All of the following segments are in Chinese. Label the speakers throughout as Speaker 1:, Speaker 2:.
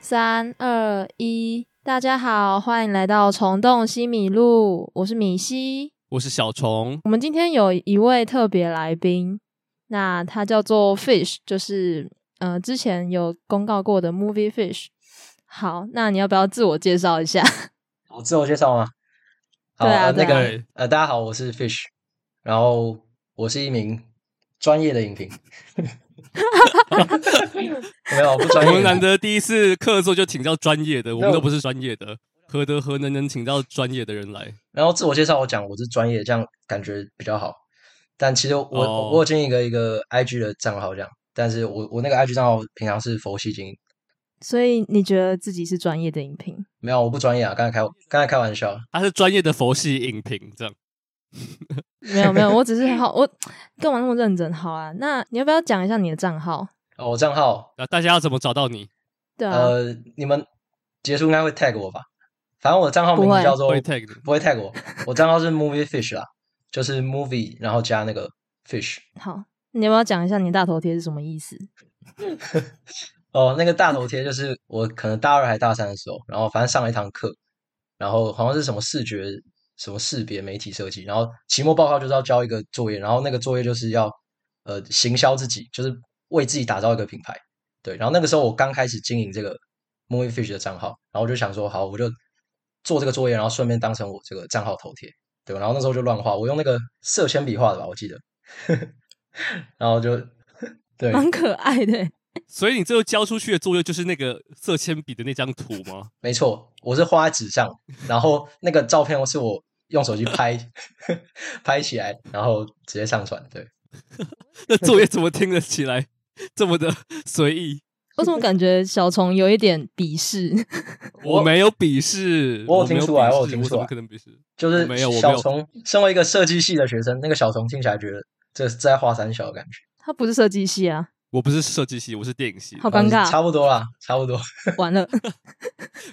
Speaker 1: 三二一，大家好，欢迎来到虫洞西米露，我是米西。
Speaker 2: 我是小虫，
Speaker 1: 我们今天有一位特别来宾，那他叫做 Fish，就是呃之前有公告过的 Movie Fish。好，那你要不要自我介绍一下？
Speaker 3: 我自我介绍吗？好，
Speaker 1: 对啊
Speaker 3: 呃那
Speaker 1: 对啊
Speaker 3: 个呃，大家好，我是 Fish，然后我是一名专业的影评， 没有不专
Speaker 2: 我
Speaker 3: 业
Speaker 2: 们难得第一次客座就请到专业的，我们
Speaker 3: 我
Speaker 2: 都不是专业的，何德何能能请到专业的人来？
Speaker 3: 然后自我介绍我讲我是专业，这样感觉比较好。但其实我、
Speaker 2: 哦
Speaker 3: 我有经营一个一个 IG 的账号这样，但是我我那个 IG 账号平常是佛系经营，
Speaker 1: 所以你觉得自己是专业的影评？
Speaker 3: 没有我不专业啊，刚才开刚才开玩笑，
Speaker 2: 他是专业的佛系影评，这样
Speaker 1: 没有没有，我只是好，我干嘛那么认真？好啊，那你要不要讲一下你的账号？
Speaker 3: 哦，我账号
Speaker 2: 那大家要怎么找到你？
Speaker 1: 对啊，
Speaker 3: 呃，你们结束应该会 tag 我吧？反正我的账号名
Speaker 1: 不会
Speaker 3: 字叫做
Speaker 2: 会 tag 你
Speaker 3: 不会 tag 我，我账号是 movie fish 啦，就是 movie 然后加那个 fish。
Speaker 1: 好，你要不要讲一下你的大头贴是什么意思？
Speaker 3: 哦，那个大头贴就是我可能大二还大三的时候，然后反正上了一堂课，然后好像是什么视觉什么识别媒体设计，然后期末报告就是要交一个作业，然后那个作业就是要呃行销自己，就是为自己打造一个品牌。对，然后那个时候我刚开始经营这个 movie fish 的账号，然后我就想说，好，我就做这个作业，然后顺便当成我这个账号头贴。对，然后那时候就乱画，我用那个色铅笔画的吧，我记得。 然后就 对，
Speaker 1: 蛮可爱的欸，
Speaker 2: 所以你最后交出去的作业就是那个色铅笔的那张图吗？
Speaker 3: 没错，我是画在纸上，然后那个照片是我用手机拍 拍起来，然后直接上传。对，
Speaker 2: 那作业怎么听得起来这么的随意？
Speaker 1: 我怎么感觉小虫有一点鄙视？
Speaker 2: 我没有鄙视，
Speaker 3: 我有
Speaker 2: 没
Speaker 3: 听出来
Speaker 2: 鄙
Speaker 3: 我有
Speaker 2: 视
Speaker 3: 听
Speaker 2: 我
Speaker 3: 出
Speaker 2: 怎么
Speaker 3: 来
Speaker 2: 可能鄙视？
Speaker 3: 就是
Speaker 2: 没有我没
Speaker 3: 小
Speaker 2: 有
Speaker 3: 虫，身为一个设计系的学生，那个小虫听起来觉得这是在画三小的感觉，
Speaker 1: 他不是设计系 啊，
Speaker 2: 我不是设计系，我是电影系的。
Speaker 1: 好尴尬
Speaker 3: 差不多啦，差不多。
Speaker 1: 完了，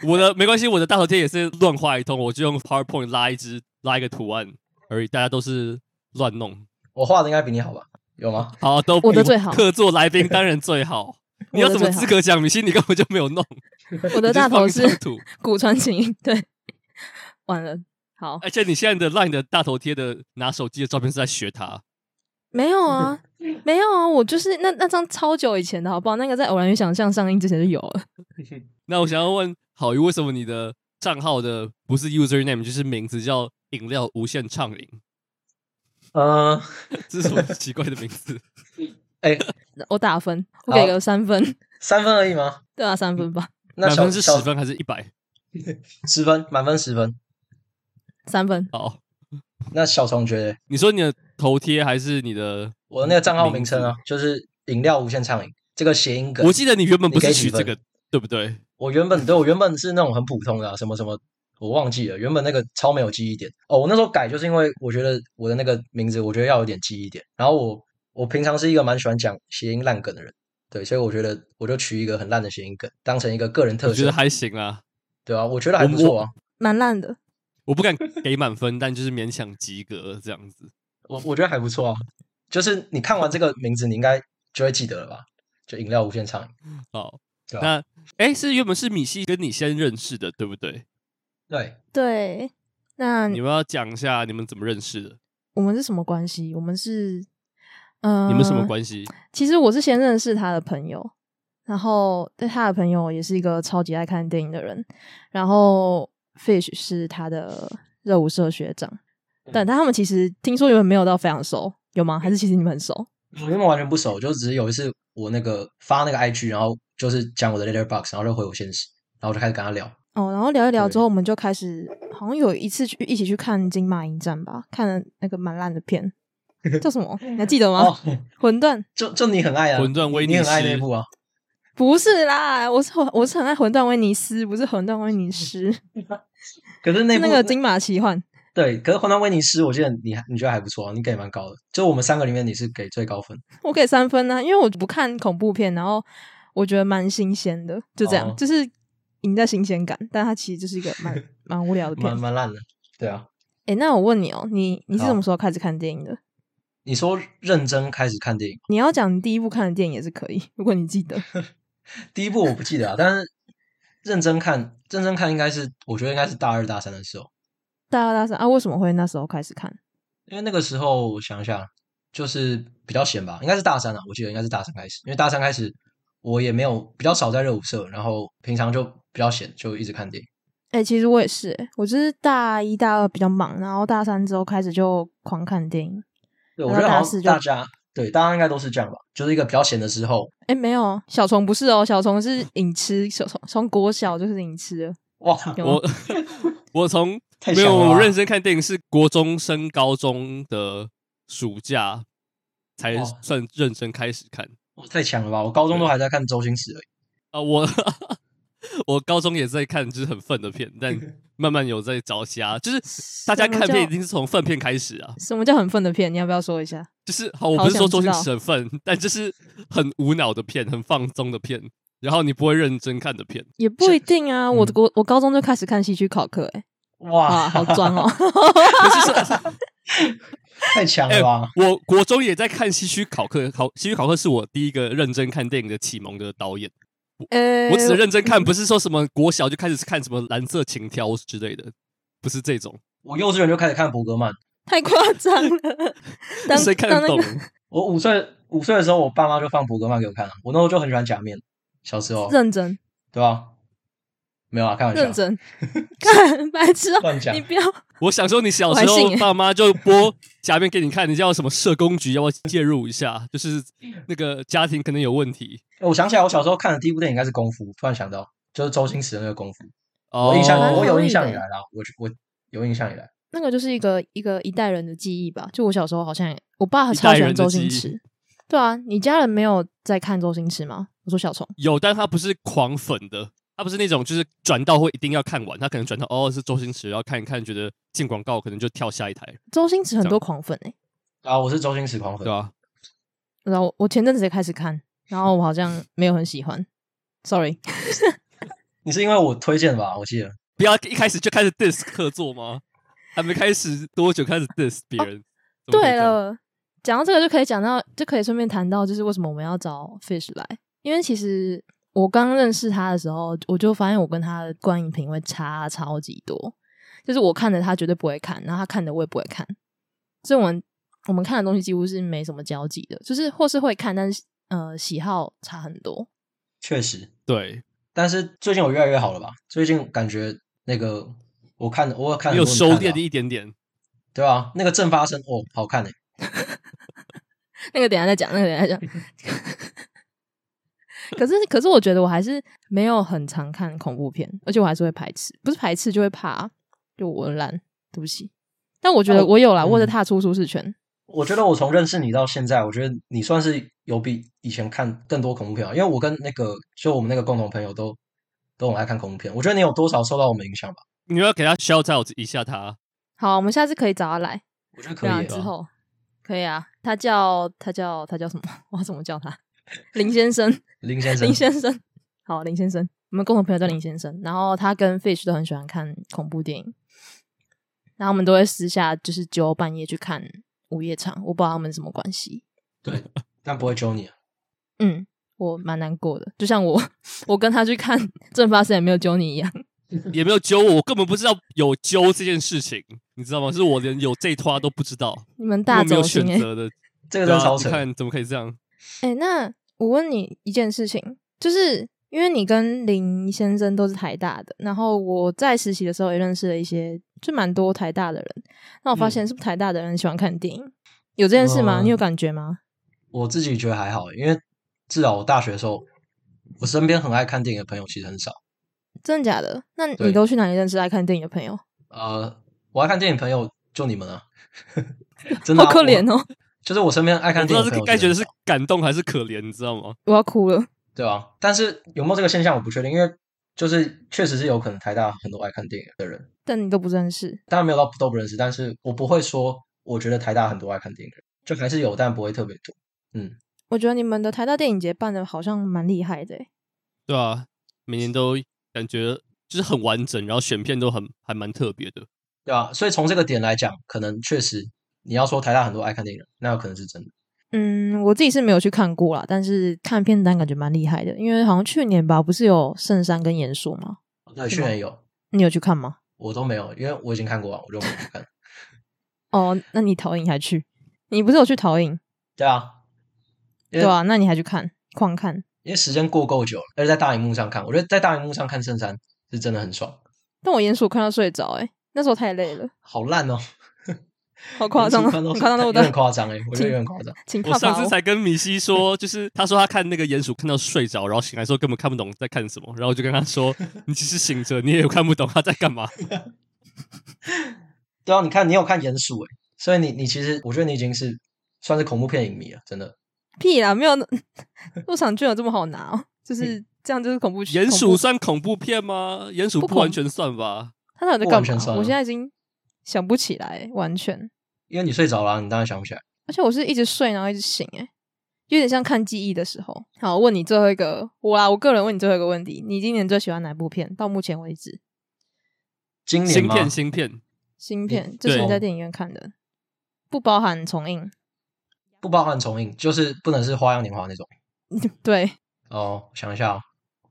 Speaker 2: 我的没关系，我的大头贴也是乱画一通，我就用 PowerPoint 拉一只拉一个图案而已，大家都是乱弄。
Speaker 3: 我画的应该比你好吧？有 吗？
Speaker 2: 好，都
Speaker 1: 我的
Speaker 2: 比
Speaker 1: 最好
Speaker 2: 客座来宾当然 最好。你
Speaker 1: 我
Speaker 2: 要
Speaker 1: 的
Speaker 2: 什么
Speaker 1: 最好
Speaker 2: 资格讲？米西，你根本就没有弄。
Speaker 1: 我的
Speaker 2: 你就
Speaker 1: 大头
Speaker 2: 放一张
Speaker 1: 是
Speaker 2: 图，
Speaker 1: 骨传情，对，完了，好，
Speaker 2: 而且你现在的 LINE 的大头贴的拿手机的照片是在学他，
Speaker 1: 没有啊，
Speaker 2: 嗯
Speaker 1: 没有啊，我就是那那张超久以前的好不好？那个在《偶然与想象》上映之前就有了，
Speaker 2: 那我想要问郝宇，为什么你的账号的不是 user name 就是名字叫饮料无限畅饮？
Speaker 3: 嗯、
Speaker 2: 这是什么奇怪的名字？
Speaker 3: 哎、
Speaker 1: 我打分，我给
Speaker 3: 好
Speaker 1: 个三分，
Speaker 3: 三分而已吗？
Speaker 1: 对啊，三分吧，
Speaker 3: 那
Speaker 2: 满
Speaker 3: 小
Speaker 2: 分是
Speaker 3: 小
Speaker 2: 十分还是一百？
Speaker 3: 十分，满分十分。
Speaker 1: 三分，
Speaker 2: 好，
Speaker 3: 那小虫觉得
Speaker 2: 你说你的头贴还是你的？
Speaker 3: 我的那个账号
Speaker 2: 名
Speaker 3: 名称啊，就是饮料无限畅饮这个谐音梗。
Speaker 2: 我记得你原本不
Speaker 3: 你
Speaker 2: 是
Speaker 3: 给几
Speaker 2: 取这
Speaker 3: 分
Speaker 2: 个，对不对？
Speaker 3: 我原本对我原本是那种很普通的、啊，什么什么，我忘记了。原本那个超没有记忆点哦，我那时候改就是因为我觉得我的那个名字，我觉得要有点记忆点。然后我我平常是一个蛮喜欢讲谐音烂梗的人，对，所以我觉得我就取一个很烂的谐音梗当成一个个人
Speaker 2: 我
Speaker 3: 特
Speaker 2: 觉得
Speaker 3: 色，
Speaker 2: 还行啦，
Speaker 3: 对啊，我觉得还
Speaker 2: 我
Speaker 3: 不
Speaker 2: 我
Speaker 3: 错啊。
Speaker 1: 蛮烂的，
Speaker 2: 我不敢给满分，但就是勉强及格这样子。
Speaker 3: 我我觉得还不错啊，就是你看完这个名字，你应该就会记得了吧？就饮料无限畅饮，
Speaker 2: 好，
Speaker 3: 对啊
Speaker 2: 那哎、诶是原本是米西跟你先认识的，对不对？
Speaker 3: 对，
Speaker 1: 对，那
Speaker 2: 你们要讲一下你们怎么认识的，
Speaker 1: 我们是什么关系？我们是，嗯、
Speaker 2: 你们什么关系？
Speaker 1: 其实我是先认识他的朋友，然后对他的朋友也是一个超级爱看电影的人，然后 Fish 是他的热舞社学长，但但他们其实听说你们没有到非常熟，有吗？还是其实你们很熟？
Speaker 3: 我原本完全不熟，就只是有一次我那个发那个 IG，然后就是讲我的 Letterbox，然后就回我现实，然后我就开始跟他聊。
Speaker 1: 哦，然后聊一聊之后，
Speaker 3: 对
Speaker 1: 我们就开始好像有一次去一起去看金马影展吧，看了那个蛮烂的片，叫什么？你还记得吗？
Speaker 3: 哦，
Speaker 1: 混沌
Speaker 3: 就就你很爱啊，
Speaker 2: 混沌威
Speaker 3: 你
Speaker 2: 尼
Speaker 3: 你很爱
Speaker 2: 斯
Speaker 3: 那部啊，
Speaker 1: 不是啦，我是我是很爱混沌威尼斯，不是混沌威尼斯，是
Speaker 3: 可是那部
Speaker 1: 那个金马奇幻。
Speaker 3: 对，可是混沌威尼斯，我记得你还你觉得还不错啊，你给蛮高的，就我们三个里面你是给最高分，
Speaker 1: 我给三分呢、啊因为我不看恐怖片，然后我觉得蛮新鲜的，就这样，
Speaker 3: 哦
Speaker 1: 就是赢在新鲜感，但它其实就是一个 蛮蛮无聊的片
Speaker 3: 蛮。蛮烂的。对啊，
Speaker 1: 哎、那我问你哦、你你是
Speaker 3: 好
Speaker 1: 什么时候开始看电影的？
Speaker 3: 你说认真开始看电影，
Speaker 1: 你 要讲你第一部看的电影也是可以，如果你记得。
Speaker 3: 第一部我不记得啊，但是认真看，认真看，应该是我觉得应该是大二大三的时候，
Speaker 1: 大二大三啊，为什么会那时候开始看？
Speaker 3: 因为那个时候我想一下，就是比较闲吧，应该是大三啊，我记得应该是大三开始，因为大三开始我也没有比较少在热舞社，然后平常就比较闲，就一直看电影。
Speaker 1: 哎、其实我也是、欸，我就是大一大二比较忙，然后大三之后开始就狂看电影。
Speaker 3: 对，我
Speaker 1: 然
Speaker 3: 觉
Speaker 1: 后
Speaker 3: 得
Speaker 1: 大
Speaker 3: 好
Speaker 1: 四
Speaker 3: 像
Speaker 1: 就
Speaker 3: 大家对大家应该都是这样吧，就是一个比较闲的时候，
Speaker 1: 哎、没有，小虫不是哦，小虫 是影痴，小虫从国小就是影痴了。
Speaker 3: 哇，
Speaker 1: 有吗
Speaker 2: 我我从
Speaker 3: 太
Speaker 2: 没
Speaker 3: 强
Speaker 2: 有
Speaker 3: 了吧
Speaker 2: 我认真看电影是国中升高中的暑假才
Speaker 3: 哇
Speaker 2: 算认真开始看
Speaker 3: 哇太强了吧！我高中都还在看周星驰而已。
Speaker 2: 啊、我 我高中也在看就是很愤的片，但慢慢有在着瞎，就是大家
Speaker 1: 什么
Speaker 2: 看片
Speaker 1: 叫
Speaker 2: 一定是从愤片开始啊，
Speaker 1: 什么叫很愤的片？你要不要说一下？
Speaker 2: 就是好，我
Speaker 1: 好
Speaker 2: 不是说
Speaker 1: 想
Speaker 2: 周
Speaker 1: 知
Speaker 2: 星
Speaker 1: 道
Speaker 2: 驰很愤，但就是很无脑的片，很放纵的片，然后你不会认真看的片。
Speaker 1: 也不一定啊，
Speaker 2: 嗯
Speaker 1: 我的国我高中就开始看戏曲考课、欸，
Speaker 3: 哇，
Speaker 1: 啊， 好装哦。
Speaker 3: 太强了吧！
Speaker 2: 我国中也在看西区考克，考西区考克是我第一个认真看电影的启蒙的导演。
Speaker 1: 呃、
Speaker 2: 我只是认真看，不是说什么国小就开始看什么蓝色情挑之类的，不是这种，
Speaker 3: 我幼稚园就开始看伯格曼，
Speaker 1: 太夸张 了。当
Speaker 2: 谁看得
Speaker 1: 当那
Speaker 2: 懂
Speaker 1: 个？
Speaker 3: 我五岁五岁的时候，我爸妈就放伯格曼给我看了，我那时候就很喜欢假面，小时
Speaker 2: 哦
Speaker 3: 候
Speaker 1: 认真
Speaker 3: 对吧？没有啊，开玩笑，
Speaker 1: 认真 看，白痴、哦，
Speaker 3: 乱讲
Speaker 1: 你。不要
Speaker 2: 我想说，你小
Speaker 1: 我还
Speaker 2: 时候
Speaker 1: 信
Speaker 2: 爸妈就播假面给你看，你叫什么社工局要不要介入一下？就是那个家庭可能有问题。
Speaker 3: 欸我想起来，我小时候看的第一部电影应该是《功夫》，突然想到就是周星驰的那个《功夫》，
Speaker 2: 哦
Speaker 3: 我印象我有
Speaker 1: 合理
Speaker 3: 印象
Speaker 1: 的
Speaker 3: 以来啦，我我有印象以来，
Speaker 1: 那个就是一个一个一代人的记忆吧。就我小时候好像也，我爸
Speaker 2: 一
Speaker 1: 超
Speaker 2: 代
Speaker 1: 喜
Speaker 2: 人的
Speaker 1: 欢周星
Speaker 2: 记忆
Speaker 1: 驰。对啊，你家人没有在看周星驰吗？我说小虫，
Speaker 2: 有，但他不是狂粉的，他不是那种就是转到会一定要看完，他可能转到哦是周星驰，然后看一看觉得进广告可能就跳下一台，
Speaker 1: 周星驰很多狂粉哎、欸。
Speaker 3: 啊，我是周星驰狂粉
Speaker 2: 对吧、
Speaker 1: 然后我前阵子才开始看，然后我好像没有很喜欢，sorry。
Speaker 3: 你是因为我推荐的吧？我记得
Speaker 2: 不要一开始就开始 diss 客座吗？还没开始多久开始 diss 别人？怎么可以
Speaker 1: 哦对
Speaker 2: 这样，
Speaker 1: 了，讲到这个就可以讲到，就可以顺便谈到，就是为什么我们要找 Fish 来，因为其实我刚认识他的时候，我就发现我跟他的观影品味差超级多，就是我看的他绝对不会看，然后他看的我也不会看，所以我们我们看的东西几乎是没什么交集的，就是或是会看，但是呃喜好差很多。
Speaker 3: 确实，
Speaker 2: 对，
Speaker 3: 但是最近我越来越好了吧？最近感觉那个我看我有看
Speaker 2: 你
Speaker 3: 很
Speaker 2: 有
Speaker 3: 多
Speaker 2: 收
Speaker 3: 人看
Speaker 2: 敛
Speaker 3: 的啊
Speaker 2: 一点点。
Speaker 3: 对啊，那个正发生哦，好看诶、
Speaker 1: 那个等一下再讲，那个等一下再讲。 可是，可是我觉得我还是没有很常看恐怖片，而且我还是会排斥，不是排斥就会怕、啊就我很懒，对不起。但我觉得
Speaker 3: 哦
Speaker 1: 我有啦，我有
Speaker 3: 嗯
Speaker 1: 在踏出舒适圈。
Speaker 3: 我觉得我从认识你到现在，我觉得你算是有比以前看更多恐怖片啊，因为我跟那个就我们那个共同朋友都都很爱看恐怖片，我觉得你有多少受到我们影响吧？
Speaker 2: 你要给他 shout out 一下他，
Speaker 1: 好，我们下次可以找他来，
Speaker 3: 我觉得可
Speaker 1: 对
Speaker 3: 以
Speaker 1: 啊，
Speaker 3: 欸、
Speaker 1: 之后可以啊。他叫他叫他叫什么？ 我要怎么叫他？林先生，
Speaker 3: 林先 生，
Speaker 1: 林先生，好，林先生，我们共同朋友叫林先生，然后他跟 Fish 都很喜欢看恐怖电影，然后我们都会私下就是揪半夜去看午夜场，我不知道他们什么关系，
Speaker 3: 对，但不会揪你、啊。
Speaker 1: 嗯，我蛮难过的，就像我 我跟他去看正发生也没有揪你一样，
Speaker 2: 也没有揪我，我根本不知道有揪这件事情，你知道吗？是我连有这拖都不知道，
Speaker 1: 你们
Speaker 2: 我
Speaker 1: 大
Speaker 2: 没
Speaker 1: 走
Speaker 2: 有
Speaker 1: 心
Speaker 2: 选
Speaker 1: 哎、
Speaker 2: 择的。
Speaker 3: 这
Speaker 2: 对
Speaker 3: 个真
Speaker 2: 啊
Speaker 3: 超
Speaker 2: 你
Speaker 3: 扯，
Speaker 2: 看怎么可以这样？
Speaker 1: 哎、那我问你一件事情，就是因为你跟林先生都是台大的，然后我在实习的时候也认识了一些，就蛮多台大的人。那我发现是不是台大的人喜欢看电影？有这件事吗？
Speaker 3: 嗯
Speaker 1: 你有感觉吗？
Speaker 3: 我自己觉得还好，因为至少我大学的时候，我身边很爱看电影的朋友其实很少。
Speaker 1: 真的假的？那
Speaker 3: 对
Speaker 1: 你都去哪里认识爱看电影的朋友？
Speaker 3: 呃，我爱看电影朋友就你们啊， 真的、
Speaker 1: 好
Speaker 3: 啊、
Speaker 1: 可怜
Speaker 3: 我！
Speaker 1: 哦，
Speaker 3: 就是我身边爱
Speaker 2: 我
Speaker 3: 看
Speaker 2: 不知
Speaker 3: 电
Speaker 2: 道
Speaker 3: 影
Speaker 2: 是
Speaker 3: 的朋友
Speaker 2: 该觉
Speaker 3: 其
Speaker 2: 得是
Speaker 3: 实很少
Speaker 2: 感动还是可怜，你知道吗？
Speaker 1: 我要哭了。
Speaker 3: 对啊，但是有没有这个现象我不确定，因为就是确实是有可能台大很多爱看电影的人，
Speaker 1: 但你都不认识，
Speaker 3: 当然没有到都不认识，但是我不会说我觉得台大很多爱看电影的人，就还是有，但不会特别多。
Speaker 1: 我觉得你们的台大电影节办的好像蛮厉害的欸、
Speaker 2: 对啊，每年都感觉就是很完整，然后选片都很还蛮特别的。
Speaker 3: 对啊，所以从这个点来讲，可能确实你要说台大很多爱看电影的人，那有可能是真的。
Speaker 1: 嗯，我自己是没有去看过啦，但是看片单感觉蛮厉害的，因为好像去年吧，不是有圣山跟岩树吗？
Speaker 2: 哦
Speaker 3: 对，去年有，
Speaker 1: 你有去看吗？
Speaker 3: 我都没有，因为我已经看过啊了，我就没有去看。
Speaker 1: 哦，那你投影还去？你不是有去投影？
Speaker 3: 对啊，因
Speaker 1: 对
Speaker 3: 为
Speaker 1: 啊，那你还去看狂看？
Speaker 3: 因为时间过够久了，而且在大荧幕上看，我觉得在大荧幕上看《圣山》是真的很爽，
Speaker 1: 但我鼹鼠看到睡着，哎，那时候太累了，
Speaker 3: 好烂哦，
Speaker 1: 好夸张啊，
Speaker 3: 看到
Speaker 1: 很夸张，对
Speaker 3: 有
Speaker 1: 不对
Speaker 3: 点？夸张哎，我觉得有点夸张。
Speaker 1: 请
Speaker 2: 我
Speaker 1: 爸
Speaker 2: 上
Speaker 1: 爸
Speaker 2: 次才跟米西说，就是他说他看那个鼹鼠看到睡着，然后醒来之后根本看不懂在看什么，然后我就跟他 说，你其实醒着你也看不懂他在干嘛。
Speaker 3: 对啊，你看你有看鼹鼠哎，所以你你其实我觉得你已经是算是恐怖片影迷了，真的。
Speaker 1: 屁啦，没有入场券有这么好拿哦，
Speaker 3: 嗯
Speaker 1: 就是这样，就是 恐怖
Speaker 2: 鼹
Speaker 1: 恐
Speaker 2: 鼠
Speaker 1: 怖
Speaker 2: 算恐怖片吗？鼹鼠
Speaker 1: 不
Speaker 2: 不
Speaker 1: 恐
Speaker 2: 完全算吧。
Speaker 1: 他到底在
Speaker 3: 不
Speaker 1: 干
Speaker 3: 完全
Speaker 1: 嘛？
Speaker 3: 算
Speaker 1: 我
Speaker 3: 啊
Speaker 1: 现在已经想不起来，欸完全。
Speaker 3: 因为你睡着了啊、你当然想不起来。
Speaker 1: 而且我是一直睡，然后一直醒、欸，有点像看记忆的时候。好，问你最后一个，我啦，我个人问你最后一个问题，你今年最喜欢哪部片？到目前为止，
Speaker 3: 今年
Speaker 2: 芯
Speaker 3: 吗？
Speaker 2: 片，芯片，
Speaker 1: 新片
Speaker 3: 你
Speaker 1: 就是你
Speaker 2: 对
Speaker 1: 在电影院看的，不包含重映。
Speaker 3: 不包含重映，就是不能是《花样年华》那种。
Speaker 1: 对，
Speaker 3: 哦，我想一下、哦，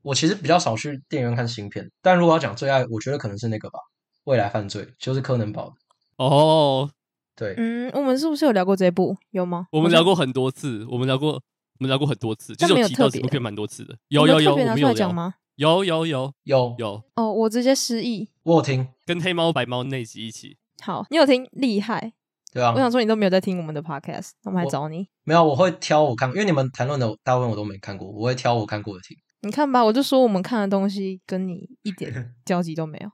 Speaker 3: 我其实比较少去电影院看新片，但如果要讲最爱，我觉得可能是那个吧，《未来犯罪》就是柯南堡的。
Speaker 2: 哦，
Speaker 3: 对，
Speaker 1: 嗯，我们是不是有聊过这部？有吗？
Speaker 2: 我们聊过很多次，我们聊过，我们聊过很多次，就
Speaker 1: 但
Speaker 2: 是
Speaker 1: 没有
Speaker 2: 有提到
Speaker 1: 特别
Speaker 2: 这部片蛮多次的。
Speaker 1: 我
Speaker 2: 有
Speaker 1: 们
Speaker 2: 有有，
Speaker 1: 特别
Speaker 2: 我
Speaker 1: 拿
Speaker 2: 们
Speaker 1: 出来
Speaker 2: 有
Speaker 1: 讲
Speaker 2: 聊，
Speaker 1: 吗？
Speaker 2: 有有有
Speaker 3: 有
Speaker 2: 有，
Speaker 1: 哦，我直接失忆。
Speaker 3: 我有听，
Speaker 2: 跟黑猫白猫那集一起。
Speaker 1: 好，你有听厉害？
Speaker 3: 对啊
Speaker 1: 我，想说你都没有在听我们的 podcast，那我们来
Speaker 3: 我
Speaker 1: 找你。
Speaker 3: 没有，我会挑我看，因为你们谈论的大部分我都没看过，我会挑我看过的听。
Speaker 1: 你看吧，我就说我们看的东西跟你一 点交集都没有。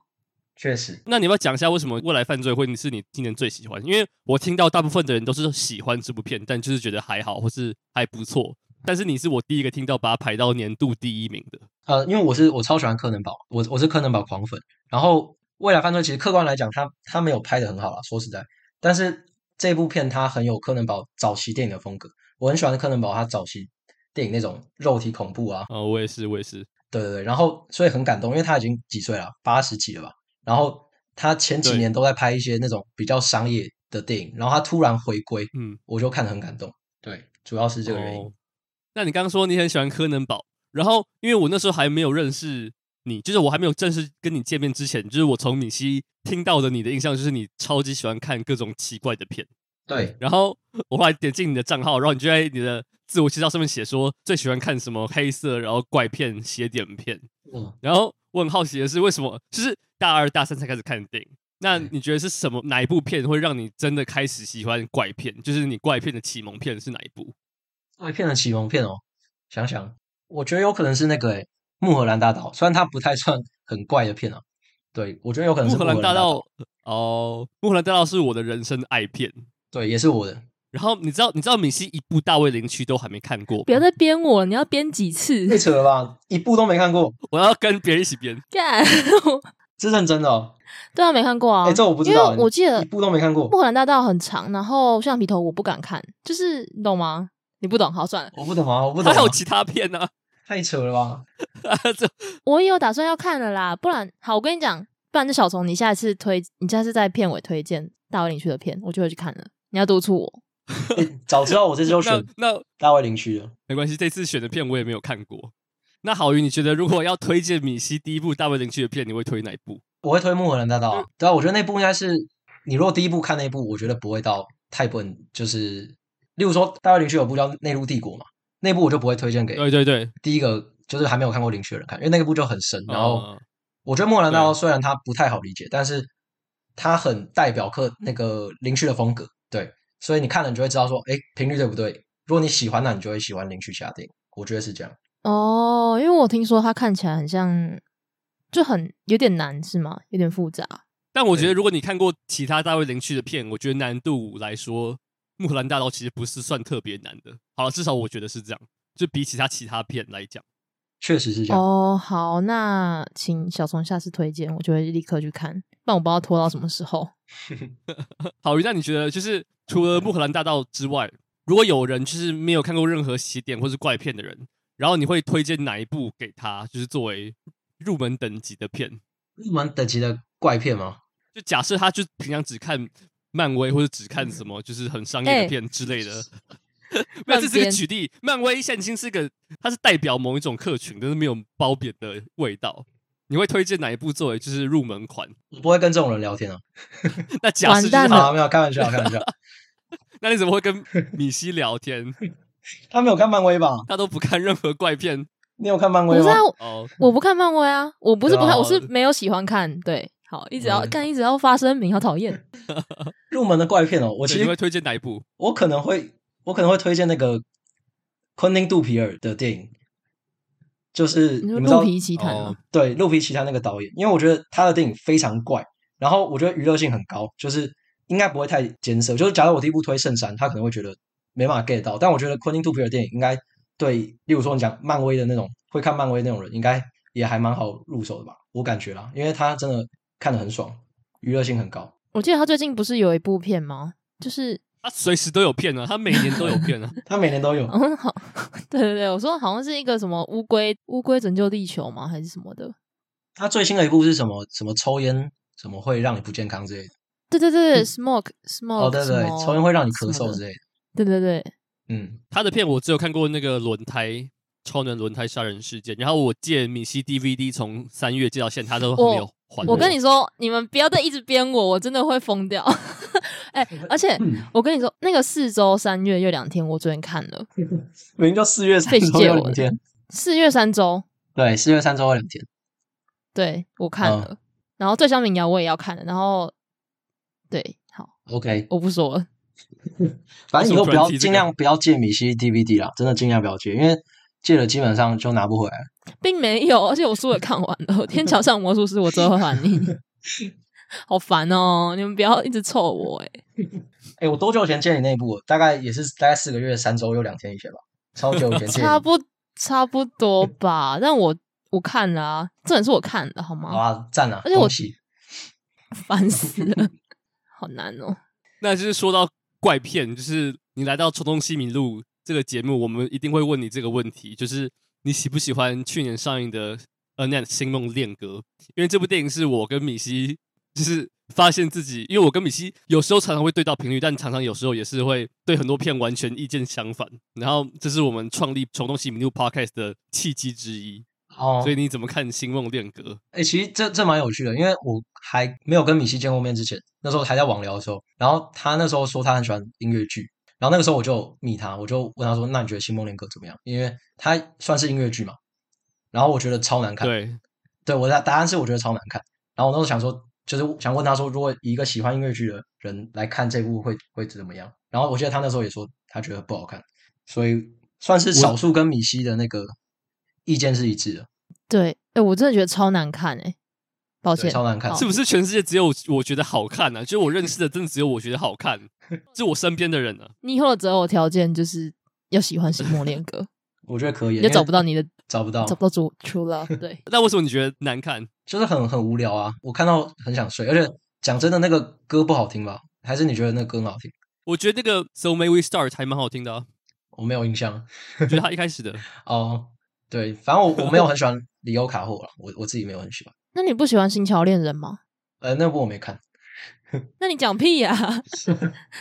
Speaker 3: 确实，
Speaker 2: 那你要不要讲一下为什么《未来犯罪》会是你今年最喜欢？因为我听到大部分的人都是喜欢这部片，但就是觉得还好，或是还不错。但是你是我第一个听到把它排到年度第一名的。
Speaker 3: 呃，因为我是我超喜欢柯南堡，我我是柯南堡狂粉。然后《未来犯罪》其实客观来讲，它它没有拍的很好啦，说实在，但是这部片它很有柯南堡早期电影的风格，我很喜欢柯南堡他早期电影那种肉体恐怖啊，
Speaker 2: 呃，我也是，我也是。
Speaker 3: 对对对，然后所以很感动，因为他已经几岁了，八十几了吧。然后他前几
Speaker 2: 对
Speaker 3: 年都在拍一些那种比较商业的电影，然后他突然回归，
Speaker 2: 嗯，
Speaker 3: 我就看得很感动。对，主要是这个原因。
Speaker 2: 哦那你刚刚说你很喜欢柯南堡，然后因为我那时候还没有认识你，就是我还没有正式跟你见面之前，就是我从米西听到的你的印象就是你超级喜欢看各种奇怪的片。
Speaker 3: 对，
Speaker 2: 然后我后来点进你的账号，然后你就在你的自我介绍上面写说最喜欢看什么黑色，然后怪片、邪点片。
Speaker 3: 嗯，
Speaker 2: 然后我很好奇的是，为什么就是大二大三才开始看电影？那
Speaker 3: 对
Speaker 2: 你觉得是什么哪一部片会让你真的开始喜欢怪片？就是你怪片的启蒙片是哪一部？
Speaker 3: 外片的启蒙片哦，想想，我觉得有可能是那个诶，穆赫兰大道，虽然它不太算很怪的片啊。对，我觉得有可能
Speaker 2: 穆
Speaker 3: 是
Speaker 2: 赫
Speaker 3: 兰
Speaker 2: 兰大
Speaker 3: 大
Speaker 2: 道哦，穆赫兰大道是我的人生爱片。
Speaker 3: 对，也是我的。
Speaker 2: 然后你知道你知道米西一部《大卫林区》都还没看过吗，
Speaker 1: 不要再编我了，你要编几次
Speaker 3: 太？扯了吧，一部都没看过，
Speaker 2: 我要跟别人一起编。
Speaker 1: 干， 我
Speaker 3: 是认真的哦。
Speaker 1: 对啊，没看过啊。
Speaker 3: 哎，这我不知
Speaker 1: 因
Speaker 3: 道，
Speaker 1: 为我记得
Speaker 3: 一部都没看
Speaker 1: 《
Speaker 3: 过
Speaker 1: 木，兰大道》很长，然后《橡皮头》我不敢看，就是你懂吗？你不懂，好算了。
Speaker 3: 我不懂啊，我不懂
Speaker 2: 他还
Speaker 3: 啊
Speaker 2: 有，其他片呢、
Speaker 3: 太扯了吧。
Speaker 2: 啊， 这
Speaker 1: 我也有打算要看了啦，不然好，我跟你讲，不然就小虫，你下一次推，你下次在片尾推荐大卫领区的片，我就会去看了。你要督促我，
Speaker 3: 欸早知道我这次就
Speaker 2: 那
Speaker 3: 选
Speaker 2: 那
Speaker 3: 大卫林区了。
Speaker 2: 没关系，这次选的片我也没有看过。那郝云，你觉得如果要推荐米西第一部《大卫林区》的片，你会推哪一部？
Speaker 3: 我会推《木荷兰大道》
Speaker 2: 嗯
Speaker 3: 啊，对啊，我觉得那部应该是你如果第一部看那部，我觉得不会到太笨，就是例如说大卫林区有部叫《内陆帝国》嘛，那部我就不会推荐给
Speaker 2: 对对对，
Speaker 3: 第一个就是还没有看过林区的人看，因为那个部就很深。然后
Speaker 2: 呃
Speaker 3: 我觉得《木荷兰大道》
Speaker 2: 对
Speaker 3: 虽然它不太好理解，但是它很代表克那个林区的风格，对，所以你看了你就会知道说，哎，频率对不对？如果你喜欢，那你就会喜欢林区其他电影，我觉得是这样。
Speaker 1: 哦，因为我听说它看起来很像，就很有点难是吗？有点复杂。
Speaker 2: 但我觉得
Speaker 3: 对
Speaker 2: 如果你看过其他大卫林区的片，我觉得难度来说，《木兰大道》其实不是算特别难的。好了，至少我觉得是这样，就比起他其他片来讲。
Speaker 3: 确实是这样。
Speaker 1: 哦，好，那请小虫下次推荐，我就会立刻去看，不然我不知道拖到什么时候。
Speaker 2: 郝云，那你觉得就是除了《穆赫兰大道》之外，如果有人就是没有看过任何邪典或是怪片的人，然后你会推荐哪一部给他，就是作为入门等级的片？
Speaker 3: 入门等级的怪片吗？
Speaker 2: 就假设他就平常只看漫威或者只看什么，就是很商业
Speaker 1: 哎
Speaker 2: 的片之类的，没有，这是个
Speaker 1: 乱编
Speaker 2: 举例。漫威现今是个，它是代表某一种客群，但是没有褒贬的味道。你会推荐哪一部作为就是入门款？
Speaker 3: 我不会跟这种人聊天啊。
Speaker 2: 那假设就是
Speaker 1: 完蛋
Speaker 2: 好，
Speaker 1: 了
Speaker 3: 好，没有开玩笑，开 玩笑。
Speaker 2: 那你怎么会跟米西聊天？
Speaker 3: 他没有看漫威吧？
Speaker 2: 他都不看任何怪片
Speaker 3: 你有看漫
Speaker 1: 不
Speaker 3: 威
Speaker 1: 是
Speaker 3: 吗
Speaker 1: 啊？，
Speaker 2: 哦。
Speaker 1: 我不看漫威啊，我不是不看，
Speaker 3: 对啊
Speaker 1: 我是没有喜欢看。对，好，一直要
Speaker 3: 嗯
Speaker 1: 干，一直要发声明，好讨厌。
Speaker 3: 入门的怪片哦，我
Speaker 2: 我
Speaker 3: 其
Speaker 2: 你会
Speaker 3: 实
Speaker 2: 推荐哪一部？
Speaker 3: 我可能会我可能会推荐那个昆汀杜皮尔的电影，就是
Speaker 1: 你
Speaker 3: 你
Speaker 1: 说
Speaker 3: 们知道
Speaker 1: 鹿皮奇谈
Speaker 2: 哦
Speaker 1: 啊，
Speaker 3: 对《鹿皮奇他那个导演，因为我觉得他的电影非常怪，然后我觉得娱乐性很高，就是应该不会太艰涩。就是假如我第一部推《圣山》，他可能会觉得没办法 get 到，但我觉得昆汀·杜皮尔电影应该对，例如说你讲漫威的那种会看漫威那种人，应该也还蛮好入手的吧，我感觉啦，因为他真的看得很爽，娱乐性很高。
Speaker 1: 我记得他最近不是有一部片吗？就是
Speaker 2: 他随时都有片啊，他每年都有片啊。
Speaker 3: 他每年都有，
Speaker 1: 嗯，好， 对对对，我说好像是一个什么乌龟乌龟拯救地球吗？还是什么的？
Speaker 3: 他最新的一部是什么？什么抽烟什么会让你不健康之类的？
Speaker 1: 对对对对，smoke smoke，
Speaker 3: 嗯哦，对对
Speaker 1: 什么
Speaker 3: 对，抽烟会让你咳
Speaker 1: 什么
Speaker 3: 嗽
Speaker 1: 的
Speaker 3: 之类的。
Speaker 1: 对对对，
Speaker 3: 嗯，
Speaker 2: 他的片我只有看过那个轮胎超能轮胎杀人事件，然后我借米西 DVD 从三月借到现在，他都还没有还
Speaker 1: 哦我跟你说，你们不要再一直编我，我真的会疯掉。 哎、而且
Speaker 3: 嗯
Speaker 1: 我跟你说，那个四周三月月两天，我昨天看了，
Speaker 3: 明明就四月三
Speaker 1: 费
Speaker 3: 周
Speaker 1: 借
Speaker 3: 有
Speaker 1: 我
Speaker 3: 两
Speaker 1: 的
Speaker 3: 天，
Speaker 1: 四月三周，
Speaker 3: 对，四月三周有两天。
Speaker 1: 对我看
Speaker 3: 嗯
Speaker 1: 了，然后最香民谣我也要看了，然后对，好，
Speaker 3: OK，
Speaker 1: 我不说了，
Speaker 3: 反正
Speaker 2: 为什
Speaker 3: 以
Speaker 2: 么突
Speaker 3: 后不
Speaker 2: 然
Speaker 3: 要
Speaker 2: 提这
Speaker 3: 尽
Speaker 2: 个
Speaker 3: 量不要借米西 DVD 啦，真的尽量不要借，因为借了基本上就拿不回来。
Speaker 1: 并没有，而 且我书也看完了，《 天桥上魔术师》我最后还 你，好烦哦，你们不要一直凑我哎、
Speaker 3: 哎，我多久以前借你那一部？大概也是大概四个月、三周又两天以前吧，超久以前借你。
Speaker 1: 差不差不多吧，但我我看了、啊，这本是我看的好吗？
Speaker 3: 好啊，赞啊！
Speaker 1: 而且我
Speaker 3: 恭喜
Speaker 1: 烦死 了，好难哦。
Speaker 2: 那就是说到怪片，就是你来到《冲动西米露》这个节目，我们一定会问你这个问题，就是你喜不喜欢去年上映的《呃那星梦恋歌》？因为这部电影是我跟米西，就是发现自己，因为我跟米西有时候常常会对到频率，但常常有时候也是会对很多片完全意见相反。然后这是我们创立《冲动西米露》Podcast 的契机之一。
Speaker 3: 哦
Speaker 2: 所以！你怎么看《星梦恋歌》？
Speaker 3: 哎，其实这这蛮有趣的，因为我还没有跟米西见过面之前，那时候还在网聊的时候，然后他那时候说他很喜欢音乐剧，然后那个时候我就密他，我就问他说：“那你觉得《新梦恋歌》怎么样？”因为他算是音乐剧嘛，然后我觉得超难看。
Speaker 2: 对，
Speaker 3: 对，我的答案是我觉得超难看。然后我那时候想说，就是想问他说，如果以一个喜欢音乐剧的人来看这部会会怎么样？然后我记得他那时候也说他觉得不好看，所以算是少数跟米西的那个意见是一致的。
Speaker 1: 对，哎、我真的觉得超难看哎、抱
Speaker 3: 对
Speaker 1: 歉，
Speaker 3: 超难看
Speaker 1: 好
Speaker 2: 是不是全世界只有我觉得好看呢、啊？就是我认识的，真的只有我觉得好看，就我身边的人啊。
Speaker 1: 你以后的择偶条件就是要喜欢《星梦恋 歌》，
Speaker 3: 我觉得可以，啊
Speaker 1: 你就
Speaker 3: 因为
Speaker 1: 找不到你的，
Speaker 3: 找不到，
Speaker 1: 找不到主 true love。对，
Speaker 2: 那为什么你觉得难看？
Speaker 3: 就是很很无聊啊。我看到很想睡，而且讲真的，那个歌不好听吧？还是你觉得那个歌很好听？
Speaker 2: 我觉得那个 So May We Start 还蛮好听的、啊，
Speaker 3: 我没有印象
Speaker 2: 我觉得他一开始的
Speaker 3: 哦。对，反正我我没有很喜欢里欧卡霍啦，我我自己没有很喜欢。
Speaker 1: 那你不喜欢《新桥恋人》吗？
Speaker 3: 呃，那部我没看，
Speaker 1: 那你讲屁 呀、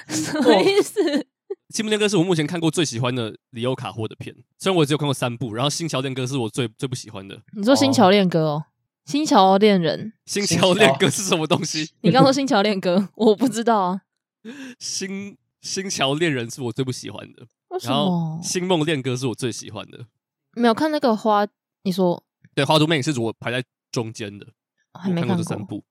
Speaker 1: 什么意思？
Speaker 2: 《西门恋歌》是我目前看过最喜欢的里欧卡霍的片，虽然我只有看过三部，然后《新桥恋歌》是我最最不喜欢的。
Speaker 1: 你说《新桥恋歌》哦，《新桥恋 人》，
Speaker 2: 新
Speaker 3: 新
Speaker 2: 桥恋
Speaker 3: 桥
Speaker 2: 歌是什么东西？
Speaker 1: 你刚说《新桥恋歌》， 我不知道啊，
Speaker 2: 新新桥恋人是我最不喜欢的，
Speaker 1: 为什
Speaker 2: 然后
Speaker 1: 么
Speaker 2: 《星梦恋歌》是我最喜欢的。
Speaker 1: 没有看那个花？你说
Speaker 2: 对，《花都妹》是我排在中间的，
Speaker 1: 还
Speaker 2: 我
Speaker 1: 没
Speaker 2: 看过
Speaker 1: 看
Speaker 2: 这三部。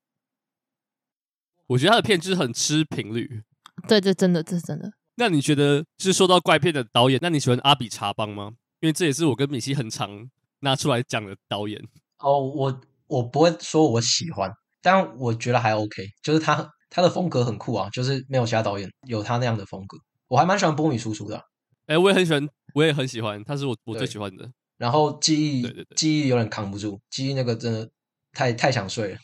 Speaker 2: 我觉得他的片就是很吃频率。
Speaker 1: 对对，真的，这是真的。
Speaker 2: 那你觉得，就是说到怪片的导演，那你喜欢阿比查邦吗？因为这也是我跟米西很常拿出来讲的导演。
Speaker 3: 哦，我我不会说我喜欢，但我觉得还 OK，就是他他的风格很酷啊，就是没有其他导演有他那样的风格，我还蛮喜欢波米叔叔的啊、
Speaker 2: 哎，我也很喜欢，我也很喜欢，他是我我最
Speaker 3: 对
Speaker 2: 喜欢的。
Speaker 3: 然后记忆
Speaker 2: 对对对
Speaker 3: 记忆有点扛不住，记忆那个真的太太想睡了。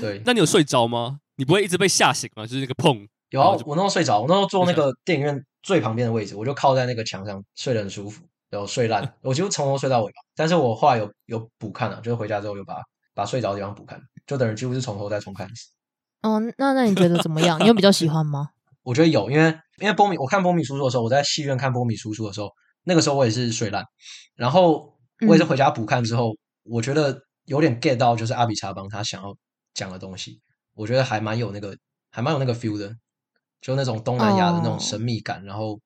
Speaker 3: 对，
Speaker 2: 那你有睡着吗？你不会一直被吓醒吗？就是那个碰，
Speaker 3: 有啊
Speaker 2: 然后，就
Speaker 3: 我那时候睡着，我那时候坐
Speaker 2: 就
Speaker 3: 那
Speaker 2: 想
Speaker 3: 个电影院最旁边的位置，我就靠在那个墙上睡得很舒服，然后睡烂，我几乎从头睡到尾吧。但是我后来有有补看了、就是回家之后有把把睡着的地方补看，就等于几乎是从头再重看一次。
Speaker 1: 哦，那那你觉得怎么样？你有比较喜欢吗？
Speaker 3: 我觉得有，因为因为波米，我看波米叔叔的时候，我在戏院看波米叔叔的时候，那个时候我也是睡烂，然后我也是回家补看之后，我觉得有点 get 到，就是阿比查邦他想要讲的东西，我觉得还蛮有那个，还蛮有那个 feel 的，就那种东南亚的那种
Speaker 1: 哦
Speaker 3: 神秘感。然后，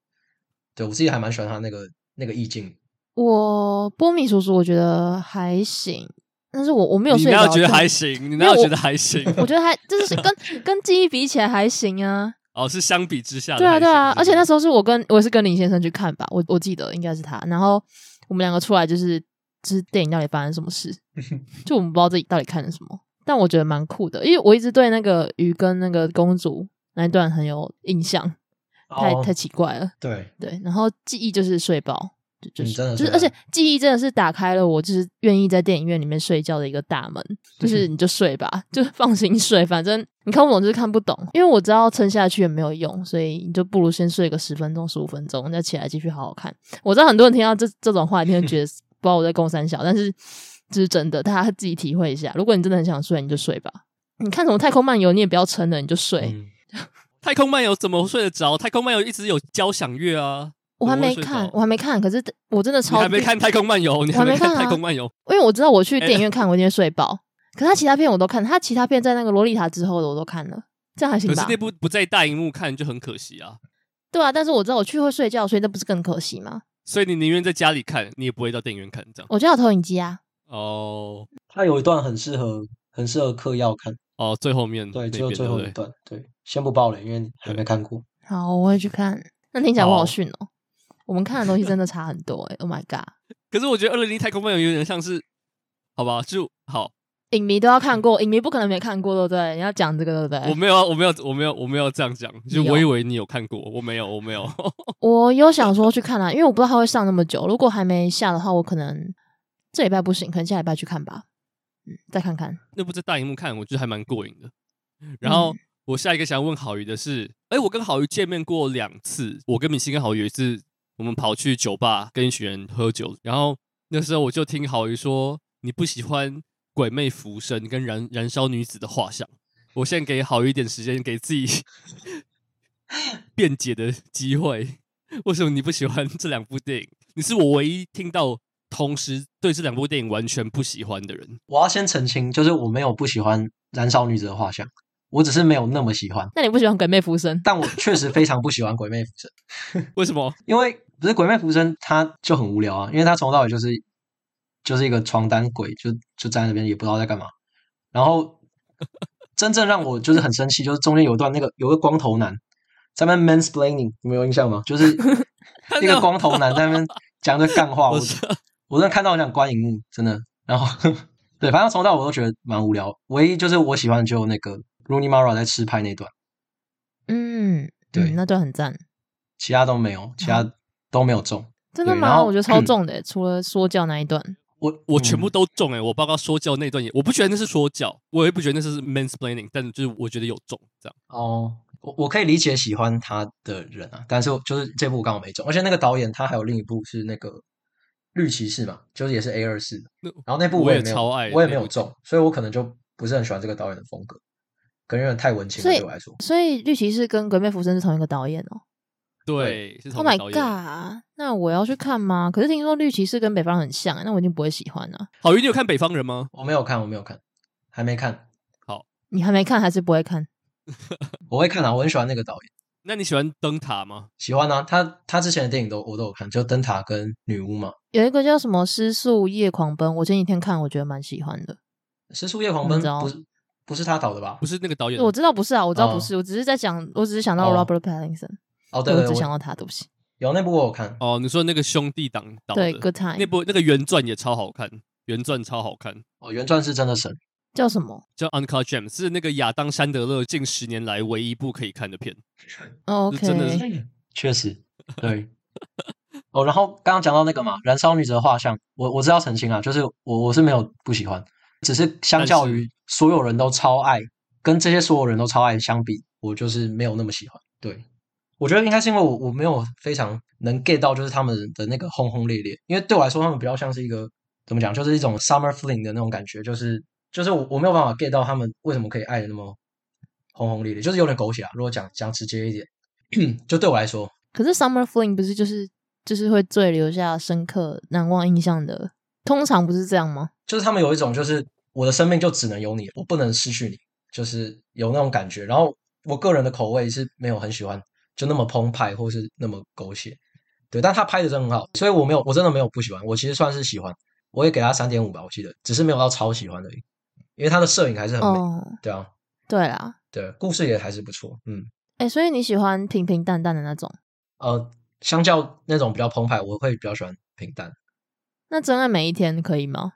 Speaker 3: 对我自己还蛮喜欢他那个那个意境。
Speaker 1: 我波米叔叔我觉得还行，但是我我没有
Speaker 2: 你
Speaker 1: 睡
Speaker 2: 哪
Speaker 1: 着。
Speaker 2: 有觉得
Speaker 1: 但
Speaker 2: 还行？你哪
Speaker 1: 因为
Speaker 2: 有
Speaker 1: 我
Speaker 2: 觉得还行？
Speaker 1: 我觉得还就是跟跟记忆比起来还行啊。
Speaker 2: 哦，是相比之下的
Speaker 1: 对啊，
Speaker 2: 还
Speaker 1: 对
Speaker 2: 行
Speaker 1: 啊，而且那
Speaker 2: 是
Speaker 1: 时候是我跟我也是跟林先生去看吧，我我记得应该是他，然后我们两个出来就是就是电影到底发生什么 事，就我们不知道自己到底看了什么，但我觉得蛮酷的，因为我一直对那个鱼跟那个公主那一段很有印象，太、
Speaker 3: 哦
Speaker 1: 太奇怪了，
Speaker 3: 对，
Speaker 1: 对，然后记忆就是睡饱。就就
Speaker 3: 嗯
Speaker 1: 是、
Speaker 3: 真的
Speaker 1: 就是是，而且记忆真的是打开了我，就是愿意在电影院里面睡觉的一个大门。 就是你就睡吧，就放心睡，反正你看不懂就是看不懂，因为我知道撑下去也没有用，所以你就不如先睡个十分钟、十五分钟，再起来继续好好看。我知道很多人听到这这种话，一定会 觉得不知道我在供三小，但是这是真的，大家自己体会一下。如果你真的很想睡，你就睡吧。你看什么太空漫游，你也不要撑了，你就睡。
Speaker 3: 嗯
Speaker 2: 太空漫游怎么睡得着？太空漫游一直有交响乐啊。
Speaker 1: 我还没
Speaker 2: 怎么会睡
Speaker 1: 看
Speaker 2: 着，
Speaker 1: 我还没看，可是我真的
Speaker 2: 你
Speaker 1: 超
Speaker 2: 还没看《太空漫游》，你
Speaker 1: 我还没
Speaker 2: 没看《
Speaker 1: 看啊
Speaker 2: 太空漫游》
Speaker 1: 因为我知道我去电
Speaker 2: 哎
Speaker 1: 影院看，我一定会睡饱。可是他其他片我都看，他其他片在那个《洛丽塔》之后的我都看了，这样还行
Speaker 2: 可
Speaker 1: 吧？
Speaker 2: 是那部不在大荧幕看就很可惜啊。
Speaker 1: 对啊，但是我知道我去会睡觉，所以那不是更可惜吗？
Speaker 2: 所以你宁愿在家里看，你也不会到电影院看这样。
Speaker 1: 我就有投影机啊，
Speaker 2: 哦
Speaker 3: 他有一段很适合，很适合嗑药看。
Speaker 2: 哦，最后面
Speaker 3: 对，
Speaker 2: 那
Speaker 3: 只有
Speaker 2: 边
Speaker 3: 最后
Speaker 2: 对
Speaker 3: 一
Speaker 2: 不对
Speaker 3: 段。对，先不爆雷，因为你还没看过。
Speaker 1: 好，我会去看。那听起来我好
Speaker 2: 好
Speaker 1: 逊哦、我们看的东西真的差很多 哎、o h my god！
Speaker 2: 可是我觉得《二零零太空漫游》有点像是，好吧，就
Speaker 3: 哎
Speaker 2: 好，
Speaker 1: 影迷都要看过，影迷不可能没看过，对不对？你要讲这个，对不
Speaker 2: 我
Speaker 1: 对？
Speaker 2: 没有啊，我没有，我没有，我没有这样讲，就
Speaker 1: 你
Speaker 2: 我以
Speaker 1: 有
Speaker 2: 为你有看过，我没有，我没有。
Speaker 1: 我有想说去看啊，因为我不知道它会上那么久。如果还没下的话，我可能这礼拜不行，可能下礼拜去看吧。嗯，再看看。
Speaker 2: 那部在大荧幕看，我觉得还蛮过瘾的。然后我下一个想问郝宇的是，哎、我跟郝宇见面过两次，我跟敏熙跟郝宇有一次，我们跑去酒吧跟一群人喝酒，然后那时候我就听郝宇说你不喜欢鬼魅浮生跟燃燃烧女子的画像。我先给郝宇一点时间，给自己 辩解的机会。为什么你不喜欢这两部电影？你是我唯一听到同时对这两部电影完全不喜欢的人。
Speaker 3: 我要先澄清，就是我没有不喜欢燃烧女子的画像，我只是没有那么喜欢，
Speaker 1: 那你不喜欢鬼魅浮生？
Speaker 3: 但我确实非常不喜欢鬼魅浮生，
Speaker 2: 为什么？
Speaker 3: 因为不是鬼魅浮生，他就很无聊啊，因为他从头到尾就是就是一个床单鬼，就就站在那边也不知道在干嘛。然后真正让我就是很生气，就是中间有一段那个有个光头男在那边 mansplaining，你们有印象吗？就是 一个光头男在那边讲一堆干话，我
Speaker 2: 我知道
Speaker 3: 我真的看到很想关荧幕，真的。然后 对，反正从头到尾我都觉得蛮无聊。唯一就是我喜欢的就那个 Rooney Mara 在吃派那段，
Speaker 1: 嗯，
Speaker 3: 对
Speaker 1: 嗯那段很赞，
Speaker 3: 其他都没有，
Speaker 2: 嗯
Speaker 3: 其他都没有中。
Speaker 1: 真的
Speaker 3: 对然
Speaker 1: 吗？
Speaker 3: 后
Speaker 1: 我觉得超重的欸、除了说教那一段。
Speaker 3: 我
Speaker 2: 我全
Speaker 3: 嗯
Speaker 2: 部都中哎、我报告说教那段也，我不觉得那是说教，我也不觉得那是 mansplaining，但就是我觉得有中这样。
Speaker 3: 哦，我我可以理解喜欢他的人啊，但是我就是这部我刚好没中，而且那个导演他还有另一部是那个绿骑士嘛，就是也是 A 二四
Speaker 2: 那，
Speaker 3: 然后那部
Speaker 2: 我
Speaker 3: 也
Speaker 2: 也
Speaker 3: 没有，
Speaker 2: 超爱
Speaker 3: 我也
Speaker 2: 那
Speaker 3: 没有
Speaker 2: 部
Speaker 3: 中，所以我可能就不是很喜欢这个导演的风格，可能有点太文青
Speaker 1: 所
Speaker 3: 了
Speaker 1: 以
Speaker 3: 对我来说。
Speaker 1: 所以绿骑士跟鬼魅浮生是同一个导演哦、
Speaker 2: 对，是同
Speaker 1: Oh my
Speaker 2: 一个导演。
Speaker 1: god！那我要去看吗？可是听说绿骑士跟北方很像、欸那我一定不会喜欢啊。
Speaker 2: 郝云，你有看《北方人》吗？
Speaker 3: 我没有看，我没有看，还没看，
Speaker 1: 你还没看还是不会看？
Speaker 3: 我会看啊，我很喜欢那个导演，
Speaker 2: 那你喜欢灯塔吗？
Speaker 3: 喜欢啊，他他之前的电影都我都有看，就《灯塔》跟《女巫》嘛，
Speaker 1: 有一个叫什么《失速夜狂奔》，我前几天看，我觉得蛮喜欢的。
Speaker 3: 《失速夜狂
Speaker 1: 我
Speaker 3: 奔
Speaker 1: 知》道
Speaker 3: 不是不是他导的吧
Speaker 2: 不？是那个导演，
Speaker 1: 我知道不是啊，我知道
Speaker 3: 哦
Speaker 1: 不是，我只是在讲，我只是想到
Speaker 3: 哦
Speaker 1: Robert Pattinson，、
Speaker 3: 哦，对
Speaker 1: 我
Speaker 3: 对，
Speaker 1: 只想
Speaker 3: 我
Speaker 1: 到他，对不起。
Speaker 3: 有那部我有看，
Speaker 2: 哦，你说那个兄弟党导的
Speaker 1: 对，Good
Speaker 2: 那
Speaker 1: Time
Speaker 2: 部那个原传也超好看，原传超好看，
Speaker 3: 哦，原传是真的神，
Speaker 1: 叫什么？
Speaker 2: 叫《Uncle James》，是那个亚当·山德勒近十年来唯一一部可以看的片。
Speaker 1: o
Speaker 2: 真的
Speaker 1: k
Speaker 3: 嗯 确实，对。哦，然后刚刚讲到那个嘛，《燃烧女子的画像》，我我知道澄清啊，就是我我是没有不喜欢，只是相
Speaker 2: 但
Speaker 3: 较
Speaker 2: 是
Speaker 3: 于所有人都超爱，跟这些所有人都超爱相比，我就是没有那么喜欢。对，我觉得应该是因为我我没有非常能 get 到，就是他们的那个轰轰烈烈，因为对我来说，他们比较像是一个怎么讲，就是一种 summer fling 的那种感觉，就是就是我我没有办法 get 到他们为什么可以爱的那么轰轰烈烈，就是有点狗血啊。如果讲讲直接一点， 就对我来说，
Speaker 1: 可是 Summer Fling 不是就是就是会最留下深刻难忘印象的，通常不是这样吗？
Speaker 3: 就是他们有一种就是我的生命就只能有你，我不能失去你，就是有那种感觉。然后我个人的口味是没有很喜欢就那么澎湃或是那么狗血，对，但他拍的真的很好，所以我没有我真的没有不喜欢，我其实算是喜欢，我也给他三点五吧，我记得，只是没有到超喜欢而已，因为他的摄影还是很美，
Speaker 1: 哦，
Speaker 3: 对啊，
Speaker 1: 对啦，
Speaker 3: 对，故事也还是不错，嗯，
Speaker 1: 哎、所以你喜欢平平淡淡的那种？
Speaker 3: 呃，相较那种比较澎湃，我会比较喜欢平淡。
Speaker 1: 那真爱每一天可以吗？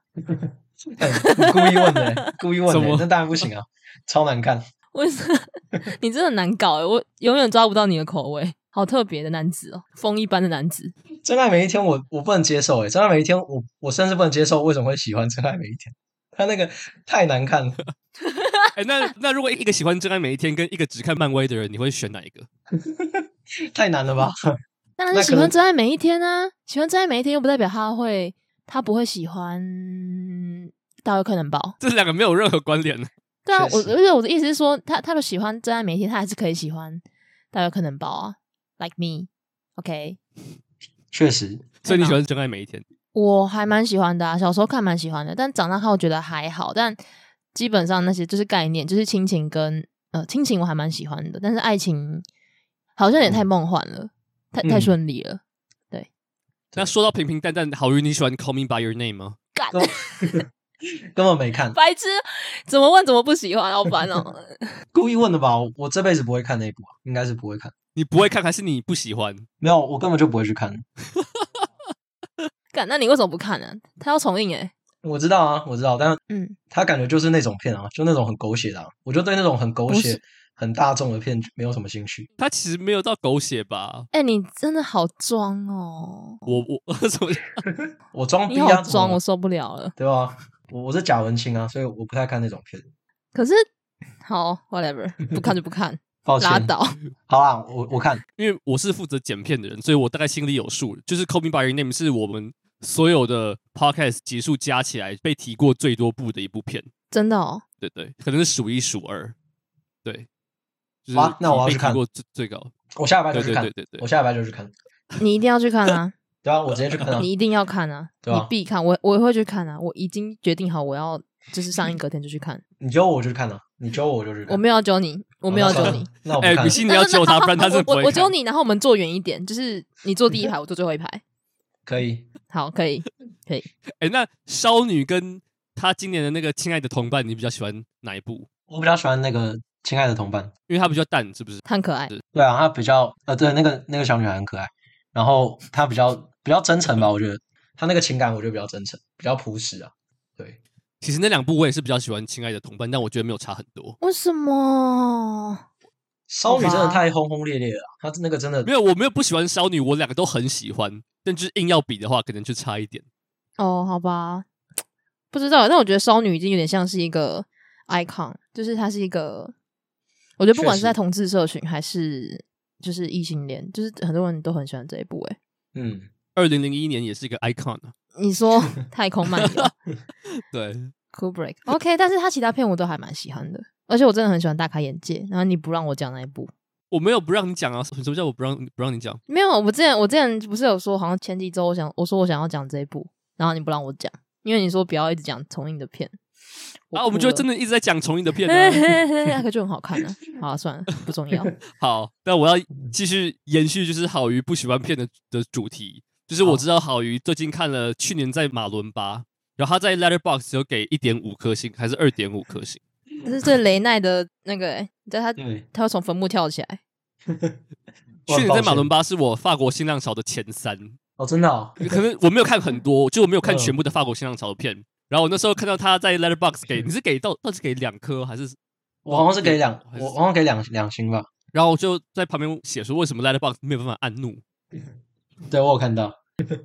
Speaker 3: 哎你故意问的欸，故意问
Speaker 2: 怎
Speaker 3: 的欸
Speaker 2: 么，
Speaker 3: 那当然不行啊，超难看。
Speaker 1: 为什么 你真的难搞、欸？我永远抓不到你的口味，好特别的男子哦、风一般的男子。
Speaker 3: 真爱每一天我，我不能接受哎、真爱每一天我，我甚至不能接受为什么会喜欢真爱每一天，他那个太难看了。
Speaker 2: 哎、那那如果一个喜欢《真爱每一天》跟一个只看漫威的人，你会选哪一个？
Speaker 3: 太难了吧？
Speaker 1: 当然
Speaker 3: 那
Speaker 1: 是喜
Speaker 3: 可
Speaker 1: 欢
Speaker 3: 能
Speaker 1: 真爱每一天啊！喜欢真爱每一天，又不代表他会，他不会喜欢大有可能吧？
Speaker 2: 这两个没有任何关联。
Speaker 1: 对啊，
Speaker 3: 确
Speaker 1: 我
Speaker 3: 实
Speaker 1: 而且我的意思是说，他他的喜欢真爱每一天，他还是可以喜欢大有可能吧啊，like me，OK，、
Speaker 3: 确实，
Speaker 2: 所以你喜欢《真爱每一天》？
Speaker 1: 我还蛮喜欢的啊，小时候看蛮喜欢的，但长大看我觉得还好，但基本上那些就是概念，就是亲情跟呃亲情我还蛮喜欢的，但是爱情好像也太梦幻了，太太
Speaker 3: 嗯
Speaker 1: 顺利了，
Speaker 2: 那说到平平淡淡，好运你喜欢《Call Me by Your Name》吗？
Speaker 1: 干、
Speaker 3: 根本根本没看，
Speaker 1: 白痴，怎么问怎么不喜欢，好烦哦。
Speaker 3: 故意问的吧？我这辈子不会看那一部啊，应该是不会看。
Speaker 2: 你不会看还是你不喜欢？
Speaker 3: 没有，我根本就不会去看。
Speaker 1: 干，那你为什么不看呢、他要重映哎、
Speaker 3: 我知道啊，我知道，但
Speaker 1: 嗯，
Speaker 3: 他感觉就是那种片啊，就那种很狗血的、啊，我就对那种很狗
Speaker 1: 不
Speaker 3: 血
Speaker 1: 是、
Speaker 3: 很大众的片没有什么兴趣。
Speaker 2: 他其实没有到狗血吧？
Speaker 1: 哎、你真的好装哦，
Speaker 2: 我 我什么？
Speaker 3: 我装逼
Speaker 1: 你好
Speaker 3: 啊，怎么
Speaker 1: 装，哦我受不了了。
Speaker 3: 对吧？我我是假文青啊，所以我不太看那种片，
Speaker 1: 可是好，whatever，不看就不看，
Speaker 3: 抱
Speaker 1: 拉
Speaker 3: 歉。
Speaker 1: 倒。
Speaker 3: 好啊，我我看
Speaker 2: 因为我是负责剪片的人，所以我大概心里有数。就是《Call Me by Your Name》是我们所有的 podcast 集数加起来被提过最多部的一部片，
Speaker 1: 真的哦，
Speaker 2: 对对，可能是数一数二，对，就是
Speaker 3: 哇啊那我要
Speaker 2: 被
Speaker 3: 去看
Speaker 2: 提过最最高，
Speaker 3: 我下礼拜就
Speaker 2: 对
Speaker 3: 去
Speaker 2: 对
Speaker 3: 看
Speaker 2: 对，对对
Speaker 3: 我。下礼拜就去看，
Speaker 1: 你一定要去看啊，
Speaker 3: 对啊，我直接去看啊。
Speaker 1: 你一定要看啊，
Speaker 3: 对啊
Speaker 1: 你必看。我我也会去看啊，我已经决定好我要就是上映隔天就去看。
Speaker 3: 你揪我就去看啊，你揪我就去看。
Speaker 1: 我没有要揪你，我没有要
Speaker 3: 哦那
Speaker 1: 揪
Speaker 3: 算
Speaker 1: 你
Speaker 3: 了。那我不
Speaker 2: 哎，比
Speaker 3: 看了。
Speaker 2: 心你要救他，不然他
Speaker 1: 那
Speaker 2: 是
Speaker 1: 那
Speaker 2: 不
Speaker 1: 我
Speaker 2: 会
Speaker 1: 我我揪
Speaker 2: 看。
Speaker 1: 你，然后我们坐远一点，就是你坐第一排，我坐最后一排。
Speaker 3: 可以，
Speaker 1: 好，可以，可以。
Speaker 2: 哎，那少女跟她今年的那个《亲爱的同伴》，你比较喜欢哪一部？
Speaker 3: 我比较喜欢那个《亲爱的同伴》。
Speaker 2: 因为她比较淡，是不是？
Speaker 1: 他很可爱，
Speaker 3: 对啊，她比较呃，对，那个那个小女孩很可爱，然后她比较比较真诚吧，我觉得她那个情感我觉得比较真诚，比较朴实啊。对，
Speaker 2: 其实那两部我也是比较喜欢《亲爱的同伴》，但我觉得没有差很多。
Speaker 1: 为什么？
Speaker 3: 少女真的
Speaker 1: 哇
Speaker 3: 太轰轰烈烈了啊，她那个真 的
Speaker 2: 没有，我没有不喜欢少女，我两个都很喜欢，但就是硬要比的话，可能就差一点。
Speaker 1: 哦，好吧，不知道。但我觉得少女已经有点像是一个 icon，就是她是一个，我觉得不
Speaker 3: 确
Speaker 1: 管是在
Speaker 3: 实
Speaker 1: 同志社群还是就是异性恋，就是很多人都很喜欢这一部、欸。
Speaker 3: 嗯，
Speaker 2: 二零零一年也是一个 icon 啊，
Speaker 1: 你说《太空漫游》
Speaker 2: 对，
Speaker 1: Kubrick，OK，、但是他其他片我都还蛮喜欢的，而且我真的很喜欢大开眼界。然后你不让我讲那一部，
Speaker 2: 我没有不让你讲啊，什么叫我不让不让你讲？
Speaker 1: 没有，我之前我之前不是有说，好像前几周我想我说我想要讲这一部，然后你不让我讲，因为你说不要一直讲重映的片。
Speaker 2: 啊，我们就真
Speaker 1: 的，
Speaker 2: 的一直在讲重映的 片 啊。
Speaker 1: 那个就很好看啊。好啊，算了，不重 要。
Speaker 2: 好，那我要继续延续，就是好鱼不喜欢片的的主题，就是我
Speaker 3: 好
Speaker 2: 知道好鱼最近看了去年在马伦巴，然后他在 Letterbox 有给一点五颗星还是二点五颗星，
Speaker 1: 这是这雷奈的那个、欸，你知道
Speaker 2: 嗯
Speaker 1: 他
Speaker 3: 对，
Speaker 1: 他会从坟墓跳起来，
Speaker 3: 我
Speaker 2: 去年
Speaker 3: 很抱
Speaker 2: 在马
Speaker 3: 歉
Speaker 2: 伦巴是我法国新浪潮的前三，
Speaker 3: 哦，真的哦，
Speaker 2: 可能我没有看很多，就我没有看
Speaker 3: 嗯
Speaker 2: 全部的法国新浪潮的片。然后我那时候看到他在 Letterbox
Speaker 1: 嗯
Speaker 2: 给你是给到到底是给两颗还是？
Speaker 3: 我好像是给两，
Speaker 2: 还是
Speaker 3: 我好像给两两星吧，
Speaker 2: 然后我就在旁边写说为什么 Letterbox 没有办法按怒，
Speaker 3: 对我有看到。
Speaker 1: 嗯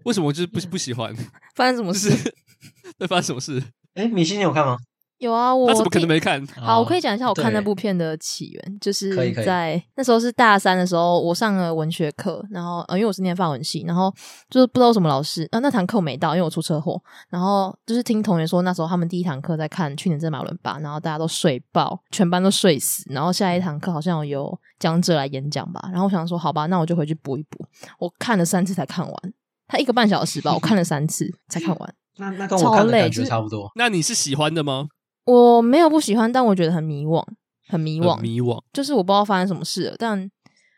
Speaker 2: 为什么我就是不不喜欢，
Speaker 1: 发生什么
Speaker 2: 就
Speaker 1: 事？
Speaker 2: 是 会发生什么事？
Speaker 3: 哎，米西你有看吗？哦
Speaker 1: 有啊，我
Speaker 2: 他怎么可能
Speaker 1: 听
Speaker 2: 没看？
Speaker 1: 好，我可以讲一下我看那
Speaker 3: 对
Speaker 1: 部片的起源，就是
Speaker 3: 可以可以
Speaker 1: 在那时候是大三的时候，我上了文学课，然后呃，因为我是念法文系，然后就是不知道什么老师，啊，那堂课我没到，因为我出车祸，然后就是听同学说那时候他们第一堂课在看《去年在马伦巴》，然后大家都睡爆，全班都睡死，然后下一堂课好像有讲者来演讲吧，然后我想说好吧，那我就回去补一补，我看了三次才看完，他一个半小时吧，我看了三次才看完。
Speaker 3: 那那跟
Speaker 1: 超
Speaker 3: 我看的
Speaker 1: 累
Speaker 3: 感
Speaker 1: 就
Speaker 3: 觉
Speaker 1: 是
Speaker 3: 差不多。
Speaker 2: 那你是喜欢的吗？
Speaker 1: 我没有不喜欢，但我觉得很迷惘，很迷惘
Speaker 2: 很，呃迷惘，
Speaker 1: 就是我不知道发生什么事了，但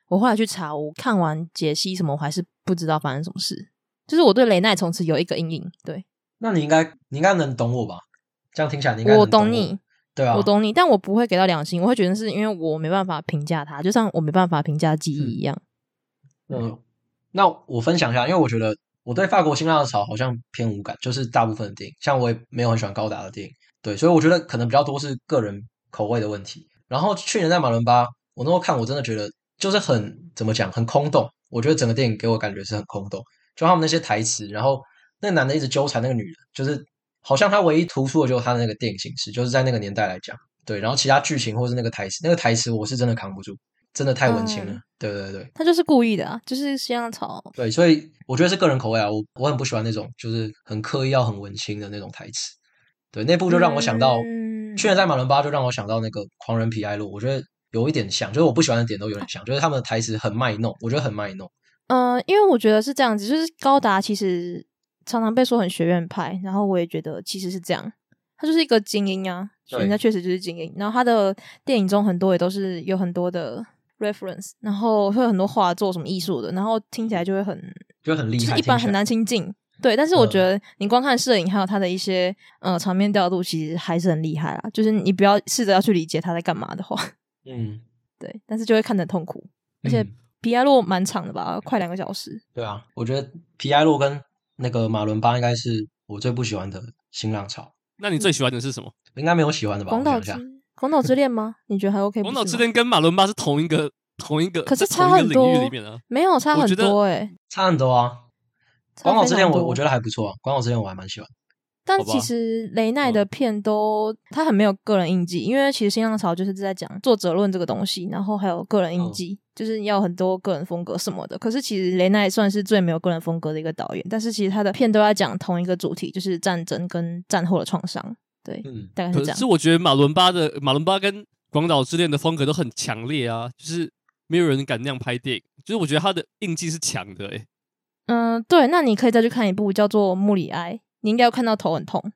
Speaker 1: 我后来去查，我看完解析什么，我还是不知道发生什么事。就是我对雷奈从此有一个阴影。对
Speaker 3: 那你应该你应该能懂我吧？这样听起来你应该
Speaker 1: 我
Speaker 3: 能懂
Speaker 1: 懂你，
Speaker 3: 对啊，
Speaker 1: 我懂你，但我不会给到两星，我会觉得是因为我没办法评价它，就像我没办法评价记忆一样。
Speaker 3: 嗯，那我分享一下，因为我觉得我对法国新浪潮好像偏无感，就是大部分的电影，像我也没有很喜欢高达的电影，对，所以我觉得可能比较多是个人口味的问题。然后去年在马伦巴，我那时候看，我真的觉得就是很怎么讲，很空洞。我觉得整个电影给我感觉是很空洞，就他们那些台词，然后那个男的一直纠缠那个女人，就是好像他唯一突出的就是他的那个电影形式，就是在那个年代来讲，对。然后其他剧情或是那个台词，那个台词我是真的扛不住，真的太文青了，
Speaker 1: 嗯
Speaker 3: 对对对。
Speaker 1: 他就是故意的啊，就是先让吵。
Speaker 3: 对，所以我觉得是个人口味啊，我我很不喜欢那种就是很刻意要很文青的那种台词。对，那部就让我想到，
Speaker 1: 嗯
Speaker 3: 去年在马伦巴就让我想到那个《狂人皮埃洛》，我觉得有一点像，就是我不喜欢的点都有点像，就是他们的台词很卖弄，我觉得很卖弄。
Speaker 1: 嗯，因为我觉得是这样子，就是高达其实常常被说很学院派，然后我也觉得其实是这样，他就是一个精英啊，
Speaker 3: 对
Speaker 1: 人家确实就是精英。然后他的电影中很多也都是有很多的 reference，然后会有很多画作什么艺术的，然后听起来就会很
Speaker 3: 就很厉
Speaker 1: 就是
Speaker 3: 害
Speaker 1: 一般
Speaker 3: 听起
Speaker 1: 很
Speaker 3: 来
Speaker 1: 难亲近。对，但是我
Speaker 3: 嗯
Speaker 1: 觉得你光看摄影还有他的一些呃场面调度，其实还是很厉害啦。就是你不要试着要去理解他在干嘛的话，
Speaker 3: 嗯，
Speaker 1: 对，但是就会看得很痛苦。而且
Speaker 3: 嗯
Speaker 1: 皮埃洛蛮长的吧，快两个小时。
Speaker 3: 对啊，我觉得皮埃洛跟那个马伦巴应该是我最不喜欢的新浪潮，
Speaker 2: 那
Speaker 1: 嗯
Speaker 2: 你最喜欢的是什么？
Speaker 3: 应该没有喜欢的吧？
Speaker 1: 广
Speaker 3: 我想
Speaker 1: 岛
Speaker 3: 一
Speaker 1: 之
Speaker 3: 下，
Speaker 1: 广岛之恋吗？ 你觉得还 OK？
Speaker 2: 《王
Speaker 1: 不
Speaker 2: 岛
Speaker 1: 是
Speaker 2: 之
Speaker 1: 吗
Speaker 2: 恋》跟马伦巴是同一个同一个，
Speaker 1: 可是
Speaker 2: 在
Speaker 1: 差
Speaker 2: 同一
Speaker 1: 很
Speaker 2: 个
Speaker 1: 多
Speaker 2: 领域里面啊。
Speaker 1: 没有差
Speaker 2: 我
Speaker 1: 很
Speaker 2: 觉得
Speaker 1: 多哎、
Speaker 3: 差很多啊。
Speaker 1: 差
Speaker 3: 广岛之
Speaker 1: 非
Speaker 3: 恋
Speaker 1: 常
Speaker 3: 我
Speaker 1: 多
Speaker 3: 我觉得还不错啊，广岛之恋我还蛮喜欢。
Speaker 1: 但
Speaker 2: 好吧嗯
Speaker 1: 其实雷奈的片都他很没有个人印记，因为其实新浪潮就是在讲作者论这个东西，然后还有个人印
Speaker 3: 嗯
Speaker 1: 记，就是要很多个人风格什么的。可是其实雷奈算是最没有个人风格的一个导演，但是其实他的片都在讲同一个主题，就是战争跟战后的创伤，对，
Speaker 3: 嗯，
Speaker 1: 大概是这
Speaker 2: 可
Speaker 1: 样
Speaker 2: 是。我觉得马伦巴的马伦巴跟广岛之恋的风格都很强烈啊，就是没有人敢那样拍电影。就是我觉得他的印记是强的、欸，
Speaker 1: 嗯，对，那你可以再去看一部叫做《穆里埃》，你应该有看到头很痛，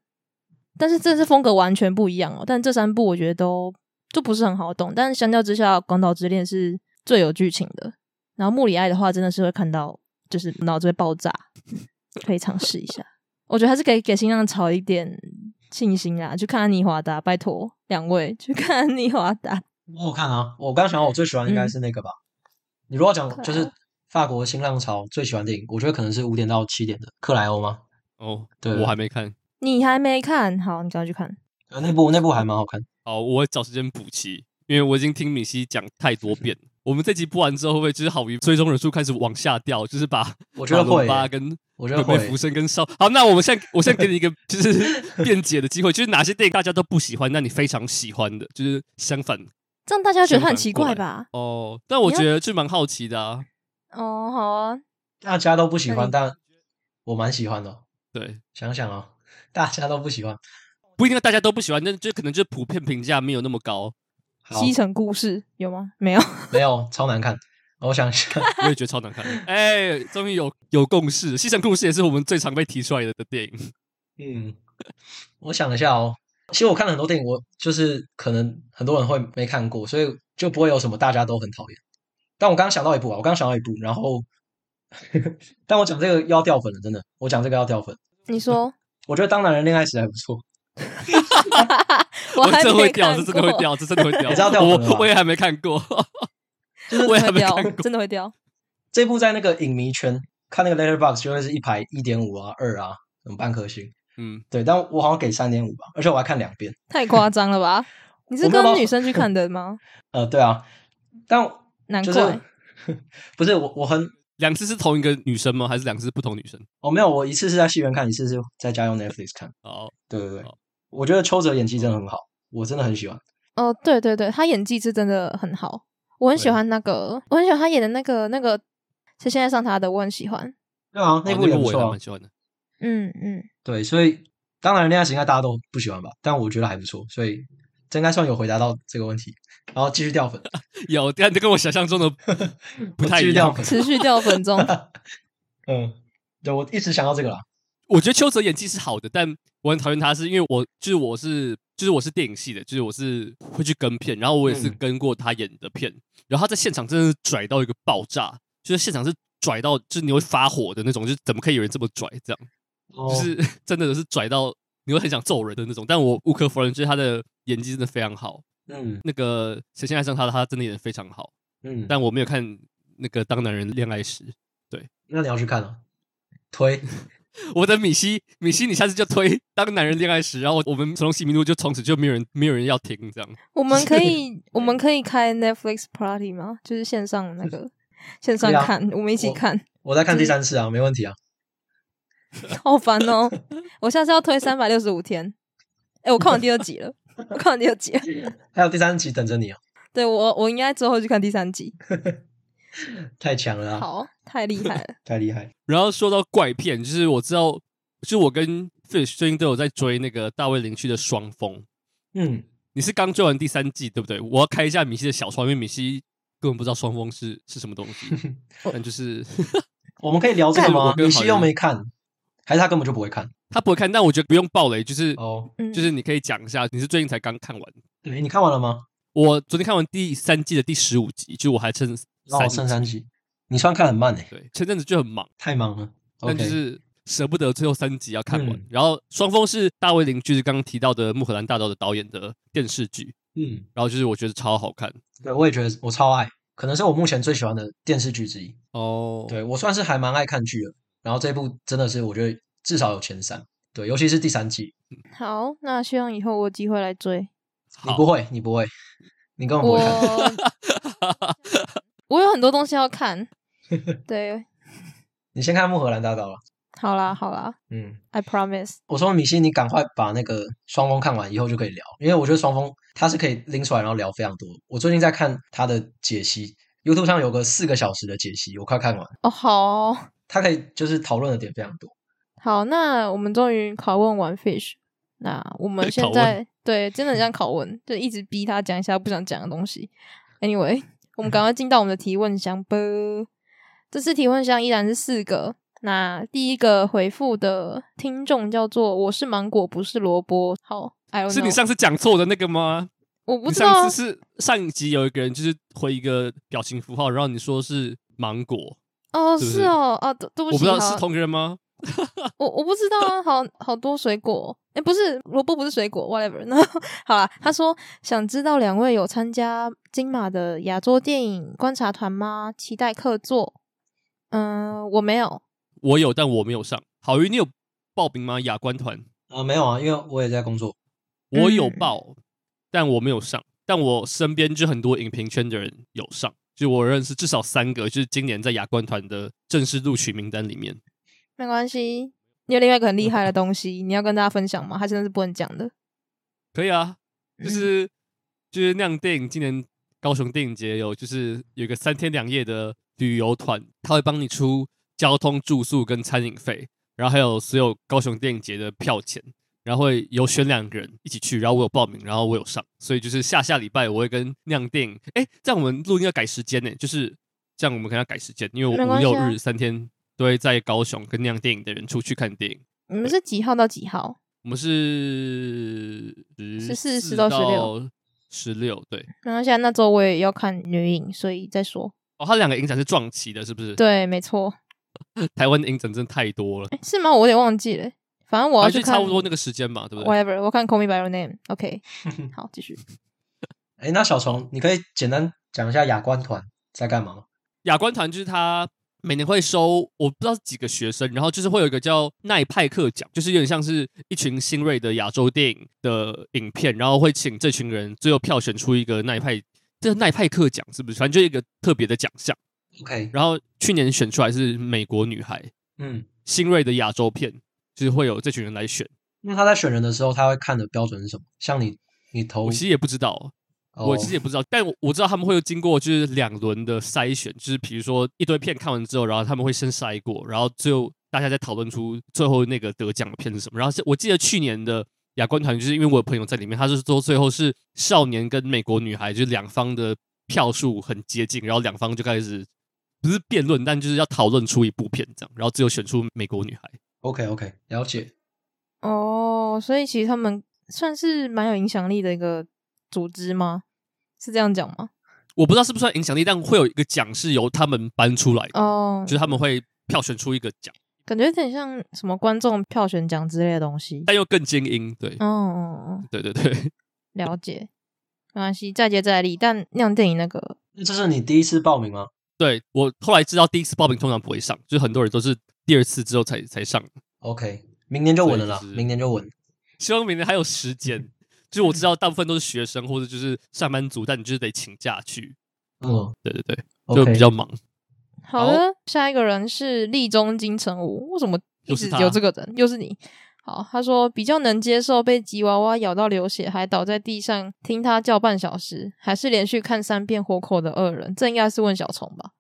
Speaker 1: 但是这是风格完全不一样哦。但这三部我觉得都就不是很好懂，但是相较之下，《广岛之恋》是最有剧情的，然后《穆里埃》的话真的是会看到就是脑子会爆炸， 可以尝试一下。我觉得还是可以给新浪潮一点信心啦，去看安妮华达，拜托两位去看安妮华达。
Speaker 3: 我有看啊，我刚想到我最喜欢应该
Speaker 1: 嗯
Speaker 3: 是那个吧。你如果讲
Speaker 1: 克
Speaker 3: 就
Speaker 1: 莱
Speaker 3: 是法国新浪潮最喜欢电影，我觉得可能是五点到七点的《克莱欧》吗？
Speaker 2: 哦，
Speaker 3: 对啊
Speaker 2: 我还没看。
Speaker 1: 你还没看好，你赶快去看。
Speaker 3: 呃，那部那部还蛮好看。
Speaker 2: 好，我会找时间补齐，因为我已经听米西讲太多 遍了。我们这集播完之后，会不会就是好于追踪人数开始往下掉？就是把
Speaker 3: 我觉得
Speaker 2: 马伦
Speaker 3: 会
Speaker 2: 巴
Speaker 3: 耶
Speaker 2: 跟
Speaker 3: 我觉得
Speaker 2: 准备
Speaker 3: 会
Speaker 2: 浮生跟少好，那我们现在我现在给你一个 就是辩解的机会，就是哪些电影大家都不喜欢，那你非常喜欢的，就是相反
Speaker 1: 这样大家觉得他
Speaker 2: 相
Speaker 1: 很
Speaker 2: 反
Speaker 1: 奇
Speaker 2: 过
Speaker 1: 怪
Speaker 2: 来
Speaker 1: 吧？
Speaker 2: 哦。但我
Speaker 1: 你要
Speaker 2: 觉得就蛮好奇的啊，
Speaker 1: 哦，好啊，
Speaker 3: 大家都不喜
Speaker 1: 那
Speaker 3: 欢，
Speaker 1: 你
Speaker 3: 但我蛮喜欢的哦。
Speaker 2: 对，
Speaker 3: 想想哦，大家都不喜欢。
Speaker 2: 不一定大家都不喜欢，但就可能就普遍评价没有那么 高。
Speaker 3: 好，
Speaker 1: 西城故事有吗？没有。
Speaker 3: 没有超难看。我想一下，
Speaker 2: 我也觉得超难看的。哎，终于有有共识，《西城故事》也是我们最常被提出来的的电影。
Speaker 3: 嗯，我想一下哦。其实我看了很多电影，我就是可能很多人会没看过，所以就不会有什么大家都很讨厌。但我刚刚想到一部啊，我刚刚想到一部，然后， 但我讲这个又要掉粉了，真的，我讲这个要掉粉。
Speaker 1: 你 说，
Speaker 3: 我觉得《当男人恋爱时》还不错，
Speaker 1: 我还
Speaker 2: 这
Speaker 1: 没
Speaker 2: 会掉，
Speaker 1: 看
Speaker 2: 这真的会
Speaker 1: 过，
Speaker 2: 掉，这真的会掉。
Speaker 3: 你知道掉粉了
Speaker 2: 我
Speaker 3: 吧
Speaker 2: 我也还没看 过，
Speaker 1: 真
Speaker 2: 我
Speaker 1: 的
Speaker 2: 也还
Speaker 1: 会
Speaker 2: 没
Speaker 1: 掉
Speaker 2: 看，过。
Speaker 1: 真的会掉。
Speaker 3: 这部在那个影迷圈看那个 Letterbox 就会是一排一点五啊、二啊，什么半颗星。
Speaker 2: 嗯，
Speaker 3: 对，但我好像给三点五吧，而且我还看两遍。
Speaker 1: 太夸张了 吧？你是
Speaker 3: 我没有
Speaker 1: 跟
Speaker 3: 办法
Speaker 1: 女生去看的吗？
Speaker 3: 呃，对啊，但
Speaker 1: 难
Speaker 3: 就是
Speaker 1: 怪
Speaker 3: 不是我我很
Speaker 2: 两次是同一个女生吗？还是两次是不同女生？
Speaker 3: 哦我没有，我一次是在戏院看，一次是在家用 Netflix 看。
Speaker 2: 哦，
Speaker 3: 对对对
Speaker 2: 哦，
Speaker 3: 我觉得邱泽演技真的很好，我真的很喜欢。
Speaker 1: 哦、对对对，他演技是真的很好，我很喜
Speaker 3: 对
Speaker 1: 欢那个，我很喜欢他演的那个那个，是现在上他的，我很喜欢。
Speaker 3: 对啊，那
Speaker 2: 哦
Speaker 3: 部也不
Speaker 2: 我也
Speaker 3: 错
Speaker 2: 还
Speaker 3: 啊、
Speaker 2: 蛮喜欢的。
Speaker 1: 嗯嗯，
Speaker 3: 对，所以当然恋爱时应该大家都不喜欢吧，但我觉得还不错，所以这应该算有回答到这个问题。然后继续掉粉，
Speaker 2: 有，但这跟我想象中的不
Speaker 3: 我
Speaker 2: 太
Speaker 3: 继
Speaker 2: 一
Speaker 3: 续掉
Speaker 2: 样。
Speaker 3: 粉。
Speaker 1: 持续掉粉 中，
Speaker 3: 嗯，对，我一直想到这个啦。
Speaker 2: 我觉得邱泽演技是好的，但我很讨厌他是因为我就是我是就是我是电影系的，就是我是会去跟片，然后我也是
Speaker 3: 嗯
Speaker 2: 跟过他演的片，然后他在现场真的是拽到一个爆炸，就是现场是拽到就是你会发火的那种，就是怎么可以有人这么拽这样。
Speaker 3: 哦
Speaker 2: 就，是 真的是拽到你会很想揍人的那种。但我无可否认，就是他的演技真的非常好。
Speaker 3: 嗯
Speaker 2: 那个《谁先爱上他》，他真的演的非常好。
Speaker 3: 嗯，
Speaker 2: 但我没有看那个《当男人恋爱时》，
Speaker 3: 那你要去看啊，推
Speaker 2: 我的米西，米西，你下次就推《当男人恋爱时》，然后我们从西迷路就从此就没有人没有人要听这样。
Speaker 1: 我们可以 我们可以开 Netflix Party 吗？就是线上那个线上
Speaker 3: 可以啊
Speaker 1: 看，我们一起
Speaker 3: 我
Speaker 1: 看，
Speaker 3: 我在看第三次啊，没问题啊。
Speaker 1: 好烦哦！我下次要推三百六十五天。哎、我看完第二集了，我看完第二集了。
Speaker 3: 还有第三集等着你啊，
Speaker 1: 对我，我应该之后去看第三集。
Speaker 3: 太强了啊，
Speaker 1: 好，太厉害了。
Speaker 3: 太厉害。
Speaker 2: 然后说到怪片，就是我知道，就是我跟 Fish 最近都有在追那个大卫林区的《双峰》，
Speaker 3: 嗯，
Speaker 2: 你是刚追完第三季对不对？我要开一下米西的小窗，因为米西根本不知道双峰是是什么东西，但就是
Speaker 3: 我们可以聊这个
Speaker 2: 干
Speaker 3: 吗
Speaker 2: 我？跟
Speaker 3: 米
Speaker 2: 好
Speaker 3: 西
Speaker 2: 人
Speaker 3: 又没看，还是他根本就不会看？
Speaker 2: 他不会看，但我觉得不用暴雷，就是、
Speaker 3: 哦，
Speaker 1: 嗯，
Speaker 2: 就是你可以讲一下，你是最近才刚看完。
Speaker 3: 对，你看完了吗？
Speaker 2: 我昨天看完第三季的第十五集，就我还剩
Speaker 3: 那
Speaker 2: 三
Speaker 3: 我
Speaker 2: 集，
Speaker 3: 剩哦三集，你算看很慢诶，
Speaker 2: 对，前阵子就很忙，
Speaker 3: 太忙了。
Speaker 2: 但就
Speaker 3: OK，
Speaker 2: 是舍不得最后三集要看完。
Speaker 3: 嗯
Speaker 2: 然后《双峰》是大卫林，就是刚刚提到的《穆赫兰大道》的导演的电视剧，
Speaker 3: 嗯，
Speaker 2: 然后就是我觉得超好看
Speaker 3: 对，我也觉得我超爱，可能是我目前最喜欢的电视剧之一。
Speaker 2: 哦。
Speaker 3: 对我算是还蛮爱看剧的，然后这部真的是我觉得至少有前三，对，尤其是第三季。
Speaker 1: 好，那希望以后我有机会来追。
Speaker 3: 你
Speaker 2: 好
Speaker 3: 不会，你不会，你根本不
Speaker 1: 我
Speaker 3: 会看。
Speaker 1: 我有很多东西要看。对，
Speaker 3: 你先看《木荷兰大道》了。
Speaker 1: 好啦好啦
Speaker 3: 嗯，
Speaker 1: ，I promise。
Speaker 3: 我说米西，你赶快把那个《双峰》看完，以后就可以聊，因为我觉得《双峰》它是可以拎出来然后聊非常多。我最近在看它的解析，YouTube 上有个四个小时的解析，我快看完，
Speaker 1: 哦，好哦
Speaker 3: 它可以就是讨论的点非常多。
Speaker 1: 好，那我们终于拷问完 Fish。那我们
Speaker 2: 对拷
Speaker 1: 现
Speaker 2: 问
Speaker 1: 在对真的很像拷问，就一直逼他讲一下不想讲的东西。Anyway，我 们赶快进到我们的提问箱吧。这次提问箱依然是四个。那第一个回复的听众叫做“我是芒果，不是萝卜”。好，I don't know，
Speaker 2: 是你上次讲错的那个吗？
Speaker 1: 我不
Speaker 2: 你
Speaker 1: 知道啊
Speaker 2: 上次是上一集有一个人就是回一个表情符号，然后你说是芒果，
Speaker 1: 哦，
Speaker 2: 是不
Speaker 1: 是
Speaker 2: 是
Speaker 1: 哦，啊，对，对
Speaker 2: 我
Speaker 1: 起，
Speaker 2: 不知道
Speaker 1: 好
Speaker 2: 是同一个人吗？
Speaker 1: 我我不知道啊，好 好多水果，哎、不是萝卜，不是水果，whatever。然 后好啦，他说想知道两位有参加金马的亚洲电影观察团吗？期待客座。嗯、我没有。
Speaker 2: 我有，但我没有上。好鱼，你有报名吗？亚观团
Speaker 3: 啊、没有啊，因为我也在工作。
Speaker 2: 我有
Speaker 1: 嗯
Speaker 2: 报，但我没有上。但我身边就很多影评圈的人有上，就我认识至少三个，就是今年在亚观团的正式录取名单里面。
Speaker 1: 没关系，你有另外一个很厉 害的东西，你要跟大家分享吗？他真的是不能讲的。
Speaker 2: 可以啊，
Speaker 1: 嗯
Speaker 2: 就是、就是那样电影，今年高雄电影节有就是有一个三天两夜的旅游团，他会帮你出交通、住宿跟餐饮费，然后还有所有高雄电影节的票钱，然后会有选两个人一起去，然后我有报名，然后我有上，所以就是下下礼拜我会跟那样电影，哎，这样我们录音要改时间呢、就是这样我们可能要改时间，因为
Speaker 1: 没
Speaker 2: 我五
Speaker 1: 关系
Speaker 2: 六
Speaker 1: 啊
Speaker 2: 日三天都会在高雄跟那样电影的人出去看电影。
Speaker 1: 你们是几号到几号？
Speaker 2: 我们是
Speaker 1: 14 10到
Speaker 2: 到
Speaker 1: 16
Speaker 2: 十六，对。
Speaker 1: 没关系啊，那周我也要看女影，所以再说。
Speaker 2: 哦，它两个影展是撞期的，是不是？，
Speaker 1: 对，没错。
Speaker 2: 台湾的影展真的太多了，
Speaker 1: 哎、是吗？我有点忘记了。反正我要
Speaker 2: 反
Speaker 1: 去
Speaker 2: 正就
Speaker 1: 看，
Speaker 2: 差不多那个 时间嘛，对不对？
Speaker 1: whatever，我看《Call Me by Your Name》。OK，好， 继续。
Speaker 3: 哎，那小虫，你可以简单讲一下雅观团在干嘛吗？
Speaker 2: 亚观团就是他每年会收，我不知道是几个学生，然后就是会有一个叫奈派克奖，就是有点像是一群新锐的亚洲电影的影片，然后会请这群人最后票选出一个奈派，这是奈派克奖是不是？反正就一个特别的奖项。
Speaker 3: OK，
Speaker 2: 然后去年选出来是美国女孩，
Speaker 3: 嗯
Speaker 2: 新锐的亚洲片，就是会有这群人来选。
Speaker 3: 那他在选人的时候，他会看的标准是什么？像你，你投哦
Speaker 2: 我其实也不知道，我其实也不知道，但我我知道他们会经过就是两轮的筛选，就是比如说一堆片看完之后，然后他们会先筛过，然后最后大家再讨论出最后那个得奖的片是什么。然后是我记得去年的亚冠团，就是因为我有朋友在里面，他是说最后是少年跟美国女孩，就是两方的票数很接近，然后两方就开始不是辩论，但就是要讨论出一部片这样，然后最后选出美国女孩。
Speaker 3: OK OK 了解。
Speaker 1: 哦，所以其实他们算是蛮有影响力的一个组织吗？是这样讲吗？
Speaker 2: 我不知道是不是算影响力，但会有一个奖是由他们颁出来的，
Speaker 1: 哦
Speaker 2: 就，是他们会票选出一个奖，
Speaker 1: 感觉有点像什么观众票选奖之类的东西。
Speaker 2: 但又更精英。对，
Speaker 1: 哦哦哦，
Speaker 2: 对对对，
Speaker 1: 了解，没关系，再接再厉。但那样电影那个，
Speaker 3: 那这是你第一次报名吗？
Speaker 2: 对我后来知道第一次报名通常不会上，就是很多人都是第二次之后才才上。
Speaker 3: OK，明年就稳
Speaker 2: 所
Speaker 3: 了
Speaker 2: 以
Speaker 3: 啦，
Speaker 2: 就是
Speaker 3: 明年就稳。
Speaker 2: 希望明年还有时间。就是我知道大部分都是学生或者就是上班族，但你就是得请假去。
Speaker 3: 嗯
Speaker 2: 对对对，就
Speaker 3: ，OK，
Speaker 2: 比较忙。
Speaker 1: 好的，下一个人是立中金城武，为什么一
Speaker 2: 又是
Speaker 1: 直
Speaker 2: 他
Speaker 1: 有这个人？又是你。好，他说比较能接受被吉娃娃咬到流血，还倒在地上听他叫半小时，还是连续看三遍《活口》的恶人，这应该是问小虫吧？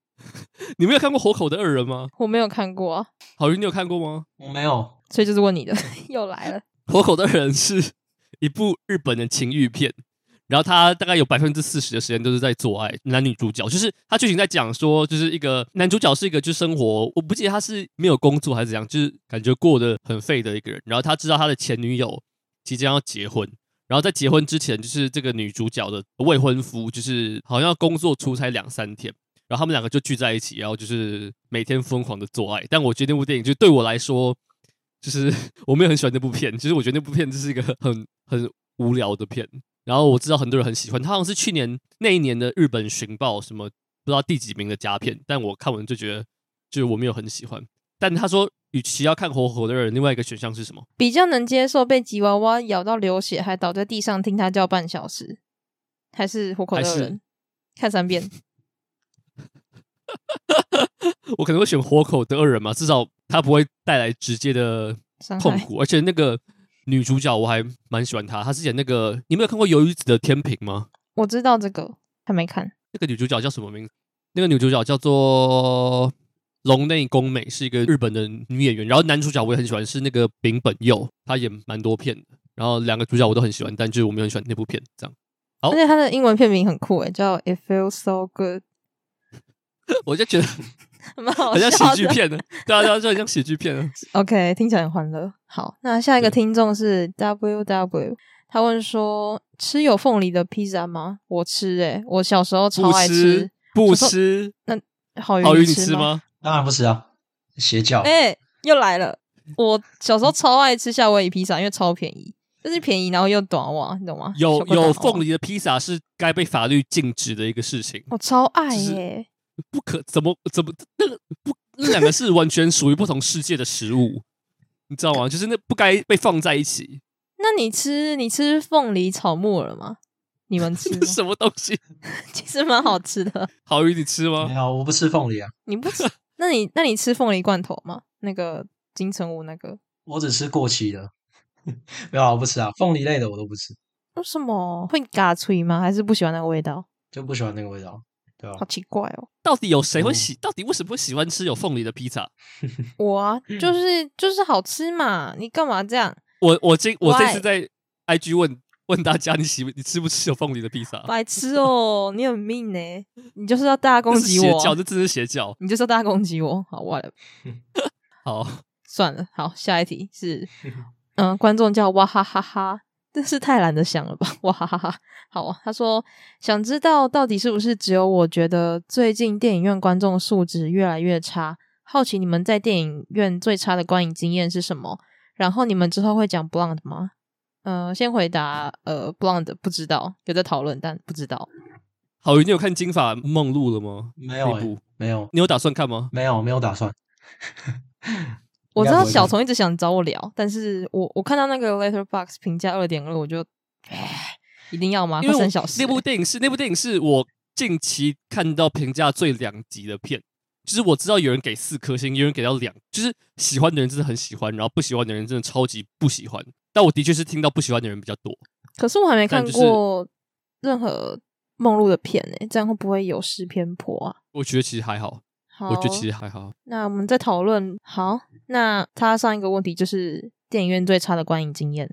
Speaker 2: 你没有看过《活口的二人》吗？
Speaker 1: 我没有看过啊，
Speaker 2: 郝云，你有看过吗？
Speaker 3: 我没有。
Speaker 1: 所以就是问 你的，又来了。
Speaker 2: 《活口的二人》是一部日本的情欲片，然后它大概有百分之四十的时间都是在做爱，男女主角就是它剧情在讲说，就是一个男主角是一个就是生活，我不记得他是没有工作还是怎样，就是感觉过得很废的一个人，然后他知道他的前女友即将要结婚。然后在结婚之前，就是这个女主角的未婚夫，就是好像要工作出差两三天，然后他们两个就聚在一起，然后就是每天疯狂的做爱。但我觉得那部电影就对我来说，就是 我没有很喜欢那部片，其实我觉得那部片就是一个很很无聊的片。然后我知道很多人很喜欢，它好像是去年那一年的日本寻报什么不知道第几名的佳片，但我看完就觉得就是我没有很喜欢。但他说，与其要看活活的人，另外一个选项是什么？
Speaker 1: 比较能接受被吉娃娃咬到流血，还倒在地上听他叫半小时，还是虎口
Speaker 2: 还
Speaker 1: 的
Speaker 2: 是
Speaker 1: 人看三遍？
Speaker 2: 我可能会选活口的恶人嘛，至少他不会带来直接的
Speaker 1: 伤
Speaker 2: 痛
Speaker 1: 害
Speaker 2: 苦。而且那个女主角我还蛮喜欢她，她是演那个你没有看过《鱿鱼子的天平》吗？
Speaker 1: 我知道这个还没看，
Speaker 2: 那个女主角叫什么名字？那个女主角叫做龙内宫美，是一个日本的女演员。然后男主角我也很喜欢，是那个丙本佑，他演蛮多片的。然后两个主角我都很喜欢，但就是我没有很喜欢那部片。这样， 好
Speaker 1: 而且它的英文片名很酷诶，欸叫《It Feels So Good
Speaker 2: 我就觉得》，
Speaker 1: 蛮好
Speaker 2: 很像
Speaker 1: 笑
Speaker 2: 喜剧
Speaker 1: 的。
Speaker 2: 片的，对啊，对啊，就很像喜 剧片啊。
Speaker 1: OK，听起来很欢乐。好，那下一个
Speaker 2: 对
Speaker 1: 听众是 W W，他问说：吃有凤梨的披萨吗？我吃诶、我小时候超
Speaker 2: 不
Speaker 1: 爱
Speaker 2: 吃
Speaker 1: 吃。
Speaker 2: 不
Speaker 1: 我说
Speaker 2: 吃，
Speaker 1: 好鱼，
Speaker 2: 好鱼你
Speaker 1: 吃
Speaker 2: 吃？吗？
Speaker 3: 当然不是啊，邪教。
Speaker 1: 哎、又来了！我小时候超爱吃夏威夷披萨，因为超便宜，就是便宜然后又短袜，你懂吗？小哦
Speaker 2: 有
Speaker 1: 个短
Speaker 2: 有
Speaker 1: 袜
Speaker 2: 凤，梨的披萨是该被法律禁止的一个事情，
Speaker 1: 我超爱
Speaker 2: 就是
Speaker 1: 耶、
Speaker 2: 不可怎么怎么那个不那两个是完全属于不同世界的食物，你知道吗？就是那不该被放在一起，
Speaker 1: 那你吃你吃凤梨炒木耳吗？你们 吃吗
Speaker 2: 这是什么东西？
Speaker 1: 其实蛮好吃的。
Speaker 2: 好鱼你吃
Speaker 3: 没
Speaker 1: 嗯
Speaker 2: 吗？
Speaker 3: 有，我不吃凤梨啊，
Speaker 1: 你不吃？那你那你吃凤梨罐头吗？那个金城武那个？
Speaker 3: 我只吃过期的。 没有啊，我不吃啊，凤梨类的我都不吃，
Speaker 1: 为什么会嘎脆吗？还是不喜欢那个味道？
Speaker 3: 就不喜欢那个味道，对吧、
Speaker 1: 好奇怪哦！
Speaker 2: 到底有谁会喜？到底为什么会喜欢吃有凤梨的披萨？
Speaker 1: 我啊，
Speaker 2: 嗯
Speaker 1: 就是就是好吃嘛，你干嘛这样？
Speaker 2: 我我这我这
Speaker 1: Why？
Speaker 2: 次在 IG 问问大家你喜不你吃不吃有凤梨的披萨？
Speaker 1: 白痴哦，你很命呢、你就是要大家 攻
Speaker 2: 这是
Speaker 1: 击
Speaker 2: 邪
Speaker 1: 我
Speaker 2: 教，
Speaker 1: 啊，
Speaker 2: 这真是邪教。
Speaker 1: 你就是要大家攻击我。好，我
Speaker 2: 好，
Speaker 1: 算了，好，下一题是，嗯、观众叫哇哈哈哈，这是太懒得想了吧？哇哈哈哈，好啊。他说想知道到底是不是只有我觉得最近电影院观众素质越来越差，好奇你们在电影院最差的观影经验是什么？然后你们之后会讲 Blonde 吗？呃，先回答，呃，Blonde 不知道，有在讨论，但不知道。
Speaker 2: 好鱼，你有看《金发梦露》了吗？
Speaker 3: 没
Speaker 2: 那
Speaker 3: 有、欸
Speaker 2: 部，
Speaker 3: 没有，
Speaker 2: 你有打算看吗？
Speaker 3: 没有，没有打算。
Speaker 1: 我知
Speaker 3: 应该
Speaker 1: 道
Speaker 3: 不会
Speaker 1: 小
Speaker 3: 看
Speaker 1: 虫一直想找我聊，但是我我看到那个 Letterbox 评价二点二，我就唉一定要吗？
Speaker 2: 因为
Speaker 1: 快
Speaker 2: 我
Speaker 1: 三小时
Speaker 2: 那部
Speaker 1: 欸
Speaker 2: 电影是那部电影是我近期看到评价最两极的片，就是我知道有人给四颗星，有人给到两，就是喜欢的人真的很喜欢，然后不喜欢的人真的超级不喜欢。但我的确是听到不喜欢的人比较多。
Speaker 1: 可是我还没
Speaker 2: 但
Speaker 1: 看
Speaker 2: 就是
Speaker 1: 过任何梦露的片呢、这样会不会有失偏颇啊？
Speaker 2: 我觉得其实还好，
Speaker 1: 好，
Speaker 2: 我觉得其实还好。
Speaker 1: 那我们再讨论。好，那他上一个问题就是电影院最差的观影经验。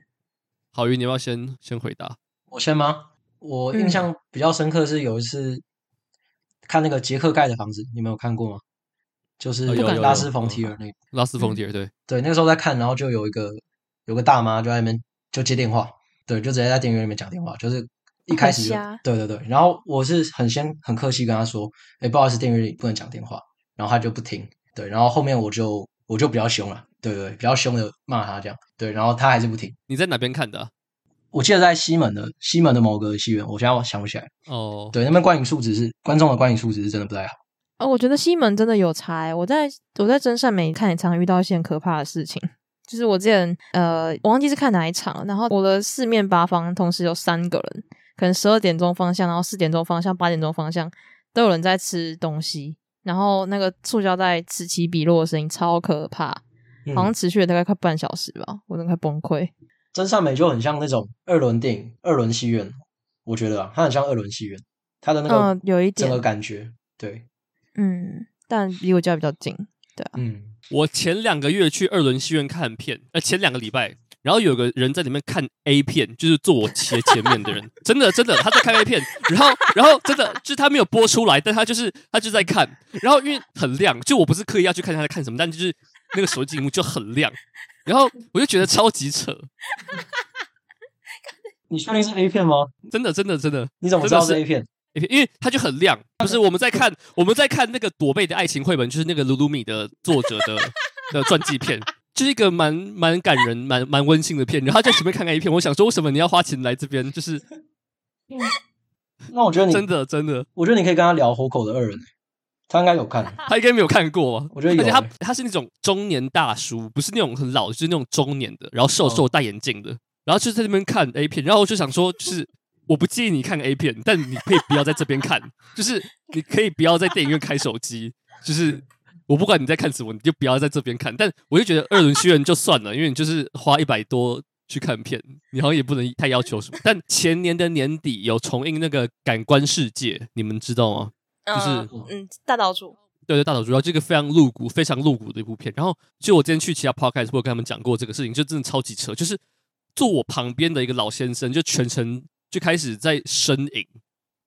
Speaker 2: 郝云，你要不要先先回答？
Speaker 3: 我先吗？我印
Speaker 1: 嗯
Speaker 3: 象比较深刻是有一次看那个杰克盖的房子，你们有看过吗？就是
Speaker 2: 呃有
Speaker 1: 哦有
Speaker 3: 拉
Speaker 1: 有
Speaker 3: 斯冯
Speaker 2: 嗯
Speaker 3: 提尔那个。
Speaker 2: 拉斯冯提
Speaker 1: 嗯
Speaker 2: 尔对，
Speaker 3: 对，那个时候在看，然后就有一个有个大妈就在那边就接电话，对，就直接在电影院里面讲电话，就是一开始就
Speaker 1: 很瞎
Speaker 3: 对对对，然后我是很先很客气跟她说，哎，不好意思，电影院里不能讲电话，然后她就不听，对，然后后面我就我就比较凶了，对对，比较凶的骂她这样，对，然后她还是不听，
Speaker 2: 你在哪边看的啊？
Speaker 3: 我记得在西门的西门的某个戏院，我现在想不起来，
Speaker 2: 哦，
Speaker 3: 对，那边观影素质是观众的观影素质是真的不太好，
Speaker 1: 哦，我觉得西门真的有差、欸。我在我在真善美看也常遇到一些很可怕的事情，就是我之前呃，我忘记是看哪一场了，然后我的四面八方同时有三个人，可能十二点钟方向，然后四点钟方向，八点钟方向都有人在吃东西，然后那个塑胶袋此起彼落的声音超可怕，
Speaker 3: 嗯
Speaker 1: 好像持续了大概快半小时吧，我都快崩溃。
Speaker 3: 真善美就很像那种二轮电影、二轮戏院，我觉得啊，它很像二轮戏院，它的那个
Speaker 1: 嗯有一
Speaker 3: 整
Speaker 1: 点
Speaker 3: 个感觉，对，
Speaker 1: 嗯，但离我家比较近。
Speaker 3: 嗯，
Speaker 2: 我前两个月去二轮戏院看片，呃，前两个礼拜，然后有个人在里面看 A 片，就是坐我斜前面的人， 真的真的他在看 A 片，然后然后真的就是他没有播出来，但他就是他就在看，然后因为很亮，就我不是刻意要去看他在看什么，但就是那个手机屏幕就很亮，然后我就觉得超级扯，
Speaker 3: 你确定是 A 片吗？
Speaker 2: 真的真的真的
Speaker 3: 你怎么知道是
Speaker 2: 真
Speaker 3: A 片？
Speaker 2: A 片，因为它就很亮，不是我们在看我们在看那个朵贝的爱情绘本，就是那个鲁鲁米的作者的的传记片，就是一个蛮蛮感人、蛮蛮温馨的片。然后他在前面看看一片，我想说为什么你要花钱来这边？就是
Speaker 3: 那我觉得你
Speaker 2: 真，的真的，
Speaker 3: 我觉得你可以跟他聊《虎口的二人》，欸他应该 有看。
Speaker 2: 他应该没有看过吧？
Speaker 3: 我觉得有
Speaker 2: 而且他
Speaker 3: 欸
Speaker 2: 他是那种中年大叔，不是那种很老，就是那种中年的，然后瘦
Speaker 3: 哦
Speaker 2: 瘦戴眼镜的，然后就在那边看 A 片，然后我就想说，就是我不建议你看 A 片，但你可以不要在这边看， 就是你可以不要在电影院开手机，就是。我不管你在看什么，你就不要在这边看。但我就觉得二轮戏院就算了，因为你就是花一百多去看片，你好像也不能太要求什么。但前年的年底有重映那个《感官世界》，你们知道吗？就是
Speaker 1: 嗯，大岛主
Speaker 2: 对对，大岛主要这个非常露骨、非常露骨的一部片。然后，就我今天去其他 podcast，我有跟他们讲过这个事情，就真的超级扯。就是坐我旁边的一个老先生，就全程就开始在呻吟，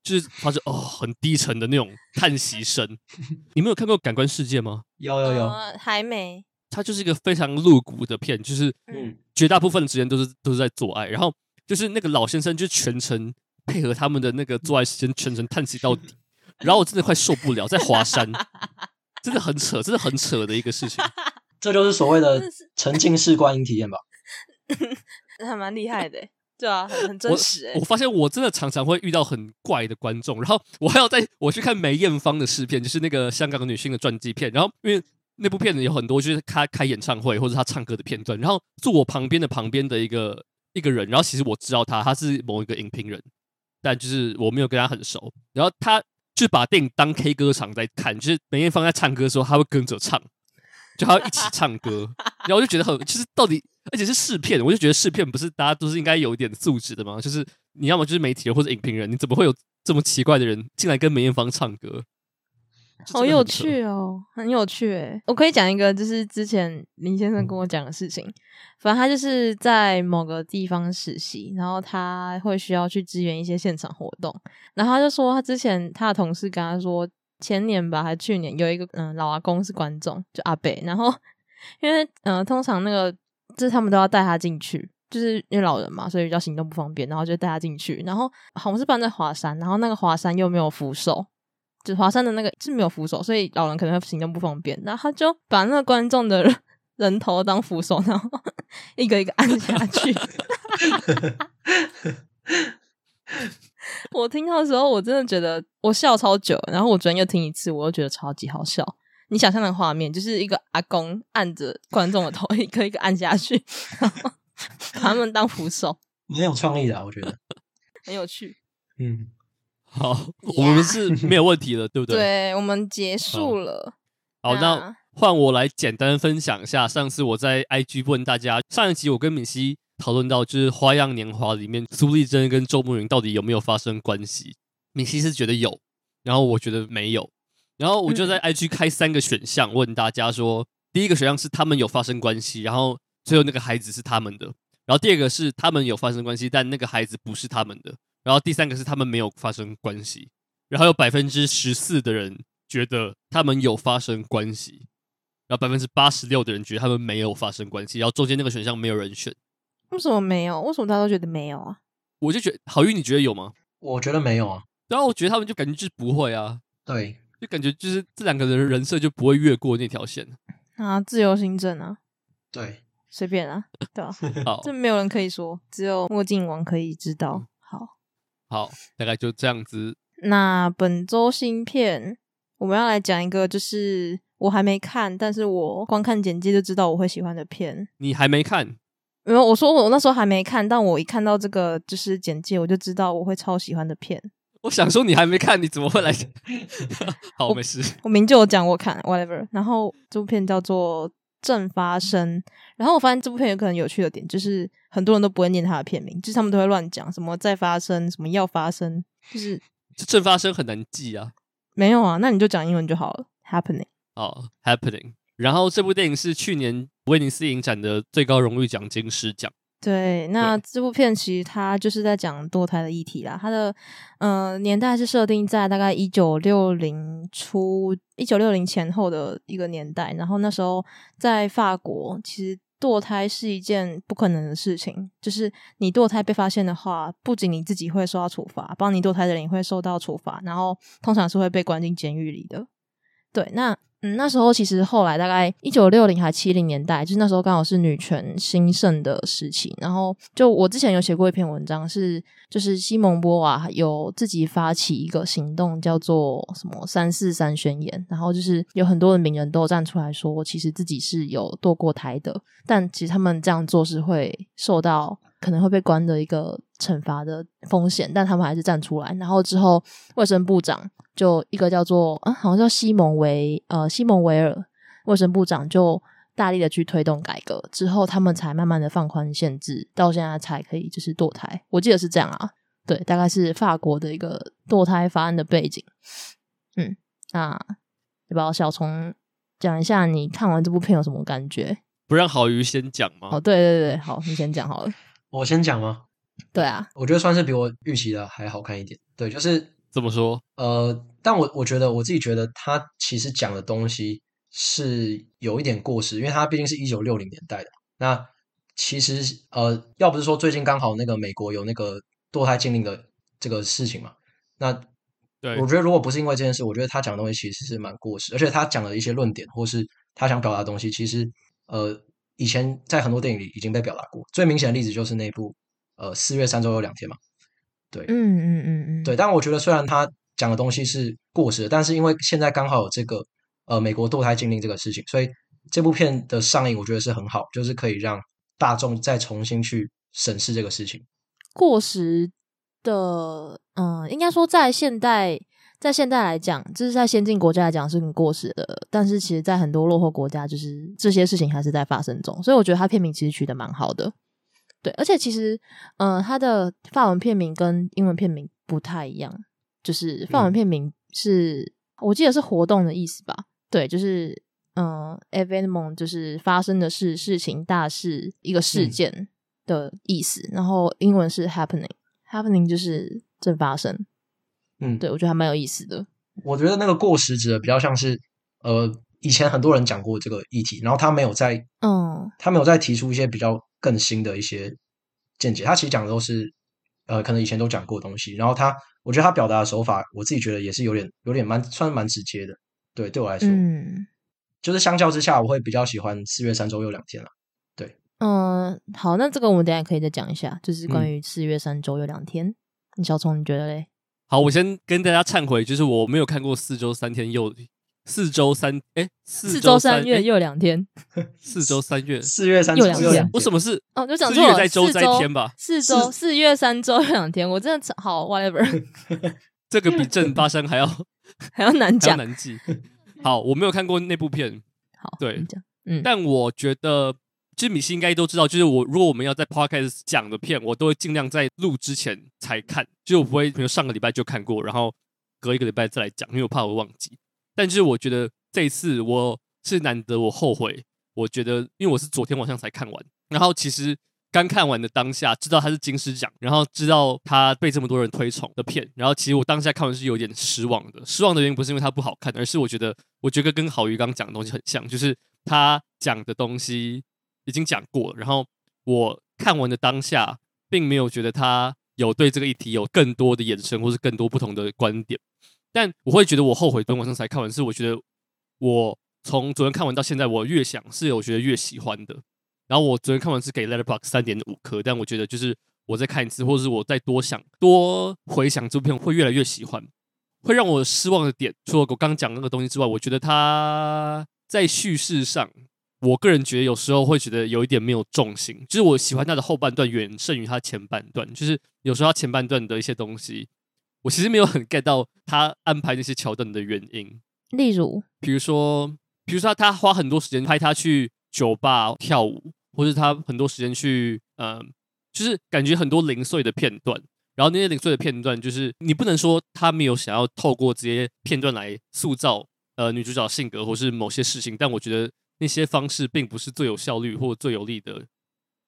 Speaker 2: 就是发出哦很低沉的那种叹息声。你们有看过《感官世界》吗？
Speaker 3: 有有有，
Speaker 1: 呃还没，
Speaker 2: 它就是一个非常露骨的片，就是
Speaker 3: 嗯，
Speaker 2: 绝大部分的时间都是都是在做爱，然后就是那个老先生就全程配合他们的那个做爱时间，全程叹息到底，然后我真的快受不了，在华山，真的很扯，真的很扯的一个事情。
Speaker 3: 这就是所谓的
Speaker 1: 真的是
Speaker 3: 沉浸式观影体验吧？
Speaker 1: 还蛮厉害的欸，对啊，很很
Speaker 2: 我
Speaker 1: 真实哎
Speaker 2: 我。发现我真的常常会遇到很怪的观众，然后我还要在我去看梅艳芳的试片，就是那个香港女星的传记片，然后因为。那部片子有很多就是她开演唱会或者她唱歌的片段，然后坐我旁边的旁边的一个一个人，然后其实我知道他，他是某一个影评人，但就是我没有跟他很熟。然后他就把电影当 K 歌场在看，就是梅艳芳在唱歌的时候，他会跟着唱，就他会一起唱歌。然后我就觉得很，就是到底，而且是试片，我就觉得试片不是大家都是应该有一点素质的吗？就是你要么就是媒体人或者影评人，你怎么会有这么奇怪的人进来跟梅艳芳唱歌？就真的
Speaker 1: 好
Speaker 2: 很
Speaker 1: 有
Speaker 2: 扯，
Speaker 1: 趣哦，很有趣哎！我可以讲一个，就是之前林先生跟我讲的事情。反正他就是在某个地方实习，然后他会需要去支援一些现场活动。然后他就说，他之前他的同事跟他说，前年吧还去年有一个嗯老阿公是观众，就阿北。然后 因为嗯、呃通常那个就是他们都要带他进去，就是因为老人嘛，所以比较行动不方便，然后就带他进去。然后好像是办在华山，然后那个华山又没有扶手。就华山的那个是没有扶手，所以老人可能会行动不方便。然后他就把那个观众的人 人头当扶手，然后 一个一个按下去。 我听到的时候，我真的觉得我笑超久。然后我昨天又听一次，我又觉得超级好笑。你想象的画面就是一个阿公按着观众的头， 一个一个按下去，然后 把他们当扶手，
Speaker 3: 蛮有创意的啊，我觉得。
Speaker 1: 很有趣。
Speaker 3: 嗯，
Speaker 2: 好，我们是没有问题了，对不对？
Speaker 1: 对我们结束了，
Speaker 2: 好，那
Speaker 1: 那
Speaker 2: 换我来简单分享一下上次我在 IG 问大家，上一集我跟敏熙讨论到就是《花样年华》里面苏丽珍跟周慕云到底有没有发生关系，明熙是觉得有，然后我觉得没有，然后我就在 IG 开三个选项问大家说，第一个选项是他们有发生关系，然后最后那个孩子是他们的，然后第二个是他们有发生关系，但那个孩子不是他们的，然后第三个是他们没有发生关系，然后有百分之十四的人觉得他们有发生关系，然后百分之八十六的人觉得他们没有发生关系，然后中间那个选项没有人选，
Speaker 1: 为什么没有？为什么大家都觉得没有啊？
Speaker 2: 我就觉得好运，你觉得有吗？
Speaker 3: 我觉得没有啊。
Speaker 2: 然后我觉得他们就感觉就是不会啊，
Speaker 3: 对，
Speaker 2: 就感觉就是这两个人的人设就不会越过那条线。
Speaker 1: 啊，自由行政啊，
Speaker 3: 对，
Speaker 1: 随便啊，对吧、
Speaker 2: 好
Speaker 1: 这没有人可以说，只有墨镜王可以知道。好，
Speaker 2: 好，大概就这样子。
Speaker 1: 那本周新片我们要来讲一个，就是我还没看，但是我光看简介就知道我会喜欢的片。
Speaker 2: 你还没看，
Speaker 1: 没有，我说我那时候还没看，但我一看到这个就是简介，我就知道我会超喜欢的片。
Speaker 2: 我想说你还没看，你怎么会来？ 好，没事。
Speaker 1: 我明就有讲我看 whatever，然后这部片叫做《正发生》，然后我发现这部片有可能有趣的点就是很多人都不会念它的片名，就是他们都会乱讲什么再发生，什么要发生，就是
Speaker 2: 这正发生很难记啊。
Speaker 1: 没有啊，那你就讲英文就好了，happening。
Speaker 2: 哦，Happening。然后这部电影是去年威尼斯影展的最高荣誉奖金狮奖。
Speaker 1: 对，那这部片其实它就是在讲堕胎的议题啦。它的呃年代是设定在大概一九六零初、一九六零前后的一个年代。然后那时候在法国，其实堕胎是一件不可能的事情，就是你堕胎被发现的话，不仅你自己会受到处罚，帮你堕胎的人也会受到处罚，然后通常是会被关进监狱里的。对，那嗯，那时候其实后来大概一九六零还七零年代，就是那时候刚好是女权兴盛的时期。然后就我之前有写过一篇文章是，就是西蒙波娃有自己发起一个行动，叫做什么“三四三宣言”。然后就是有很多的名人都有站出来说，其实自己是有堕过胎的，但其实他们这样做是会受到可能会被关的一个惩罚的风险，但他们还是站出来。然后之后，卫生部长就一个叫做啊，好像叫西蒙维呃西蒙维尔卫生部长就大力的去推动改革，之后他们才慢慢的放宽限制，到现在才可以就是堕胎。我记得是这样啊，对，大概是法国的一个堕胎法案的背景。嗯，那对吧？小虫讲一下你看完这部片有什么感觉？
Speaker 2: 不让郝瑜先讲
Speaker 1: 哦，
Speaker 2: 吗？
Speaker 1: 对对对，好，你先讲好了。
Speaker 3: 我先讲吗？
Speaker 1: 对啊，
Speaker 3: 我觉得算是比我预期的还好看一点。对，就是
Speaker 2: 这么说？
Speaker 3: 呃，但我我觉得我自己觉得他其实讲的东西是有一点过时，因为他毕竟是一九六零年代的。那其实呃，要不是说最近刚好那个美国有那个堕胎禁令的这个事情嘛，那
Speaker 2: 对
Speaker 3: 我觉得如果不是因为这件事，我觉得他讲的东西其实是蛮过时，而且他讲的一些论点或是他想表达的东西，其实呃以前在很多电影里已经被表达过。最明显的例子就是那部呃四月三周有两天嘛，对，
Speaker 1: 嗯嗯嗯嗯，
Speaker 3: 对，但我觉得虽然他讲的东西是过时的，但是因为现在刚好有这个呃美国堕胎禁令这个事情，所以这部片的上映我觉得是很好，就是可以让大众再重新去审视这个事情。
Speaker 1: 过时的，嗯，应该说在现代，在现代来讲，这是在先进国家来讲是很过时的，但是其实，在很多落后国家，就是这些事情还是在发生中，所以我觉得它片名其实取得蛮好的。对，而且其实，嗯、它的法文片名跟英文片名不太一样，就是法文片名是、我记得是活动的意思吧？对，就是嗯、e v e n m e n t 就是发生的事、事情、大事、一个事
Speaker 3: 嗯
Speaker 1: 件的意思，然后英文是 happening，happening 就是正发生。
Speaker 3: 嗯，
Speaker 1: 对我觉得还蛮有意思的。
Speaker 3: 我觉得那个过时指的比较像是呃以前很多人讲过这个议题，然后他没有在
Speaker 1: 嗯，
Speaker 3: 他没有再提出一些比较更新的一些见解，他其实讲的都是呃可能以前都讲过的东西，然后他我觉得他表达的手法，我自己觉得也是有点有点蛮算是蛮直接的，对对我来说，
Speaker 1: 嗯
Speaker 3: 就是相较之下，我会比较喜欢四月三周又两天了。
Speaker 1: 嗯，好，那这个我们等一下可以再讲一下，就是关
Speaker 3: 嗯
Speaker 1: 于四月三周有两天，你小虫你觉得嘞？
Speaker 2: 好，我先跟大家忏悔，就是我没有看过四周三天又四周三哎四
Speaker 1: 四周
Speaker 2: 三
Speaker 1: 三月
Speaker 2: 诶
Speaker 1: 又两天，
Speaker 2: 四周三月，
Speaker 3: 四月三周
Speaker 1: 又
Speaker 3: 又
Speaker 1: 两
Speaker 3: 两
Speaker 1: 天
Speaker 3: 天，
Speaker 2: 我什么是
Speaker 1: 哦，就讲
Speaker 2: 是
Speaker 1: 错了，
Speaker 2: 月在周
Speaker 1: 四
Speaker 2: 在天吧
Speaker 1: 四周四月三周有两天，我真的好 whatever
Speaker 2: 这个比正八山 还要还
Speaker 1: 还要难
Speaker 2: 要
Speaker 1: 讲。
Speaker 2: 难记。好，我没有看过那部片，
Speaker 1: 好，
Speaker 2: 对
Speaker 1: 你讲，嗯
Speaker 2: 但我觉得其实米西应该都知道，就是我如果我们要在 podcast 讲的片，我都会尽量在录之前才看，就是我不会比如上个礼拜就看过，然后隔一个礼拜再来讲，因为我怕我会忘记。但是我觉得这一次我是难得，我后悔，我觉得因为我是昨天晚上才看完，然后其实刚看完的当下知道他是金狮奖，然后知道他被这么多人推崇的片，然后其实我当下看完是有点失望的。失望的原因不是因为它不好看，而是我觉得我觉得跟郝宇刚讲的东西很像，就是他讲的东西。已经讲过了，然后我看完的当下，并没有觉得他有对这个议题有更多的延伸，或是更多不同的观点。但我会觉得我后悔，昨天晚上才看完，是我觉得我从昨天看完到现在，我越想是我觉得越喜欢的。然后我昨天看完是给 Letterbox 三点五颗，但我觉得就是我再看一次，或者是我再多想多回想这部片，会越来越喜欢。会让我失望的点，除了我刚讲那个东西之外，我觉得他在叙事上。我个人觉得有时候会觉得有一点没有重心，就是我喜欢它的后半段远胜于它前半段，就是有时候它前半段的一些东西，我其实没有很 get 到他安排那些桥段的原因。
Speaker 1: 例如，
Speaker 2: 比如说，比如说他花很多时间拍他去酒吧跳舞，或是他很多时间去，嗯、呃，就是感觉很多零碎的片段。然后那些零碎的片段，就是你不能说他没有想要透过这些片段来塑造呃女主角性格或是某些事情，但我觉得。那些方式并不是最有效率或最有利的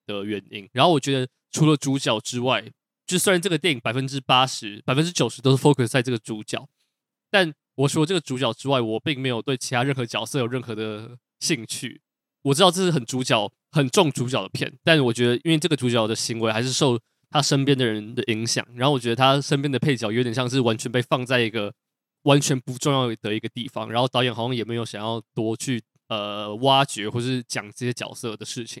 Speaker 2: 的原因。然后我觉得，除了主角之外，就虽然这个电影百分之八十、百分之九十都是 focus 在这个主角，但我除了这个主角之外，我并没有对其他任何角色有任何的兴趣。我知道这是很主角、很重主角的片，但我觉得，因为这个主角的行为还是受他身边的人的影响，然后我觉得他身边的配角有点像是完全被放在一个完全不重要的一个地方，然后导演好像也没有想要多去。呃，挖掘或是讲这些角色的事情，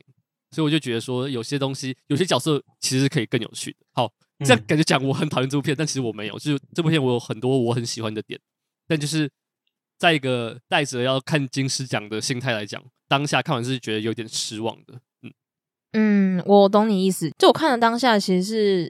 Speaker 2: 所以我就觉得说，有些东西，有些角色其实可以更有趣的。好，
Speaker 3: 嗯
Speaker 2: 这样感觉讲我很讨厌这部片，但其实我没有，就是这部片我有很多我很喜欢的点，但就是在一个带着要看金狮奖的心态来讲，当下看完是觉得有点失望的。嗯
Speaker 1: 嗯，我懂你意思。就我看了当下，其实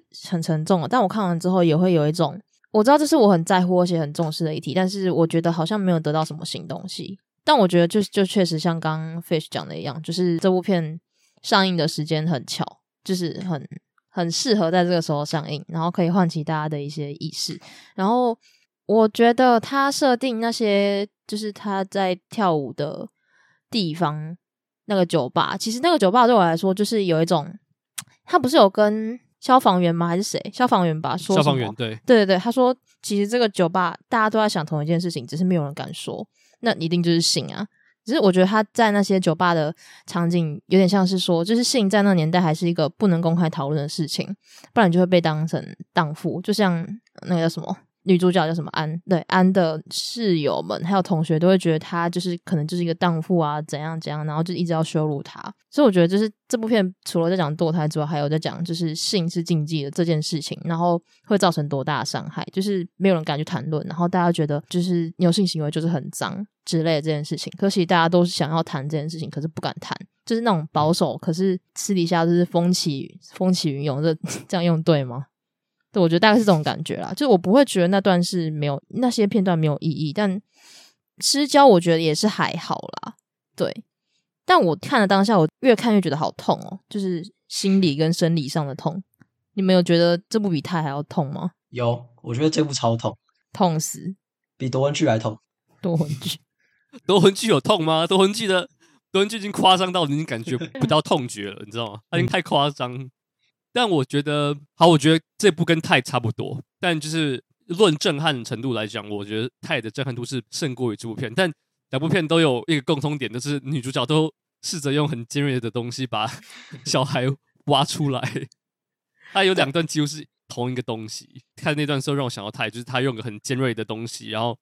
Speaker 1: 是很沉重的，但我看完之后也会有一种，我知道这是我很在乎而且很重视的议题，但是我觉得好像没有得到什么新东西。但我觉得就，就就确实像刚刚 Fish 讲的一样，就是这部片上映的时间很巧，就是很很适合在这个时候上映，然后可以唤起大家的一些意识。然后我觉得他设定那些就是他在跳舞的地方，那个酒吧，其实那个酒吧对我来说就是有一种，他不是有跟消防员吗？还是谁？消防员吧，说
Speaker 2: 消防员对
Speaker 1: 对对对，他说其实这个酒吧大家都在想同一件事情，只是没有人敢说。那一定就是性啊！只是我觉得他在那些酒吧的场景，有点像是说，就是性在那年代还是一个不能公开讨论的事情，不然就会被当成荡妇。就像那个叫什么女主角叫什么安，对安的室友们还有同学都会觉得她就是可能就是一个荡妇啊，怎样怎样，然后就一直要羞辱她。所以我觉得，就是这部片除了在讲堕胎之外，还有在讲就是性是禁忌的这件事情，然后会造成多大的伤害，就是没有人敢去谈论，然后大家觉得就是有性行为就是很脏。之类的这件事情，可惜大家都是想要谈这件事情，可是不敢谈，就是那种保守，可是私底下就是风起风起云涌，这这样用对吗？对，我觉得大概是这种感觉啦。就我不会觉得那段是没有那些片段没有意义，但失焦我觉得也是还好啦。对，但我看了当下，我越看越觉得好痛哦、喔，就是心理跟生理上的痛。你们有觉得这部比泰还要痛吗？
Speaker 3: 有，我觉得这部超痛，
Speaker 1: 痛死，
Speaker 3: 比夺魂剧还痛，
Speaker 1: 夺魂剧。
Speaker 2: 夺魂剧有痛吗？夺魂剧的夺魂剧已经夸张到已经感觉不到痛觉了，你知道吗？它已经太夸张。但我觉得，好，我觉得这部跟泰差不多，但就是论震撼程度来讲，我觉得泰的震撼度是胜过于这部片。但两部片都有一个共通点，就是女主角都试着用很尖锐的东西把 小孩挖出来。它有两段几乎是同一个东西。看那段时候让我想到泰，就是他用个很尖锐的东西，然后。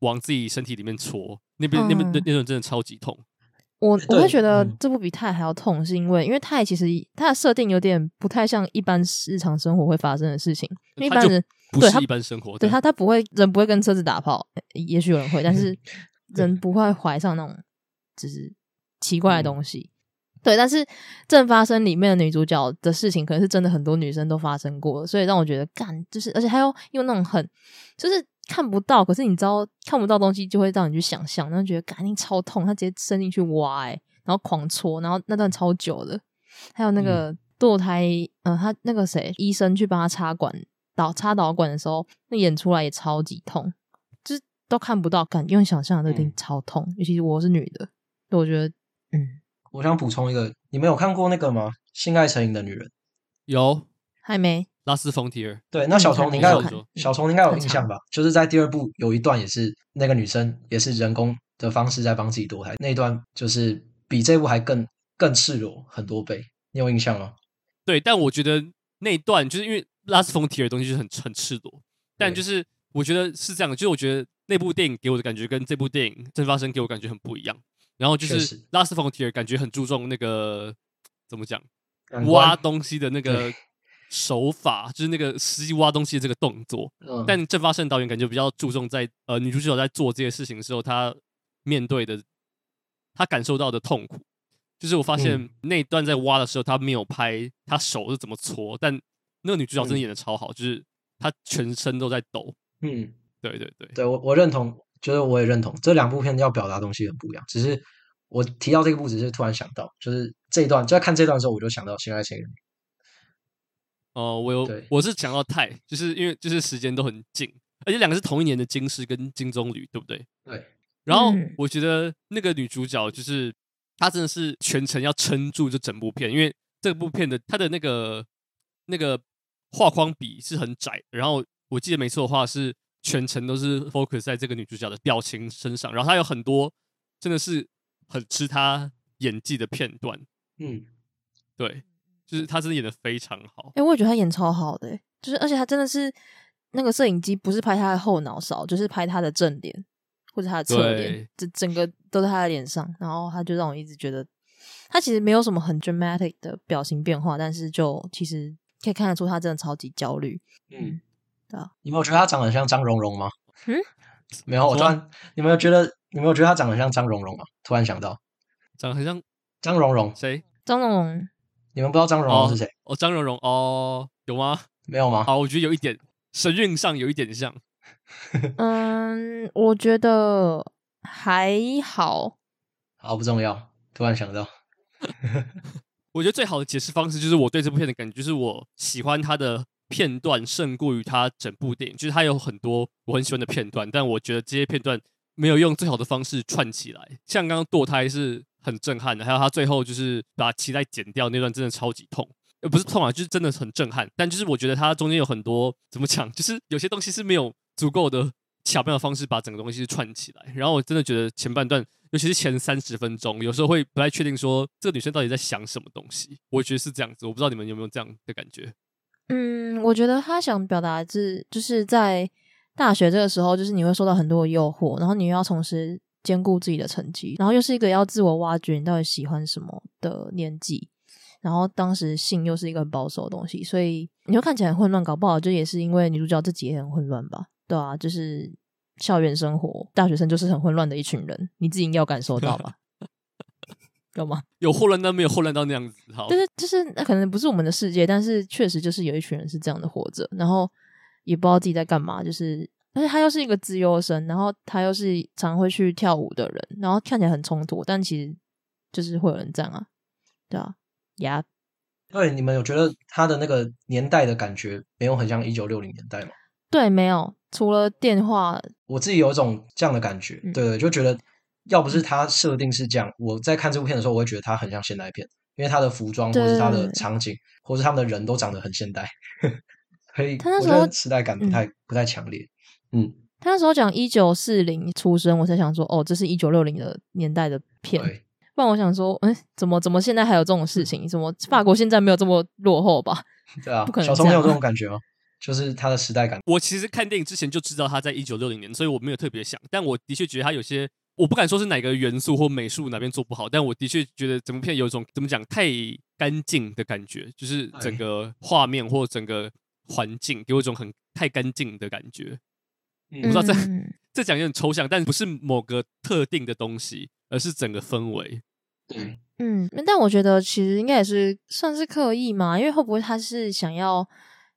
Speaker 2: 往自己身体里面戳，那边、嗯、那边那那种真的超级痛。
Speaker 1: 我我会觉得这部比泰还要痛，是因为因为泰其实它的设定有点不太像一般日常生活会发生的事情，一般人
Speaker 2: 不是一般生活，
Speaker 1: 对他他不会人不会跟车子打炮，也许有人会，但 是人不会怀上那种就是奇怪的东西。嗯、对，但是正发生里面的女主角的事情，可能是真的很多女生都发生过，所以让我觉得干就是，而且还要用那种很就是。看不到，可是你知道看不到东西就会让你去想象，然后觉得感觉超痛，他直接伸进去挖、欸，哎，然后狂搓，然后那段超久的。还有那个堕胎，嗯、呃，他那个谁医生去帮他插管导插导管的时候，那演出来也超级痛，就是都看不到，感用想象的都已经
Speaker 3: 嗯
Speaker 1: 超痛。尤其是我是女的，所以我觉得，嗯，
Speaker 3: 我想补充一个，你们有看过那个吗？《性爱成瘾的女人》？
Speaker 2: 有
Speaker 1: 还没，
Speaker 2: 拉斯冯提尔，
Speaker 3: 对，那小
Speaker 1: 嗯
Speaker 3: 童
Speaker 1: 看
Speaker 3: 你应该有
Speaker 2: 没有
Speaker 3: 小童应该有
Speaker 1: 很
Speaker 3: 印
Speaker 1: 长
Speaker 3: 象吧？就是在第二部有一段也是那个女生也是人工的方式在帮自己堕胎，那一段就是比这部还更更赤裸很多倍，你有印象吗？
Speaker 2: 对，但我觉得那一段就是因为拉斯冯提尔的东西就是很很赤裸，但
Speaker 3: 对
Speaker 2: 就是我觉得是这样，就是我觉得那部电影给我的感觉跟这部电影真发生给我感觉很不一样。然后就
Speaker 3: 确
Speaker 2: 是
Speaker 3: 实
Speaker 2: 拉斯冯提尔感觉很注重那个怎么讲
Speaker 3: 感
Speaker 2: 挖
Speaker 3: 官，
Speaker 2: 东西的那个
Speaker 3: 对
Speaker 2: 手法，就是那个实际挖东西的这个动作。
Speaker 3: 嗯，
Speaker 2: 但郑发胜导演感觉比较注重在呃女主角在做这些事情的时候，她面对的，她感受到的痛苦。就是我发现
Speaker 3: 嗯
Speaker 2: 那一段在挖的时候，她没有拍她手是怎么搓，但那个女主角真的
Speaker 3: 嗯
Speaker 2: 演的超好，就是她全身都在抖。
Speaker 3: 嗯，
Speaker 2: 对对对，
Speaker 3: 对我我认同，就是我也认同这两部片要表达的东西很不一样。只是我提到这个部，只是突然想到，就是这一段就在看这段的时候，我就想到《新爱情人》。
Speaker 2: 哦、我有
Speaker 3: 对
Speaker 2: 我是讲到泰，就是因为就是时间都很近，而且两个是同一年的金狮跟金棕榈，对不对？
Speaker 3: 对，
Speaker 2: 然后
Speaker 1: 嗯
Speaker 2: 我觉得那个女主角就是她真的是全程要撑住这整部片，因为这部片的她的那个那个画框比是很窄的，然后我记得没错的话是全程都是 focus 在这个女主角的表情身上，然后她有很多真的是很吃她演技的片段，
Speaker 3: 嗯，
Speaker 2: 对，就是她真的演的非常好
Speaker 1: 哎、，我也觉得他演超好的欸、就是而且他真的是那个摄影机不是拍他的后脑勺，就是拍他的正脸或者他的侧脸
Speaker 2: 对，
Speaker 1: 这整个都在他的脸上，然后他就让我一直觉得他其实没有什么很 dramatic 的表情变化，但是就其实可以看得出他真的超级焦虑。
Speaker 3: 嗯，
Speaker 1: 对啊
Speaker 3: 你们有觉得他长得很像张蓉蓉吗？
Speaker 1: 嗯，
Speaker 3: 没有。我
Speaker 2: 什
Speaker 3: 突
Speaker 2: 么
Speaker 3: 然，你们有觉得你们有觉得他长得像张蓉蓉吗？突然想到
Speaker 2: 长得很像
Speaker 3: 张蓉蓉，
Speaker 2: 谁？
Speaker 1: 张龙龙
Speaker 3: 你们不知道张蓉蓉是谁？
Speaker 2: 哦，张荣荣哦，有吗？
Speaker 3: 没有吗？
Speaker 2: 好，我觉得有一点神韵上有一点像。
Speaker 1: 嗯，我觉得还好，
Speaker 3: 好，不重要。突然想到，
Speaker 2: 我觉得最好的解释方式就是我对这部片的感觉，就是我喜欢它的片段胜过于它整部电影，就是它有很多我很喜欢的片段，但我觉得这些片段没有用最好的方式串起来。像刚刚堕胎是很震撼的，还有他最后就是把脐带剪掉那段，真的超级痛。呃，不是痛啊，就是真的很震撼。但就是我觉得它中间有很多怎么讲，就是有些东西是没有足够的巧妙的方式把整个东西串起来。然后我真的觉得前半段，尤其是前三十分钟，有时候会不太确定说这个女生到底在想什么东西。我觉得是这样子，我不知道你们有没有这样的感觉。
Speaker 1: 嗯，我觉得他想表达的是，就是在大学这个时候，就是你会受到很多的诱惑，然后你又要同时兼顾自己的成绩，然后又是一个要自我挖掘你到底喜欢什么的年纪，然后当时性又是一个很保守的东西，所以你会看起来很混乱，搞不好就也是因为女主角自己也很混乱吧？对啊，就是校园生活，大学生就是很混乱的一群人，你自己应该有感受到吧？有吗？
Speaker 2: 有混乱，但没有混乱到那样子。好
Speaker 1: 就，是就是那可能不是我们的世界，但是确实就是有一群人是这样的活着，然后也不知道自己在干嘛，就是而且他又是一个自由生，然后他又是常会去跳舞的人，然后看起来很冲突，但其实就是会有人这样啊，对啊，呀，
Speaker 3: 对，你们有觉得他的那个年代的感觉没有很像一九六零年代吗？
Speaker 1: 对，没有，除了电话，
Speaker 3: 我自己有一种这样的感觉
Speaker 1: 嗯，
Speaker 3: 对，就觉得要不是它设定是这样，我在看这部片的时候，我会觉得它很像现代片，因为它的服装或是它的
Speaker 1: 对
Speaker 3: 场景，或是他们的人都长得很现代， 所以
Speaker 1: 他那
Speaker 3: 我
Speaker 1: 时
Speaker 3: 觉
Speaker 1: 候嗯
Speaker 3: 得时代感不太不太强烈。嗯，
Speaker 1: 他那时候讲一九四零出生，我才想说，哦，这是一九六零的年代的片，
Speaker 3: 对，
Speaker 1: 不然我想说，嗯，怎么怎么现在还有这种
Speaker 2: 嗯
Speaker 1: 事情？怎么法国现在没有这么落后吧？
Speaker 3: 对啊
Speaker 1: 不可，能
Speaker 3: 小聪你
Speaker 1: 这
Speaker 3: 有
Speaker 1: 样
Speaker 3: 这种感觉吗？就是它的时代感，
Speaker 2: 我其实看电影之前就知道他在一九六零年，所以我没有特别想，但我的确觉得他有些，我不敢说是哪个元素或美术哪边做不好，但我的确觉得整部片有一种怎么讲太干净的感觉，就是整
Speaker 3: 哎
Speaker 2: 个画面或整个环境给我一种很太干净的感觉。
Speaker 3: 嗯
Speaker 2: 我不知道这
Speaker 1: 嗯
Speaker 2: 这讲有点抽象，但不是某个特定的东西，而是整个氛围。
Speaker 3: 对，
Speaker 1: 嗯，但我觉得其实应该也是算是刻意嘛，因为会不会他是想要，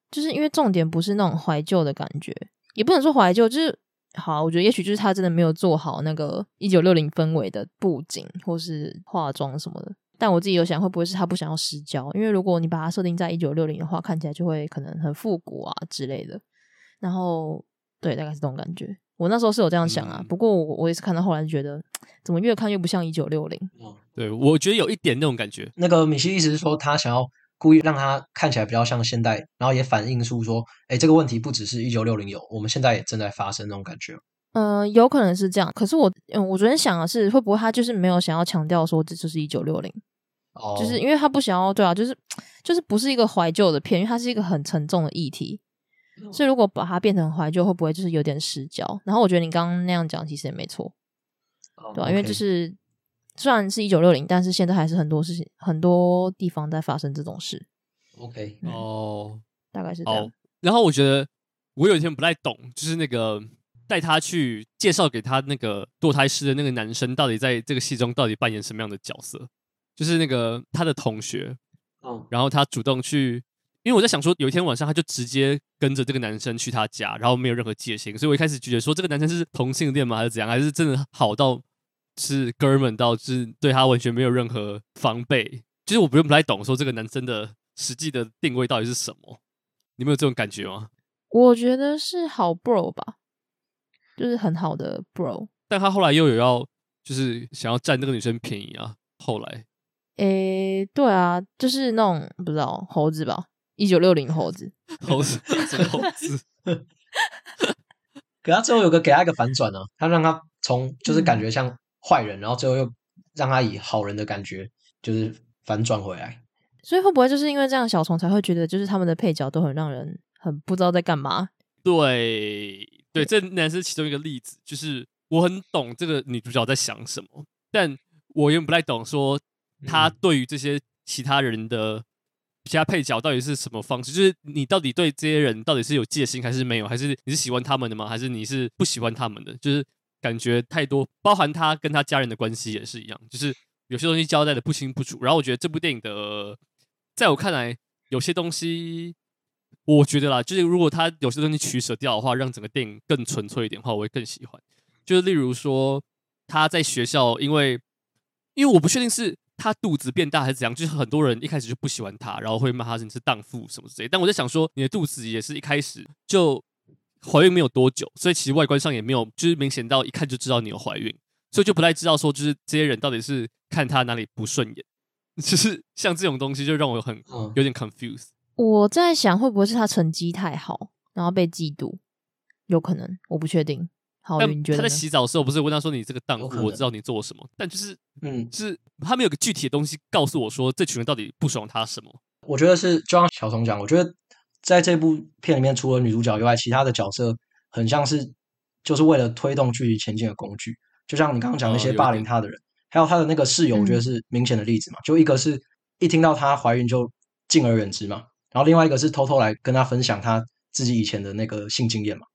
Speaker 1: 就是因为重点不是那种怀旧的感觉，也不能说怀旧，就是好，啊我觉得也许就是他真的没有做好那个一九六零氛围的布景或是化妆什么的。但我自己有想，会不会是他不想要失焦？因为如果你把它设定在一九六零的话，看起来就会可能很复古啊之类的。然后，对，大概是这种感觉。我那时候是有这样想啊，
Speaker 2: 嗯
Speaker 1: 不过我我也是看到后来就觉得，怎么越看越不像一九六零。
Speaker 2: 对，我觉得有一点那种感觉，
Speaker 3: 那个米西意思是说，他想要故意让它看起来比较像现代，然后也反映出说，哎，这个问题不只是一九六零有，我们现在也正在发生那种感觉。
Speaker 1: 嗯、有可能是这样。可是我，嗯，我昨天想的是，会不会他就是没有想要强调说这就是一九六零，
Speaker 3: 哦，
Speaker 1: 就是因为他不想要，对啊，就是就是不是一个怀旧的片，因为它是一个很沉重的议题。所以如果把它变成怀旧，会不会就是有点失焦？然后我觉得你刚刚那样讲其实也没错，
Speaker 3: 哦
Speaker 1: 对吧、因为就
Speaker 3: OK
Speaker 1: 是虽然是一九六零，但是现在还是很多事情、很多地方在发生这种事，
Speaker 3: OK，
Speaker 1: 嗯
Speaker 2: 哦，
Speaker 1: 大概是这
Speaker 2: 好
Speaker 1: 样。，
Speaker 2: 然后我觉得我有一天不太懂，就是那个带他去介绍给他那个堕胎师的那个男生，到底在这个戏中到底扮演什么样的角色？就是那个他的同学，
Speaker 3: 嗯，
Speaker 2: 然后他主动去，因为我在想说，有一天晚上他就直接跟着这个男生去他家，然后没有任何界限，所以我一开始觉得说这个男生是同性恋吗，还是怎样，还是真的好到是哥们到就是对他完全没有任何防备，就是我不用不太懂说这个男生的实际的定位到底是什么，你们有这种感觉吗？
Speaker 1: 我觉得是好 bro 吧，就是很好的 bro。
Speaker 2: 但他后来又有要就是想要占这个女生便宜啊，后来
Speaker 1: 诶、对啊，就是那种不知道猴子吧，一九六零猴子。
Speaker 2: 猴子什么猴子，
Speaker 3: 可他最后有个给他一个反转呢、啊他让他从就是感
Speaker 1: 嗯
Speaker 3: 觉像坏人，然后最后又让他以好人的感觉就是反转回来。
Speaker 1: 所以会不会就是因为这样，小虫才会觉得就是他们的配角都很让人很不知道在干嘛？
Speaker 2: 对对，这男生是其中一个例子，就是我很懂这个女主角在想什么，但我也不太懂说她
Speaker 3: 嗯
Speaker 2: 对于这些其他人的其他配角到底是什么方式，就是你到底对这些人到底是有戒心还是没有，还是你是喜欢他们的吗？还是你是不喜欢他们的？就是感觉太多，包含他跟他家人的关系也是一样，就是有些东西交代的不清不楚。然后我觉得这部电影的，在我看来，有些东西，我觉得啦，就是如果他有些东西取舍掉的话，让整个电影更纯粹一点的话，我会更喜欢。就是例如说，他在学校，因为因为我不确定是他肚子变大还是怎样，就是很多人一开始就不喜欢他，然后会骂他你是荡妇什么之类。但我在想说，你的肚子也是一开始就怀孕没有多久，所以其实外观上也没有，就是明显到一看就知道你有怀孕，所以就不太知道说，就是这些人到底是看他哪里不顺眼， 就是像这种东西就让我很
Speaker 3: 嗯
Speaker 2: 有点 confused。
Speaker 1: 我在想，会不会是他成绩太好，然后被嫉妒？有可能，我不确定。好，
Speaker 2: 但
Speaker 1: 哦你觉
Speaker 2: 他
Speaker 1: 得
Speaker 2: 在
Speaker 1: 呢？
Speaker 2: 洗澡的时候不是问他说你这个荡
Speaker 3: 有可
Speaker 2: 妇，
Speaker 3: 能
Speaker 2: 我知道你做了什么，但就是
Speaker 3: 嗯，
Speaker 2: 就是他没有个具体的东西告诉我说这群人到底不爽他什么。
Speaker 3: 我觉得是就像小虫讲，我觉得在这部片里面，除了女主角以外，其他的角色很像是就是为了推动剧情前进的工具。就像你刚刚讲那
Speaker 2: 哦有
Speaker 3: 些
Speaker 2: 一
Speaker 3: 霸
Speaker 2: 点
Speaker 3: 凌她的人，还有她的那个室友，我觉得
Speaker 1: 嗯
Speaker 3: 是明显的例子嘛。就一个是一听到她怀孕就敬而远之嘛，然后另外一个是偷偷来跟她分享她自己以前的那个性经验嘛，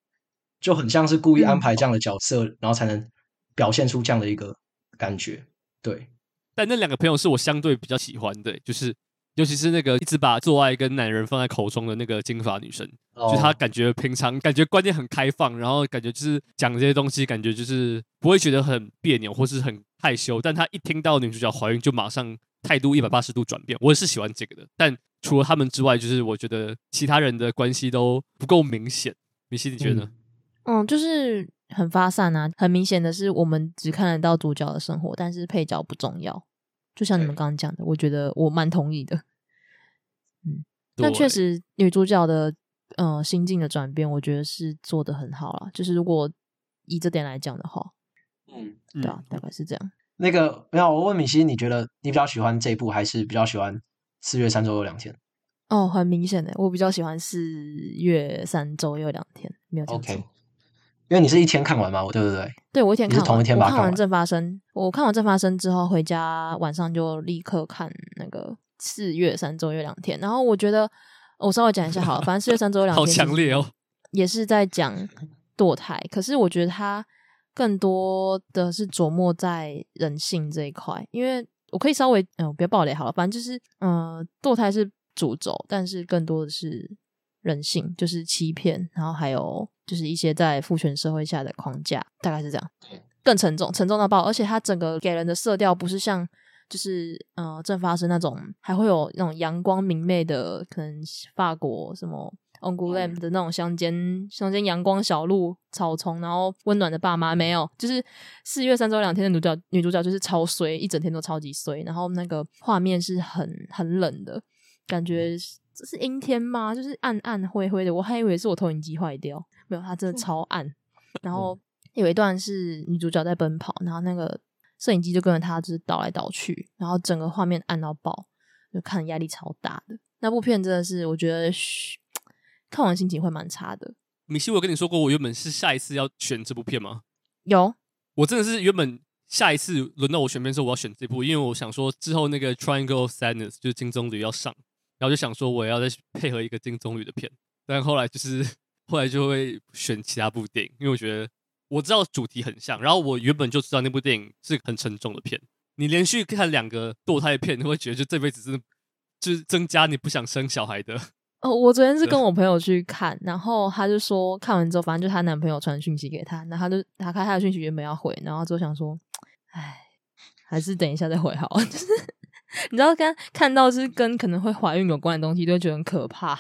Speaker 3: 就很像是故意安
Speaker 1: 嗯
Speaker 3: 排这样的角色，然后才能表现出这样的一个感觉。对，
Speaker 2: 但那两个朋友是我相对比较喜欢的，就是尤其是那个一直把做爱跟男人放在口中的那个金发女生，就
Speaker 3: 哦
Speaker 1: 哦
Speaker 2: 她感觉平常感觉观念很开放，然后感觉就是讲这些东西，感觉就是不会觉得很别扭或是很害羞，但她一听到女主角怀孕就马上态度一百八十度转变，我也是喜欢这个的。但除了他们之外，就是我觉得其他人的关系都不够明显。米西，你觉得呢？
Speaker 1: 嗯，就是很发散啊。很明显的是，我们只看得到主角的生活，但是配角不重要。就像你们
Speaker 3: 对
Speaker 1: 刚刚讲的，我觉得我蛮同意的。
Speaker 2: 对
Speaker 1: 那确，实，女主角的呃心境的转变，我觉得是做的很好啦。就是如果以这点来讲的话，
Speaker 3: 嗯。
Speaker 1: 对啊，大概是这样。
Speaker 3: 那个没有，我问米西，你觉得你比较喜欢这一部，还是比较喜欢《四月三周有两天》
Speaker 1: 哦，很明显的，我比较喜欢四月三周又两天，没有讲错。
Speaker 3: ？OK，因为你是一天看完嘛，我对不对？
Speaker 1: 对我一天
Speaker 3: 你是
Speaker 1: 看完，
Speaker 3: 同一天把
Speaker 1: 我看
Speaker 3: 它看
Speaker 1: 完
Speaker 3: 完
Speaker 1: 正发生，我看完正发生之后回家，晚上就立刻看那个四月三周又两天。然后我觉得，我稍微讲一下好了，反正四月三周又两天
Speaker 2: 好强烈哦！
Speaker 1: 也是在讲堕胎，可是我觉得他更多的是琢磨在人性这一块，因为我可以稍微嗯、呃不要暴雷好了，反正就是嗯、呃堕胎是主轴，但是更多的是人性，就是欺骗，然后还有就是一些在父权社会下的框架，大概是这样
Speaker 3: 嗯。
Speaker 1: 更沉重，沉重到爆，而且它整个给人的色调不是像就是呃正发生那种，还会有那种阳光明媚的，可能法国什么 o n g u l a m 的那种乡间乡间阳光小路草丛，然后温暖的爸妈没有，就是四月三周两天的女主角女主角就是超衰，一整天都超级衰，然后那个画面是很很冷的，感觉是这是阴天吗？就是暗暗灰灰的，我还以为是我投影机坏掉，没有，它真的超暗。然后有一段是女主角在奔跑，然后那个摄影机就跟着她就是倒来倒去，然后整个画面暗到爆，就看压力超大的。那部片真的是，我觉得嘘看完心情会蛮差的。
Speaker 2: 米西，我有跟你说过，我原本是下一次要选这部片吗？
Speaker 1: 有，
Speaker 2: 我真的是原本下一次轮到我选片的时候，我要选这部，因为我想说之后那个《Triangle of Sadness》就是金棕榈要上，然后就想说我要再配合一个金棕榈的片，但后来就是后来就会选其他部电影，因为我觉得我知道主题很像，然后我原本就知道那部电影是很沉重的片，你连续看两个堕胎片，你会觉得就这辈子真的就是增加你不想生小孩的。
Speaker 1: 哦，我昨天是
Speaker 2: 对
Speaker 1: 跟我朋友去看，然后她就说看完之后，反正就她男朋友传讯息给她，然后她就打开她的讯息原本要回，然后之后想说，唉，还是等一下再回好了， 就是你知道刚看到就是跟可能会怀孕有关的东西，都会觉得很可怕，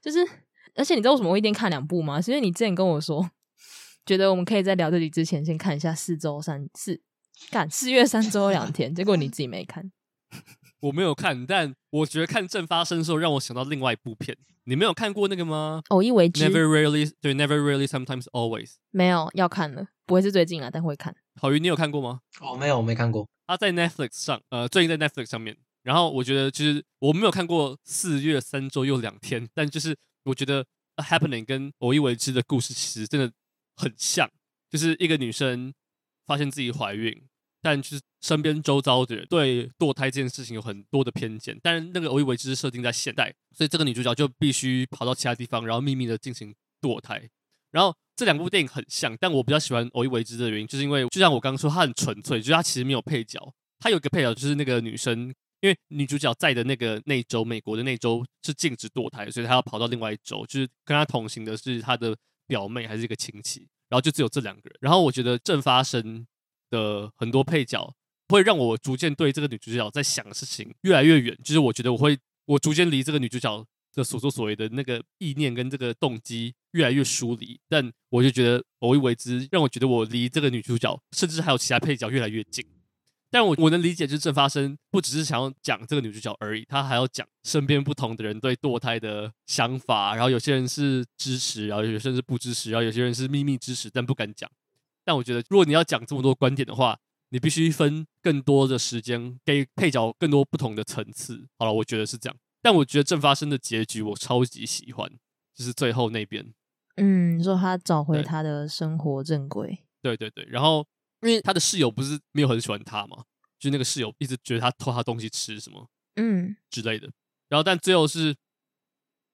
Speaker 1: 就是而且你知道为什么我一天看两部吗？是因为你之前跟我说，觉得我们可以在聊这里之前先看一下四周三四，干四月三周两天，结果你自己没 看，
Speaker 2: 我没有看，但我觉得看正发生的时候，让我想到另外一部片。你没有看过那个吗
Speaker 1: 偶哦一为之，
Speaker 2: ？Never really，对，Never really sometimes always。
Speaker 1: 没有要看了，不会是最近啊，但会看。
Speaker 2: 郝云，你有看过吗？
Speaker 3: 哦，没有，我没看过。
Speaker 2: 他在 Netflix 上，呃，最近在 Netflix 上面。然后我觉得就是我没有看过四月三周又两天，但就是我觉得《A Happening》跟《偶一为之》的故事其实真的很像，就是一个女生发现自己怀孕，但就是身边周遭的人对堕胎这件事情有很多的偏见，但是那个偶一为之是设定在现代，所以这个女主角就必须跑到其他地方，然后秘密的进行堕胎。然后这两部电影很像，但我比较喜欢《偶一为之》的原因，就是因为就像我刚刚说，它很纯粹，就是它其实没有配角，它有一个配角就是那个女生，因为女主角在的那个那一州，美国的那一州是禁止堕胎，所以她要跑到另外一州，就是跟她同行的是她的表妹还是一个亲戚，然后就只有这两个人。然后我觉得正发生的很多配角会让我逐渐对这个女主角在想的事情越来越远，就是我觉得我会我逐渐离这个女主角的所作所为的那个意念跟这个动机越来越疏离，但我就觉得偶一为之，让我觉得我离这个女主角，甚至还有其他配角越来越近。但我我能理解，就是正发生不只是想要讲这个女主角而已，她还要讲身边不同的人对堕胎的想法，然后有些人是支持，然后有些人是不支持，然后有些人是秘密支持但不敢讲。但我觉得，如果你要讲这么多观点的话，你必须分更多的时间给配角更多不同的层次。好了，我觉得是这样。但我觉得正发生的结局我超级喜欢，就是最后那边。
Speaker 1: 嗯，你说他找回
Speaker 2: 对
Speaker 1: 他的生活正轨，
Speaker 2: 对对对，然后因为他的室友不是没有很喜欢他嘛，就那个室友一直觉得他偷他东西吃什么
Speaker 1: 嗯，
Speaker 2: 之类的。然后但最后是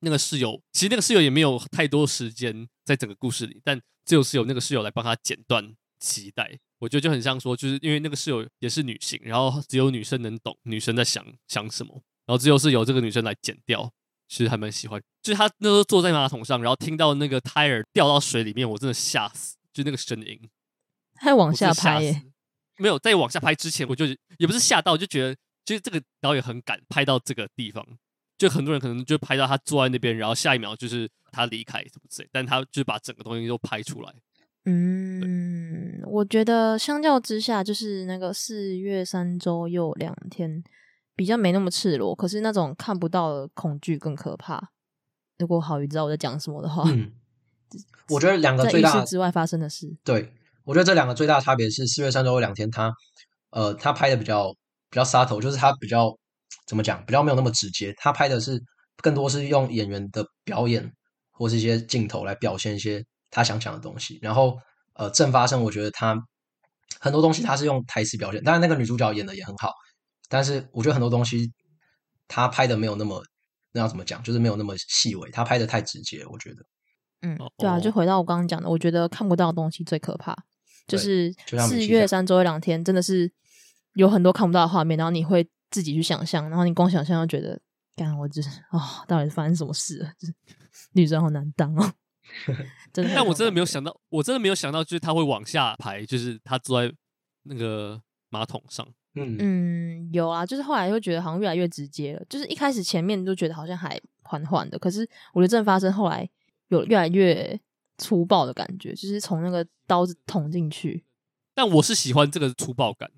Speaker 2: 那个室友，其实那个室友也没有太多时间在整个故事里，但最后是由那个室友来帮他剪断脐带。我觉得就很像说，就是因为那个室友也是女性，然后只有女生能懂女生在想想什么，然后最后是由这个女生来剪掉。其实还蛮喜欢，就是他那时候坐在马桶上，然后听到那个胎儿掉到水里面，我真的吓死，就那个声音，
Speaker 1: 还往
Speaker 2: 我
Speaker 1: 下
Speaker 2: 真的吓
Speaker 1: 拍耶
Speaker 2: 死，。没有，在往下拍之前，我就也不是吓到，我就觉得就是这个导演很敢拍到这个地方，就很多人可能就拍到他坐在那边，然后下一秒就是他离开什么之类，但他就是把整个东西都拍出来。
Speaker 1: 嗯，我觉得相较之下，就是那个四月三周又两天比较没那么赤裸，可是那种看不到的恐惧更可怕。如果郝宇知道我在讲什么的话，
Speaker 3: 嗯，我觉得两个
Speaker 1: 在
Speaker 3: 最
Speaker 1: 意
Speaker 3: 大
Speaker 1: 识
Speaker 3: 的
Speaker 1: 之外发生的事，
Speaker 3: 对，我觉得这两个最大的差别是《四月三周有两天》它，呃，它拍的比较比较杀头，就是它比较怎么讲，比较没有那么直接，它拍的是更多是用演员的表演或是一些镜头来表现一些他想讲的东西。然后，呃，正发生，我觉得他很多东西他是用台词表现，当然那个女主角演的也很好，但是我觉得很多东西他拍的没有那么那要怎么讲，就是没有那么细微，他拍的太直接，我觉得。
Speaker 1: 嗯
Speaker 2: 哦，
Speaker 1: 对啊，就
Speaker 2: 哦
Speaker 1: 回到我刚刚讲的，我觉得看不到的东西最可怕，就
Speaker 3: 对
Speaker 1: 是
Speaker 3: 就像米
Speaker 1: 四
Speaker 3: 西
Speaker 1: 月
Speaker 3: 讲
Speaker 1: 三周两天，真的是有很多看不到的画面，然后你会自己去想象，然后你光想象就觉得干，我就是哦，到底发生什么事了？ 就是女生好难当 哦，真的。
Speaker 2: 但我真的没有想到，我真的没有想到，就是他会往下排，就是他坐在那个马桶上。
Speaker 3: 嗯，
Speaker 1: 嗯，有啊，就是后来会觉得好像越来越直接了。就是一开始前面都觉得好像还缓缓的，可是我觉得真的发生后来有越来越粗暴的感觉，就是从那个刀子捅进去。
Speaker 2: 但我是喜欢这个粗暴感，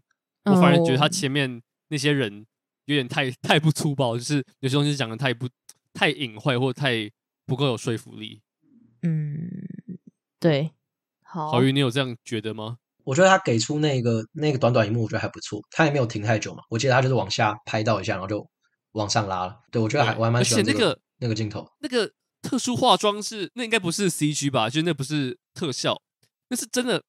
Speaker 2: 我
Speaker 1: 嗯
Speaker 2: 反而觉得他前面那些人有点太太不粗暴，就是有些东西讲的太不太隐晦，或太不够有说服力。
Speaker 1: 嗯，对，好，
Speaker 2: 郝宇，你有这样觉得吗？
Speaker 3: 我觉得他给出那个那个短短一幕，我觉得还不错，他也没有停太久嘛。我记得他就是往下拍到一下，然后就往上拉了。对，我觉得还
Speaker 2: 对
Speaker 3: 我还蛮喜欢
Speaker 2: 而且
Speaker 3: 这
Speaker 2: 那
Speaker 3: 个
Speaker 2: 个
Speaker 3: 那个镜头。
Speaker 2: 那个特殊化妆是那应该不是 CG 吧？就是那不是特效，那是真的。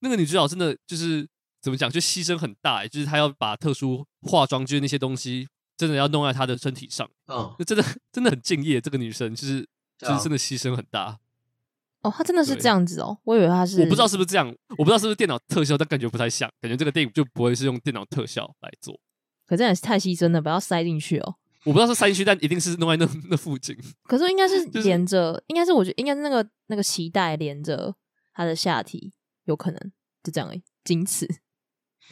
Speaker 2: 那个女主角真的就是怎么讲，就牺牲很大欸、就是她要把特殊化妆，就是那些东西，真的要弄在她的身体上，
Speaker 3: 嗯，
Speaker 2: 那真的真的很敬业。这个女生就是就
Speaker 3: 对啊
Speaker 2: 是真的牺牲很大。
Speaker 1: 哦，他真的是
Speaker 2: 对
Speaker 1: 这样子哦，我以为他是，
Speaker 2: 我不知道是不是这样，我不知道是不是电脑特效，但感觉不太像，感觉这个电影就不会是用电脑特效来做。
Speaker 1: 可这样也是太牺牲了，不要塞进去哦。
Speaker 2: 我不知道是三区，但一定是弄在那那附近。
Speaker 1: 可是应该是
Speaker 2: 就是
Speaker 1: 连着，应该是我觉得应该是那个那个脐带连着他的下体，有可能就这样而已，仅此。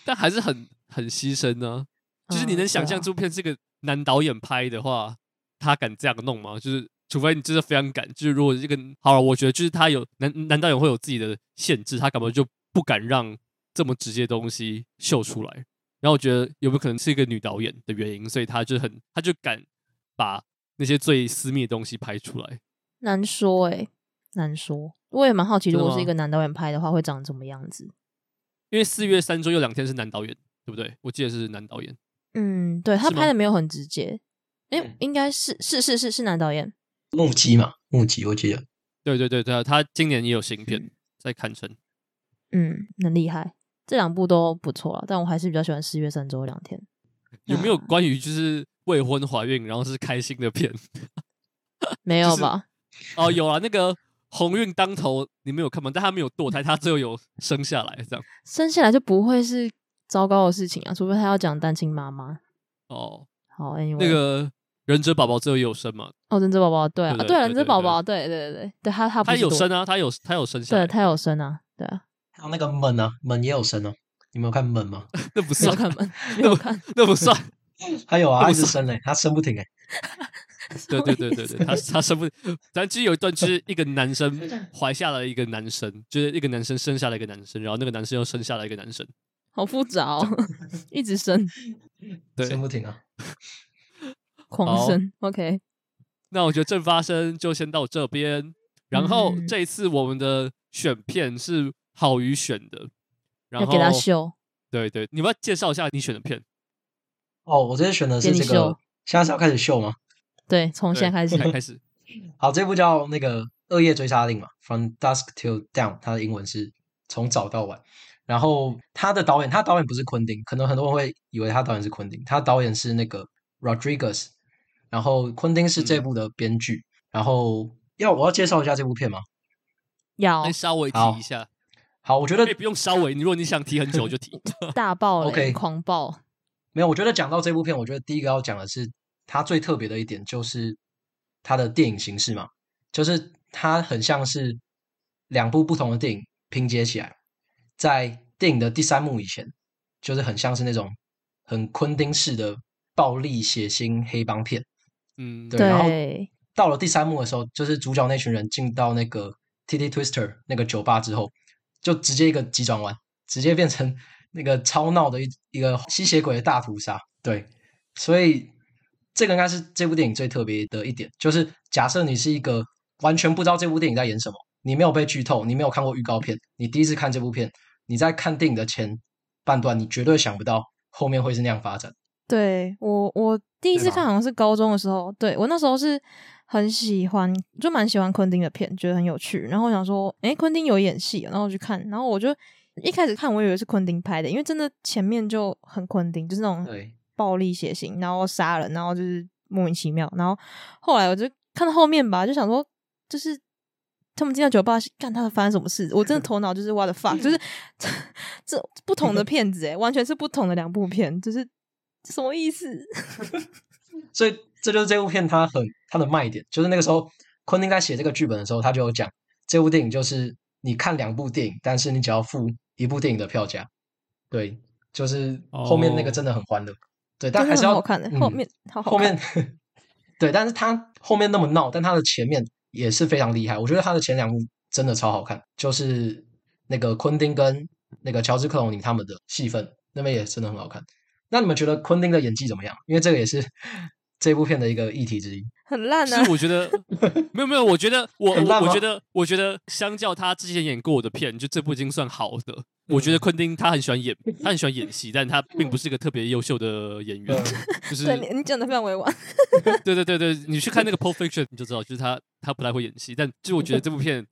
Speaker 2: 但还是很很牺牲呢、就是你
Speaker 1: 嗯
Speaker 2: 能想象
Speaker 1: 对啊
Speaker 2: 这部片是个男导演拍的话，他敢这样弄吗？就是除非你真的非常敢，就是如果这个好了，我觉得就是他有男男导演会有自己的限制，他根本就不敢让这么直接的东西秀出来。然后我觉得有没有可能是一个女导演的原因，所以他就很他就敢把那些最私密的东西拍出来。
Speaker 1: 难说诶、难说。我也蛮好奇，
Speaker 2: 真
Speaker 1: 如
Speaker 2: 的
Speaker 1: 果是一
Speaker 2: 吗
Speaker 1: 个男导演拍的话，会长什么样子？
Speaker 2: 因为四月三周有两天是男导演，对不对？我记得是男导演，
Speaker 1: 嗯，对他
Speaker 2: 是吗
Speaker 1: 拍的没有很直接，诶、
Speaker 3: 嗯
Speaker 1: 应该是是是是是男导演，
Speaker 3: 木屐嘛，木屐，我记得。
Speaker 2: 对对对对啊，他今年也有新片在堪称。
Speaker 1: 嗯，很厉害。这两部都不错了，但我还是比较喜欢《四月三周两天》。
Speaker 2: 有没有
Speaker 1: 嗯
Speaker 2: 关于就是未婚怀孕然后是开心的片？
Speaker 1: 没有
Speaker 2: 是
Speaker 1: 吧？
Speaker 2: 哦，有啊，那个鸿运当头，你们有看吗？但他没有堕胎，他最后有生下来，这样
Speaker 1: 生下来就不会是糟糕的事情啊，除非他要讲单亲妈妈。
Speaker 2: 哦。
Speaker 1: 好，anyway，
Speaker 2: 那个忍者宝宝最后也有生嘛？
Speaker 1: 哦，忍者宝宝，对啊，
Speaker 2: 对对
Speaker 1: 对啊，
Speaker 2: 对
Speaker 1: 忍者
Speaker 2: 对
Speaker 1: 宝
Speaker 2: 对
Speaker 1: 宝，对对对对，对他他不
Speaker 2: 他
Speaker 1: 是
Speaker 2: 有
Speaker 1: 多
Speaker 2: 生，啊，他有他有生下
Speaker 1: 对
Speaker 2: 来，
Speaker 1: 他有生啊，对 啊，
Speaker 3: 还有那个门啊，门也有声哦。你没有看门吗？
Speaker 2: 那不
Speaker 1: 没有
Speaker 2: 算，
Speaker 1: 看门，没
Speaker 2: 那
Speaker 1: 有
Speaker 2: 不
Speaker 1: 看，
Speaker 2: 那不算。
Speaker 3: 他有啊，
Speaker 2: 那
Speaker 3: 他
Speaker 2: 不
Speaker 3: 一直
Speaker 2: 是
Speaker 3: 声嘞，他声不停哎。
Speaker 1: 什么意思
Speaker 2: 对对对对对，他他生不，咱其实有一段就是一个男生怀下了一个男生，就是一个男生生下了一个男生，然后那个男生又生下了一个男生。
Speaker 1: 好复杂 哦，一直生，
Speaker 2: 对
Speaker 3: 声不停啊。
Speaker 1: 狂
Speaker 2: 好
Speaker 1: 生，OK，
Speaker 2: 那我觉得正发生就先到这边。然后
Speaker 1: 嗯
Speaker 2: 这一次我们的选片是好鱼选的，然
Speaker 1: 要
Speaker 2: 后
Speaker 1: 给他秀，
Speaker 2: 对对，你们要介绍一下你选的片。
Speaker 3: 哦，我这次选的是
Speaker 1: 给你
Speaker 3: 这个
Speaker 1: 秀，
Speaker 3: 现在是要开始秀吗？
Speaker 1: 对，从现在开始
Speaker 2: 对，开始。
Speaker 3: 好，这部叫那个《恶夜追杀令》嘛，《From Dusk Till Dawn》，它的英文是从早到晚。然后他的导演，他导演不是昆汀，可能很多人会以为他导演是昆汀，他导演是那个 Rodriguez。然后昆汀是这
Speaker 2: 嗯
Speaker 3: 部的编剧。然后要我要介绍一下这部片吗？
Speaker 1: 要
Speaker 2: 那稍微提
Speaker 3: 好
Speaker 2: 一下，
Speaker 3: 好，我觉
Speaker 2: 可
Speaker 3: 得
Speaker 2: 以不用稍微，你如果你想提很久就提。
Speaker 1: 大 爆雷
Speaker 3: OK
Speaker 1: 狂爆，
Speaker 3: 没有，我觉得讲到这部片，我觉得第一个要讲的是它最特别的一点就是它的电影形式嘛，就是它很像是两部不同的电影拼接起来，在电影的第三幕以前，就是很像是那种很昆汀式的暴力血腥黑帮片，
Speaker 2: 嗯，
Speaker 3: 对然后
Speaker 1: 对，
Speaker 3: 到了第三幕的时候，就是主角那群人进到那个 TT Twister 那个酒吧之后，就直接一个急转弯，直接变成 那个超闹的一一个吸血鬼的大屠杀。对，所以这个应该是这部电影最特别的一点，就是假设你是一个完全不知道这部电影在演什么，你没有被剧透，你没有看过预告片，你第一次看这部片，你在看电影的前半段，你绝对想不到后面会是那样发展。
Speaker 1: 对我，我第一
Speaker 3: 对
Speaker 1: 次
Speaker 3: 吧
Speaker 1: 看好像是高中的时候，对我那时候是很喜欢，就蛮喜欢昆汀的片，觉得很有趣。然后我想说，诶，昆汀有演戏，哦然后我去看，然后我就一开始看我以为是昆汀拍的，因为真的前面就很昆汀，就是那种
Speaker 3: 对，
Speaker 1: 暴力血腥，然后杀人，然后就是莫名其妙。然后后来我就看到后面吧，就想说，就是他们进到酒吧，干他们发生什么事？我真的头脑就是 what the fuck，就是 这这不同的欸片子诶，完全是不同的两部片，就是什么意思？
Speaker 3: 所以这就是这部片它很它的卖点，就是那个时候昆汀在写这个剧本的时候，他就有讲这部电影就是你看两部电影，但是你只要付一部电影的票价，对，就是后面那个
Speaker 2: 哦
Speaker 3: 真的很欢乐，对，但
Speaker 1: 真
Speaker 3: 还
Speaker 1: 的
Speaker 3: 是
Speaker 1: 很
Speaker 3: 要
Speaker 1: 好看的、
Speaker 3: 嗯
Speaker 1: 后面好好
Speaker 3: 后面
Speaker 1: 看
Speaker 3: 对，但是他后面那么闹，但他的前面也是非常厉害。我觉得他的前两部真的超好看，就是那个昆汀跟那个乔治克隆尼他们的戏份，那边也真的很好看。那你们觉得昆汀的演技怎么样？因为这个也是 这部片的一个议题之一。
Speaker 1: 很烂
Speaker 2: 是
Speaker 1: 啊，
Speaker 2: 我觉 得没有没有，我觉得我
Speaker 3: 很烂
Speaker 2: 我
Speaker 3: 吗
Speaker 2: 我觉得我觉得相较他之前演过的片，就这部已经算好
Speaker 3: 嗯
Speaker 2: 的。我觉得昆汀他很喜欢演，他很喜欢演戏，但他并不是一个特别优秀的演员
Speaker 3: 嗯，
Speaker 2: 就 是
Speaker 1: 对你你讲的非常委婉，
Speaker 2: 对对对对，你去看那个 Pulp Fiction 你就知道，就是他他不太会演戏，但就我觉得这部片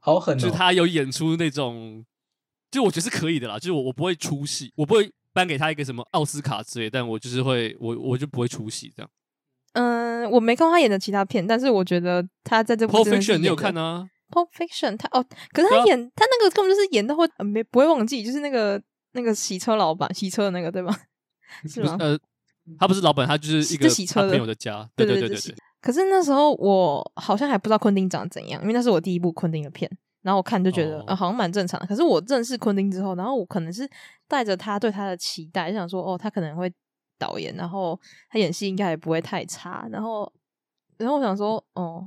Speaker 3: 好狠
Speaker 2: 就是
Speaker 3: 哦！
Speaker 2: 他有演出那种，就我觉得是可以的啦。就是我我不会出戏，我不会颁给他一个什么奥斯卡之类，但我就是会我我就不会出戏这样。
Speaker 1: 嗯，我没看过他演的其他片，但是我觉得他在这部
Speaker 2: Pulp
Speaker 1: 真的是
Speaker 2: Fiction
Speaker 1: 演
Speaker 2: 你有
Speaker 1: 得
Speaker 2: 看啊？
Speaker 1: Pulp Fiction，他哦，可是
Speaker 2: 对
Speaker 1: 他
Speaker 2: 啊
Speaker 1: 演、他那个根本就是演到会呃没不会忘记，就是那个那个洗车老板洗车的那个对吧？ 是
Speaker 2: 不是
Speaker 1: 吗？
Speaker 2: 呃，他不是老板，他就是一个
Speaker 1: 就啊洗
Speaker 2: 他
Speaker 1: 车的
Speaker 2: 朋友的家。
Speaker 1: 对
Speaker 2: 对
Speaker 1: 对
Speaker 2: 对
Speaker 1: 对洗可是那时候我好像还不知道昆汀长怎样，因为那是我第一部昆汀的片，然后我看就觉得、
Speaker 2: 哦
Speaker 1: 呃好像蛮正常的。可是我认识昆汀之后，然后我可能是带着他对他的期待，就想说哦，他可能会导演，然后他演戏应该也不会太差。然后，然后我想说哦，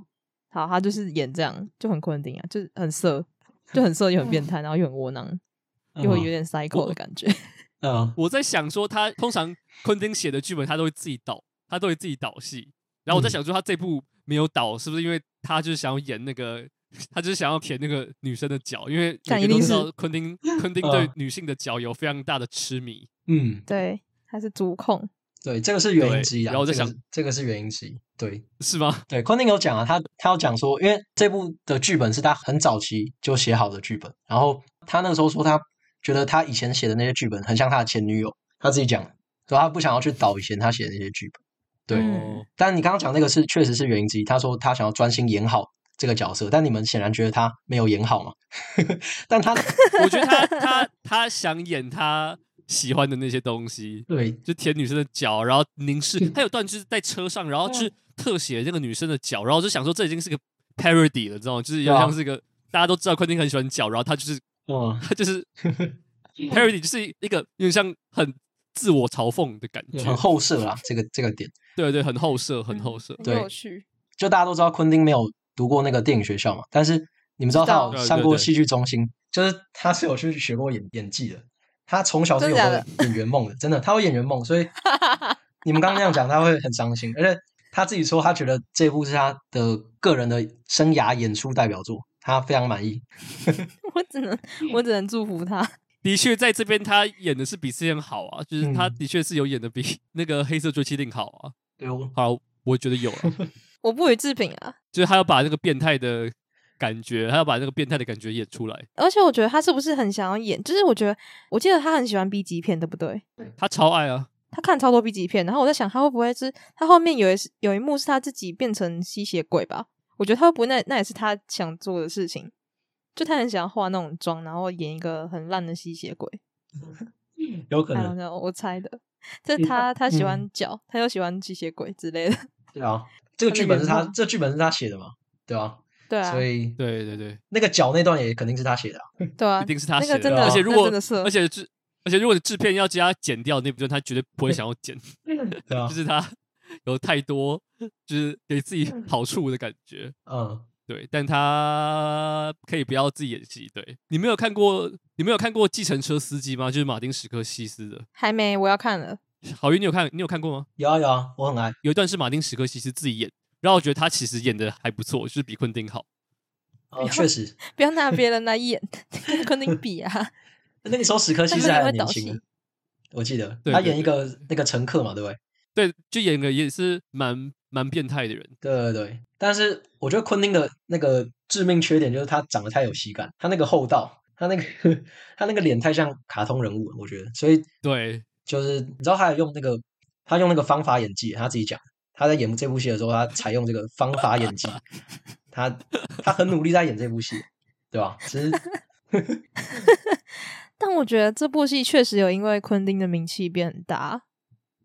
Speaker 1: 好，他就是演这样就很昆汀啊，就是很色，就很色又很变态，然后又很窝囊，又
Speaker 2: 嗯
Speaker 1: 会有点 psycho 的感觉。
Speaker 3: 嗯，
Speaker 2: 我在想说他，通常昆汀写的剧本他都会自己导，他都会自己导戏。然后我在
Speaker 3: 嗯
Speaker 2: 想说，他这部没有导，是不是因为他就是想要演那个，他就是想要舔那个女生的脚？因为
Speaker 1: 干
Speaker 2: 每个
Speaker 1: 一
Speaker 2: 都
Speaker 1: 定
Speaker 2: 知
Speaker 1: 是
Speaker 2: 道昆汀，昆汀对
Speaker 3: 嗯
Speaker 2: 女性的脚有非常大的痴迷。
Speaker 3: 嗯，
Speaker 1: 对，他是主控，
Speaker 3: 对，这个是原因
Speaker 2: 对
Speaker 3: 之一啊。
Speaker 2: 然后我在
Speaker 3: 这个
Speaker 2: 想
Speaker 3: 是这个是原因之一。对，
Speaker 2: 是吗？
Speaker 3: 对，昆汀有讲啊，他他有讲说，因为这部的剧本是他很早期就写好的剧本，然后他那个时候说他觉得他以前写的那些剧本很像他的前女友，他自己讲，说他不想要去导以前他写的那些剧本。对，
Speaker 1: 嗯
Speaker 2: 哦
Speaker 3: 但你刚刚讲那个是确实是原因之一，他说他想要专心演好这个角色，但你们显然觉得他没有演好嘛， 但他
Speaker 2: 我觉得他他他想演他喜欢的那些东西，
Speaker 3: 对
Speaker 2: 就舔女生的脚，然后凝视。他有段就是在车上，然后
Speaker 3: 啊
Speaker 2: 去特写那个女生的脚，然后就想说这已经是个 parody 了，知道吗？就是有
Speaker 3: 对啊
Speaker 2: 像是一个大家都知道昆汀很喜欢脚，然后他就是
Speaker 3: 嗯
Speaker 2: 他就是 parody，就是一个有点像很自我嘲讽的感觉
Speaker 3: 很，后设啦，这个这个点。
Speaker 2: 对对，很后设，很后设。
Speaker 1: 很
Speaker 3: 对
Speaker 1: 有趣。
Speaker 3: 就大家都知道昆汀没有读过那个电影学校嘛，但是你们知道他
Speaker 2: 知
Speaker 3: 有
Speaker 2: 道
Speaker 3: 上
Speaker 2: 对对
Speaker 3: 过
Speaker 2: 对
Speaker 3: 戏剧中心，就是他是有去学过演演技的，他从小是有
Speaker 1: 真的假
Speaker 3: 过演员梦的，真的，他会演员梦，所以你们刚刚那样讲他会很伤心，而且他自己说他觉得这部是他的个人的生涯演出代表作，他非常满意。
Speaker 1: 我只能我只能祝福他。
Speaker 2: 的确，在这边他演的是比之前好啊，就是他
Speaker 3: 嗯
Speaker 2: 的确是有演的比那个黑色追妻令好啊。
Speaker 3: 对哦，
Speaker 2: 好，我觉得有了，啊
Speaker 1: 我不予置评啊。
Speaker 2: 就是他要把那个变态的感觉，他要把那个变态的感觉演出来。
Speaker 1: 而且我觉得他是不是很想要演？就是我觉得，我记得他很喜欢 B 级片，对不对？
Speaker 2: 他超爱啊，
Speaker 1: 他看超多 B 级片，然后我在想，他会不会是他后面有一有一幕是他自己变成吸血鬼吧？我觉得他会不会那那也是他想做的事情，就他很想要化那种妆，然后演一个很烂的吸血鬼。
Speaker 3: 有可
Speaker 1: 然后
Speaker 3: 能，
Speaker 1: 呢，我猜的， 这
Speaker 3: 你
Speaker 1: 他他喜欢
Speaker 3: 嗯
Speaker 1: 脚，他又喜欢吸血鬼之类的。
Speaker 3: 对啊，这个
Speaker 1: 他的
Speaker 3: 剧本是
Speaker 1: 原
Speaker 3: 他
Speaker 1: 梦
Speaker 3: 这剧本是他写的嘛，对啊，
Speaker 1: 对啊
Speaker 3: 所，以
Speaker 2: 对对对，
Speaker 3: 那个脚那段也肯定是他写的啊、
Speaker 1: 对啊
Speaker 2: 一，定是他
Speaker 1: 那
Speaker 2: 写
Speaker 1: 个真
Speaker 2: 而
Speaker 1: 的
Speaker 2: 且如
Speaker 1: 那
Speaker 2: 果
Speaker 1: 真的是
Speaker 2: 而且制而且如果你制片要加剪掉那部分，他绝对不会想要剪，
Speaker 3: 对啊
Speaker 2: 就，是他有太多就是给自己
Speaker 1: 嗯
Speaker 2: 好处的感觉。
Speaker 3: 嗯，
Speaker 2: 对，但他可以不要自己演戏。对你没有看过，你没有看过《计程车司机》吗？就是马丁·史科西斯的。
Speaker 1: 还没，我要看了。
Speaker 2: 郝云，你有看？你有看过吗？
Speaker 3: 有啊有啊，我很爱。
Speaker 2: 有一段是马丁·史科西斯自己演，然后我觉得他其实演的还不错，就是比昆汀好。
Speaker 3: 哦，确实，
Speaker 1: 不要拿别人来演， 跟昆 汀比啊。
Speaker 3: 那个时候史科西
Speaker 1: 但
Speaker 3: 斯
Speaker 1: 是
Speaker 3: 还
Speaker 1: 你
Speaker 3: 很
Speaker 1: 会
Speaker 3: 年
Speaker 1: 导
Speaker 3: 轻
Speaker 1: 戏
Speaker 3: 啊，我记得
Speaker 2: 对
Speaker 3: 他
Speaker 2: 对
Speaker 3: 演一
Speaker 2: 对
Speaker 3: 个那个乘客嘛，对不对？
Speaker 2: 对，就演个也是蛮蛮变态的人。
Speaker 3: 对对对。但是我觉得昆汀的那个致命缺点就是他长得太有喜感，他那个厚道，他那个 他那个脸太像卡通人物了，我觉得。所以
Speaker 2: 对，
Speaker 3: 就是你知道他有用那个他用那个方法演技，他自己讲他在演这部戏的时候，他采用这个方法演技，他他很努力在演这部戏，对吧？只 是
Speaker 1: 但我觉得这部戏确实有因为昆汀的名气变很大，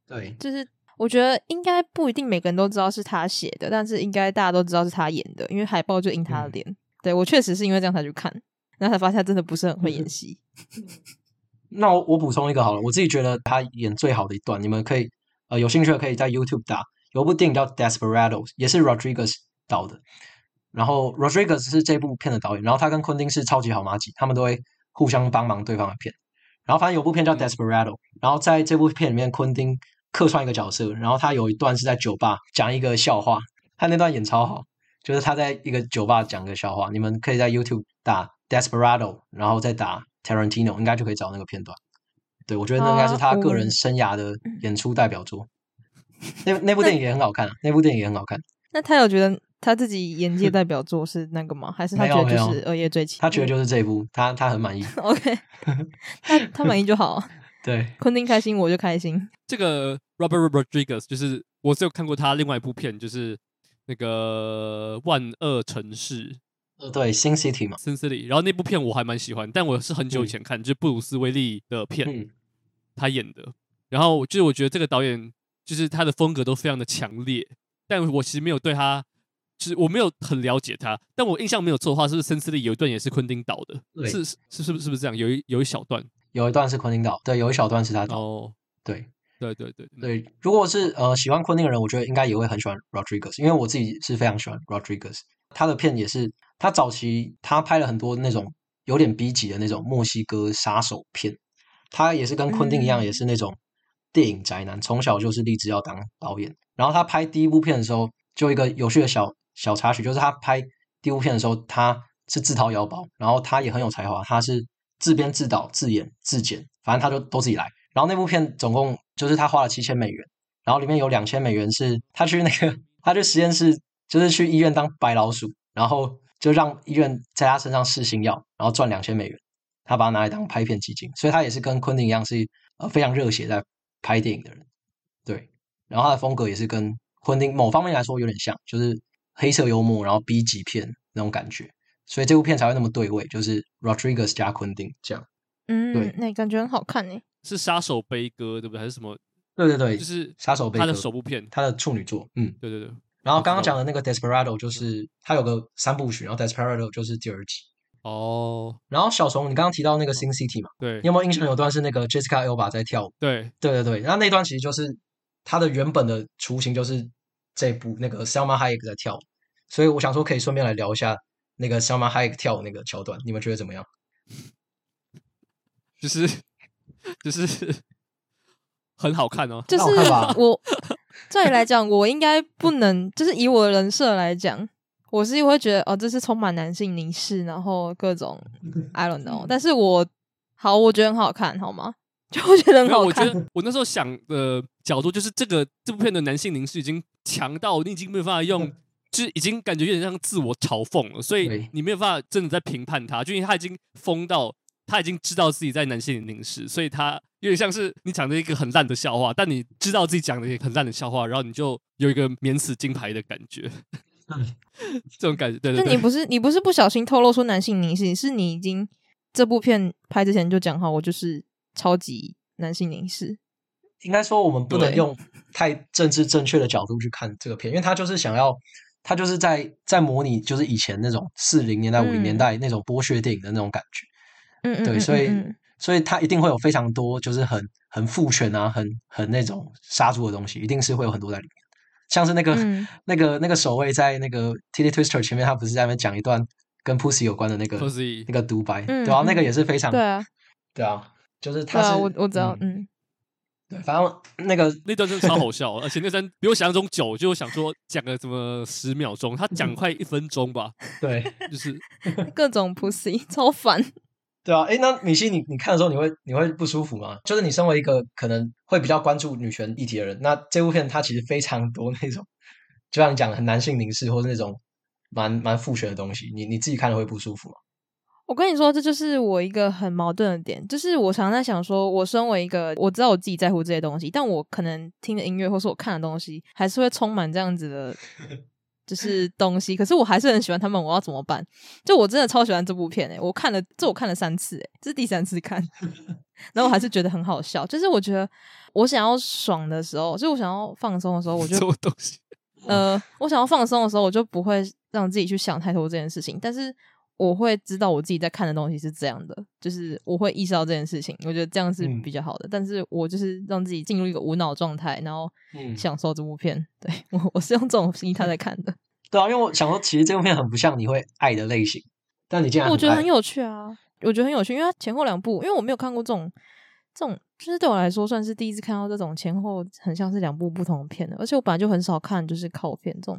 Speaker 3: 对
Speaker 1: 就是我觉得应该不一定每个人都知道是他写的，但是应该大家都知道是他演的，因为海报就印
Speaker 3: 嗯
Speaker 1: 他的脸。对我确实是因为这样才去看，然后才发现他真的不是很会
Speaker 3: 嗯
Speaker 1: 演戏。
Speaker 3: 那我我补充一个好了，我自己觉得他演最好的一段，你们可以呃有兴趣的可以在 YouTube 打，有部电影叫《Desperados》，也是 Rodriguez 导的。然后 Rodriguez 是这部片的导演，然后他跟昆汀是超级好妈吉，他们都会互相帮忙对方的片。然后反正有部片叫《Desperado》，然后在这部片里面，昆汀客串一个角色，然后他有一段是在酒吧讲一个笑话，他那段演超好，就是他在一个酒吧讲个笑话，你们可以在 YouTube 打 Desperado，然后再打 Tarantino，应该就可以找那个片段。对，我觉得那应该是他个人生涯的演出代表作。那那部电影也很好看、啊，那部电影也很好看。
Speaker 1: 那他有觉得他自己演 技代表作是那个吗？还是他
Speaker 3: 没有
Speaker 1: 觉得
Speaker 3: 没
Speaker 1: 就
Speaker 3: 有
Speaker 1: 是《恶夜追妻》？
Speaker 3: 他觉得就是这一部，他他很满意。
Speaker 1: OK，他他满意就好，
Speaker 3: 对，
Speaker 1: 昆汀开心我就开心。
Speaker 2: 这个 Robert Rodriguez 就是我只有看过他另外一部片，就是那个《万恶城市》
Speaker 3: 呃对，《Sin City》嘛，
Speaker 2: 森斯里，然后那部片我还蛮喜欢，但我是很久以前看，就是布鲁斯威利的片，
Speaker 3: 嗯
Speaker 2: 他演的。然后就是我觉得这个导演就是他的风格都非常的强烈，但我其实没有对他，就是我没有很了解他，但我印象没有错的话，是不是森斯利有一段也是昆汀导的？
Speaker 3: 对
Speaker 2: 是是是是不是是不是这样？有一有一小段
Speaker 3: 有一段是昆汀导，对，有一小段是他导，
Speaker 2: 哦，
Speaker 3: 对。
Speaker 2: 对对对，嗯
Speaker 3: 对，如果是呃喜欢昆汀的人，我觉得应该也会很喜欢 Rodriguez，因为我自己是非常喜欢 Rodriguez。他的片也是，他早期他拍了很多那种有点 B 级的那种墨西哥杀手片，他也是跟昆汀一样，
Speaker 1: 嗯
Speaker 3: 也是那种电影宅男，从小就是立志要当导演。然后他拍第一部片的时候，就一个有趣的小小插曲，就是他拍第一部片的时候，他是自掏腰包，然后他也很有才华，他是自编自导自演自剪，反正他就都自己来。然后那部片总共就是他花了七千美元，然后里面有两千美元是他去那个他去实验室，就是去医院当白老鼠，然后就让医院在他身上试新药，然后赚两千美元，他把它拿来当拍片基金，所以他也是跟昆汀一样是呃非常热血在拍电影的人，对，然后他的风格也是跟昆汀某方面来说有点像，就是黑色幽默，然后 B 级片那种感觉，所以这部片才会那么对位，就是 Rodriguez 加昆汀这样，对
Speaker 1: 嗯，那感觉很好看呢。
Speaker 2: 是杀手悲歌对不对？还是什么？
Speaker 3: 对对对，
Speaker 2: 就是
Speaker 3: 杀手贝
Speaker 2: 他的
Speaker 3: 克
Speaker 2: 首部片，
Speaker 3: 他的处女作，嗯。
Speaker 2: 对对对，
Speaker 3: 然后
Speaker 2: 我知
Speaker 3: 刚刚
Speaker 2: 道
Speaker 3: 讲的那个 Desperado 就是它有个三部曲，然后 Desperado 就是第二集。
Speaker 2: 哦，
Speaker 3: 然后小虫，你刚刚提到那个 Sin City 嘛，
Speaker 2: 对
Speaker 3: 你有没有印象有段是那个 Jessica Elba 在跳舞？
Speaker 2: 对，
Speaker 3: 对对对，那那段其实就是它的原本的雏形就是这部那个 Selma Hayek 在跳舞，所以我想说可以顺便来聊一下那个 Selma Hayek 跳舞那个桥段，你们觉得怎么样？
Speaker 2: 就是 就是很好看哦。
Speaker 1: 就是
Speaker 3: 那我看吧
Speaker 1: 我照理来讲，我应该不能，就是以我的人设来讲，我是会觉得哦，这是充满男性凝视，然后各种 I don't
Speaker 3: 嗯
Speaker 1: know。但是我好，我觉得很好看，好吗？ 就我觉得很
Speaker 2: 没有，
Speaker 1: 好
Speaker 2: 我觉
Speaker 1: 看。
Speaker 2: 得我那时候想的角度就是这个这部片的男性凝视已经强到你已经没有办法
Speaker 1: 嗯
Speaker 2: 用，就是已经感觉有点像自我嘲讽了，所以
Speaker 3: 对
Speaker 2: 你没有办法真的在评判他，就因为他已经疯到他已经知道自己在男性凝视，所以他有点像是你讲的一个很烂的笑话，但你知道自己讲的一个很烂的笑话，然后你就有一个免死金牌的感 觉，这种感觉，对对
Speaker 1: 那你
Speaker 2: 对，
Speaker 1: 不是你不是不小心透露出男性凝视，是你已经这部片拍之前就讲好，我就是超级男性凝视。
Speaker 3: 应该说我们不能
Speaker 1: 对
Speaker 3: 用太政治正确的角度去看这个片，因为他就是想要，他就是在在模拟就是以前那种四零年代、五零年
Speaker 1: 嗯
Speaker 3: 代那种剥削电影的那种感觉，
Speaker 1: 嗯嗯，
Speaker 3: 对
Speaker 1: 嗯
Speaker 3: 所以
Speaker 1: 嗯嗯
Speaker 3: 所以他一定会有非常多就是很很父权啊、很很那种杀猪的东西，一定是会有很多在里面。像是那个、
Speaker 1: 嗯
Speaker 3: 那个那个守卫在那个 T T Twister 前面，他不是在那边讲一段跟 Pussy 有关的那个
Speaker 2: 都是一
Speaker 3: 那个独白，
Speaker 1: 嗯
Speaker 3: 对啊，那个
Speaker 1: 嗯
Speaker 3: 也是非常
Speaker 1: 对啊，
Speaker 3: 对啊，就是
Speaker 1: 对
Speaker 3: 他是、
Speaker 1: 啊，我我知道，
Speaker 3: 嗯，
Speaker 1: 嗯，
Speaker 3: 对，反正那个
Speaker 2: 那段真的超好笑，而且那段比我想象中久，就我想说讲个什么十秒钟，他
Speaker 1: 嗯
Speaker 2: 讲快一分钟吧，
Speaker 3: 对。
Speaker 2: 就是
Speaker 1: 各种 pussy 超烦。
Speaker 3: 对啊，哎，那米西，你你看的时候，你会你会不舒服吗？就是你身为一个可能会比较关注女权议题的人，那这部片它其实非常多那种，就像你讲的很男性凝视，或是那种蛮蛮父权的东西，你你自己看了会不舒服吗？
Speaker 1: 我跟你说，这就是我一个很矛盾的点，就是我常常在想说，我身为一个我知道我自己在乎这些东西，但我可能听的音乐或是我看的东西，还是会充满这样子的就是东西，可是我还是很喜欢他们，我要怎么办？就我真的超喜欢这部片诶、欸我看了这我看了三次诶、这是第三次看，然后我还是觉得很好笑。就是我觉得我想要爽的时候，就是我想要放松的时候，我 就
Speaker 2: 什么东西？
Speaker 3: 嗯
Speaker 1: 呃，我想要放松的时候，我就不会让自己去想太多这件事情，但是我会知道我自己在看的东西是这样的，就是我会意识到这件事情，我觉得这样是
Speaker 3: 嗯
Speaker 1: 比较好的。但是我就是让自己进入一个无脑状态，然后
Speaker 3: 嗯
Speaker 1: 享受这部片。对我，我是用这种心态在看 的，
Speaker 3: 对啊，因为我想说，其实这部片很不像你会爱的类型，但你竟然
Speaker 1: 我觉得
Speaker 3: 爱
Speaker 1: 很有趣啊，我觉得很有趣，因为它前后两部，因为我没有看过这种这种，就是对我来说算是第一次看到这种前后很像是两部不同的片的，而且我本来就很少看就是靠片这种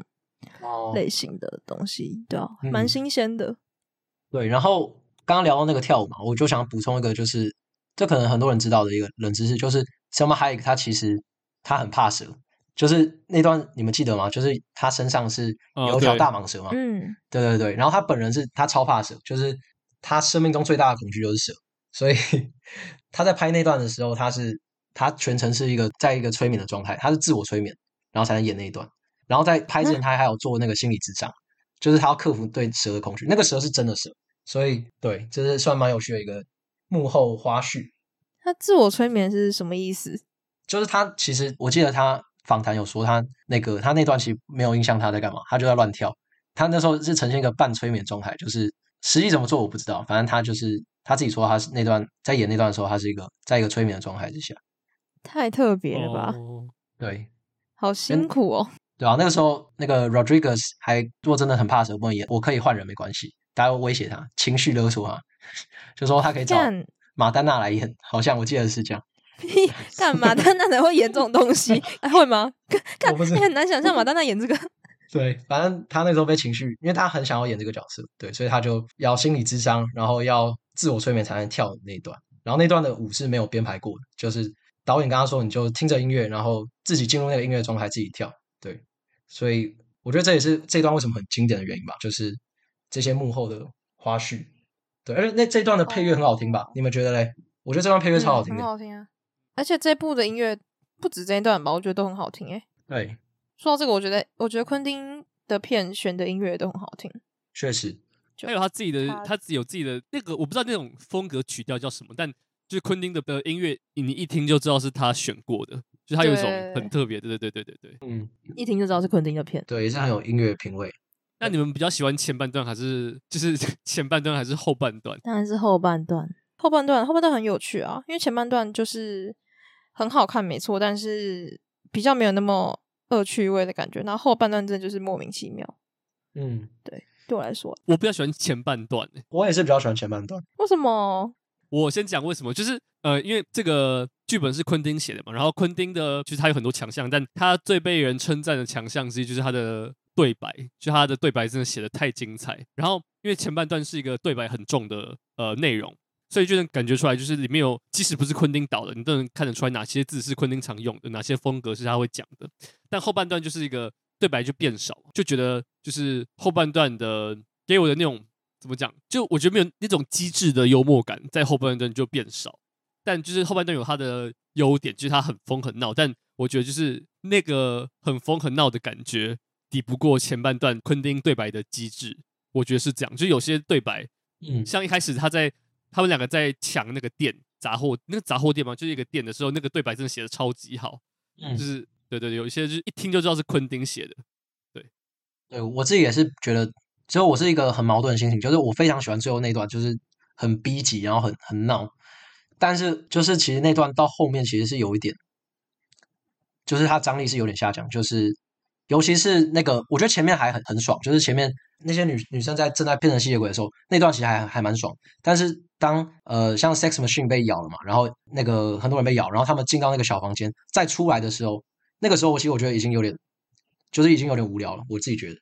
Speaker 3: 哦
Speaker 1: 类型的东西，对啊，蛮
Speaker 3: 嗯
Speaker 1: 新鲜的。
Speaker 3: 对，然后刚刚聊到那个跳舞嘛，我就想补充一个，就是这可能很多人知道的一个冷知识，就是 Selma Hayek 她其实她很怕蛇，就是那段你们记得吗？就是她身上是
Speaker 2: 哦
Speaker 3: 有一条
Speaker 2: 对
Speaker 3: 大蟒蛇嘛，
Speaker 1: 嗯，
Speaker 3: 对对对，然后她本人是她超怕蛇，就是她生命中最大的恐惧就是蛇，所以 她在拍那段的时候，她是她全程是一个在一个催眠的状态，她是自我催眠，然后才能演那一段。然后在拍之前，她还有做那个心理智障，就是她要克服对蛇的恐惧，那个蛇是真的蛇，所以对，这是算蛮有趣的一个幕后花絮。
Speaker 1: 他自我催眠是什么意思？
Speaker 3: 就是她其实我记得她访谈有说她那个她那段其实没有印象她在干嘛，她就在乱跳。她那时候是呈现一个半催眠状态，就是实际怎么做我不知道，反正她就是她自己说她是那段在演那段的时候，她是一个在一个催眠的状态之下。
Speaker 1: 太特别了吧，
Speaker 2: 哦
Speaker 3: 对
Speaker 1: 好辛苦哦。
Speaker 3: 对啊，那个时候那个 Rodriguez 还如果真的很怕蛇，不能演，我可以换人没关系，大家威胁他，情绪勒索他， 就说他可以找
Speaker 1: 干
Speaker 3: 马丹娜来演，好像我记得是这样。
Speaker 1: 屁干嘛？丹娜才会演这种东 西，还会吗？干
Speaker 3: 我不
Speaker 1: 干，
Speaker 3: 是
Speaker 1: 你很难想象马丹娜 演这个。
Speaker 3: 对，反正他那时候被情绪，因为他很想要演这个角色，对，所以他就要心理智商，然后要自我催眠才能跳那一段。然后那段的舞是没有编排过的，就是导演跟他说，你就听着音乐，然后自己进入那个音乐状态，自己跳。对，所以我觉得这也是这段为什么很经典的原因吧，就是这些幕后的花絮。对，而且那这段的配乐很好听吧？你们觉得嘞？我觉得这段配乐超好听的。
Speaker 1: 好听啊！而且这部的音乐不止这一段吧，我觉得都很好听诶、
Speaker 3: 对，
Speaker 1: 说到这个，我觉得我觉得昆汀的片选的音乐都很好听。
Speaker 3: 确实，
Speaker 1: 就
Speaker 2: 还有他自己的
Speaker 1: 他，
Speaker 2: 他自己有自己的那个，我不知道那种风格曲调叫什么，但就是昆汀的的音乐，你一听就知道是他选过的，就是他有一种
Speaker 1: 对
Speaker 2: 很特别的，对对对对对。
Speaker 3: 嗯，
Speaker 1: 一听就知道是昆汀的片。
Speaker 3: 对，也是很有音乐品味。
Speaker 2: 那你们比较喜欢前半段还是就是 前半段还是后半段？
Speaker 1: 当然是后半段，后半段后半段很有趣啊，因为前半段就是很好看，没错，但是比较没有那么恶趣味的感觉。那后半段真的就是莫名其妙，
Speaker 3: 嗯，
Speaker 1: 对我来说，
Speaker 2: 我比较喜欢前半段、欸
Speaker 3: 我也是比较喜欢前半段。
Speaker 1: 为什么？
Speaker 2: 我先讲为什么，就是呃，因为这个剧本是昆汀写的嘛，然后昆汀的其实他有很多强项，但他最被人称赞的强项之一就是他的对白，就他的对白真的写的太精彩。然后因为前半段是一个对白很重的呃内容，所以就能感觉出来，就是里面有即使不是昆汀导的，你都能看得出来哪些字是昆汀常用的，哪些风格是他会讲的。但后半段就是一个对白就变少，就觉得就是后半段的给我的那种怎么讲，就我觉得没有那种机智的幽默感，在后半段就变少。但就是后半段有它的优点，就是它很疯很闹，但我觉得就是那个很疯很闹的感觉，抵不过前半段昆汀对白的机智。我觉得是这样，就有些对白
Speaker 3: 嗯，
Speaker 2: 像一开始他在他们两个在抢那个店杂货，那个杂货店嘛，就是一个店的时候，那个对白真的写的超级好，
Speaker 3: 嗯
Speaker 2: 就是对对对，有一些就是一听就知道是昆汀写的。
Speaker 3: 对，我自己也是觉得，所以我是一个很矛盾的心情，就是我非常喜欢最后那段，就是很逼急，然后很很闹，但是就是其实那段到后面其实是有一点，就是它张力是有点下降，就是尤其是那个，我觉得前面还很很爽，就是前面那些女女生在正在变成吸血鬼的时候，那段其实还还蛮爽，但是当呃像 Sex Machine 被咬了嘛，然后那个很多人被咬，然后他们进到那个小房间再出来的时候，那个时候我其实我觉得已经有点。就是已经有点无聊了，我自己觉得。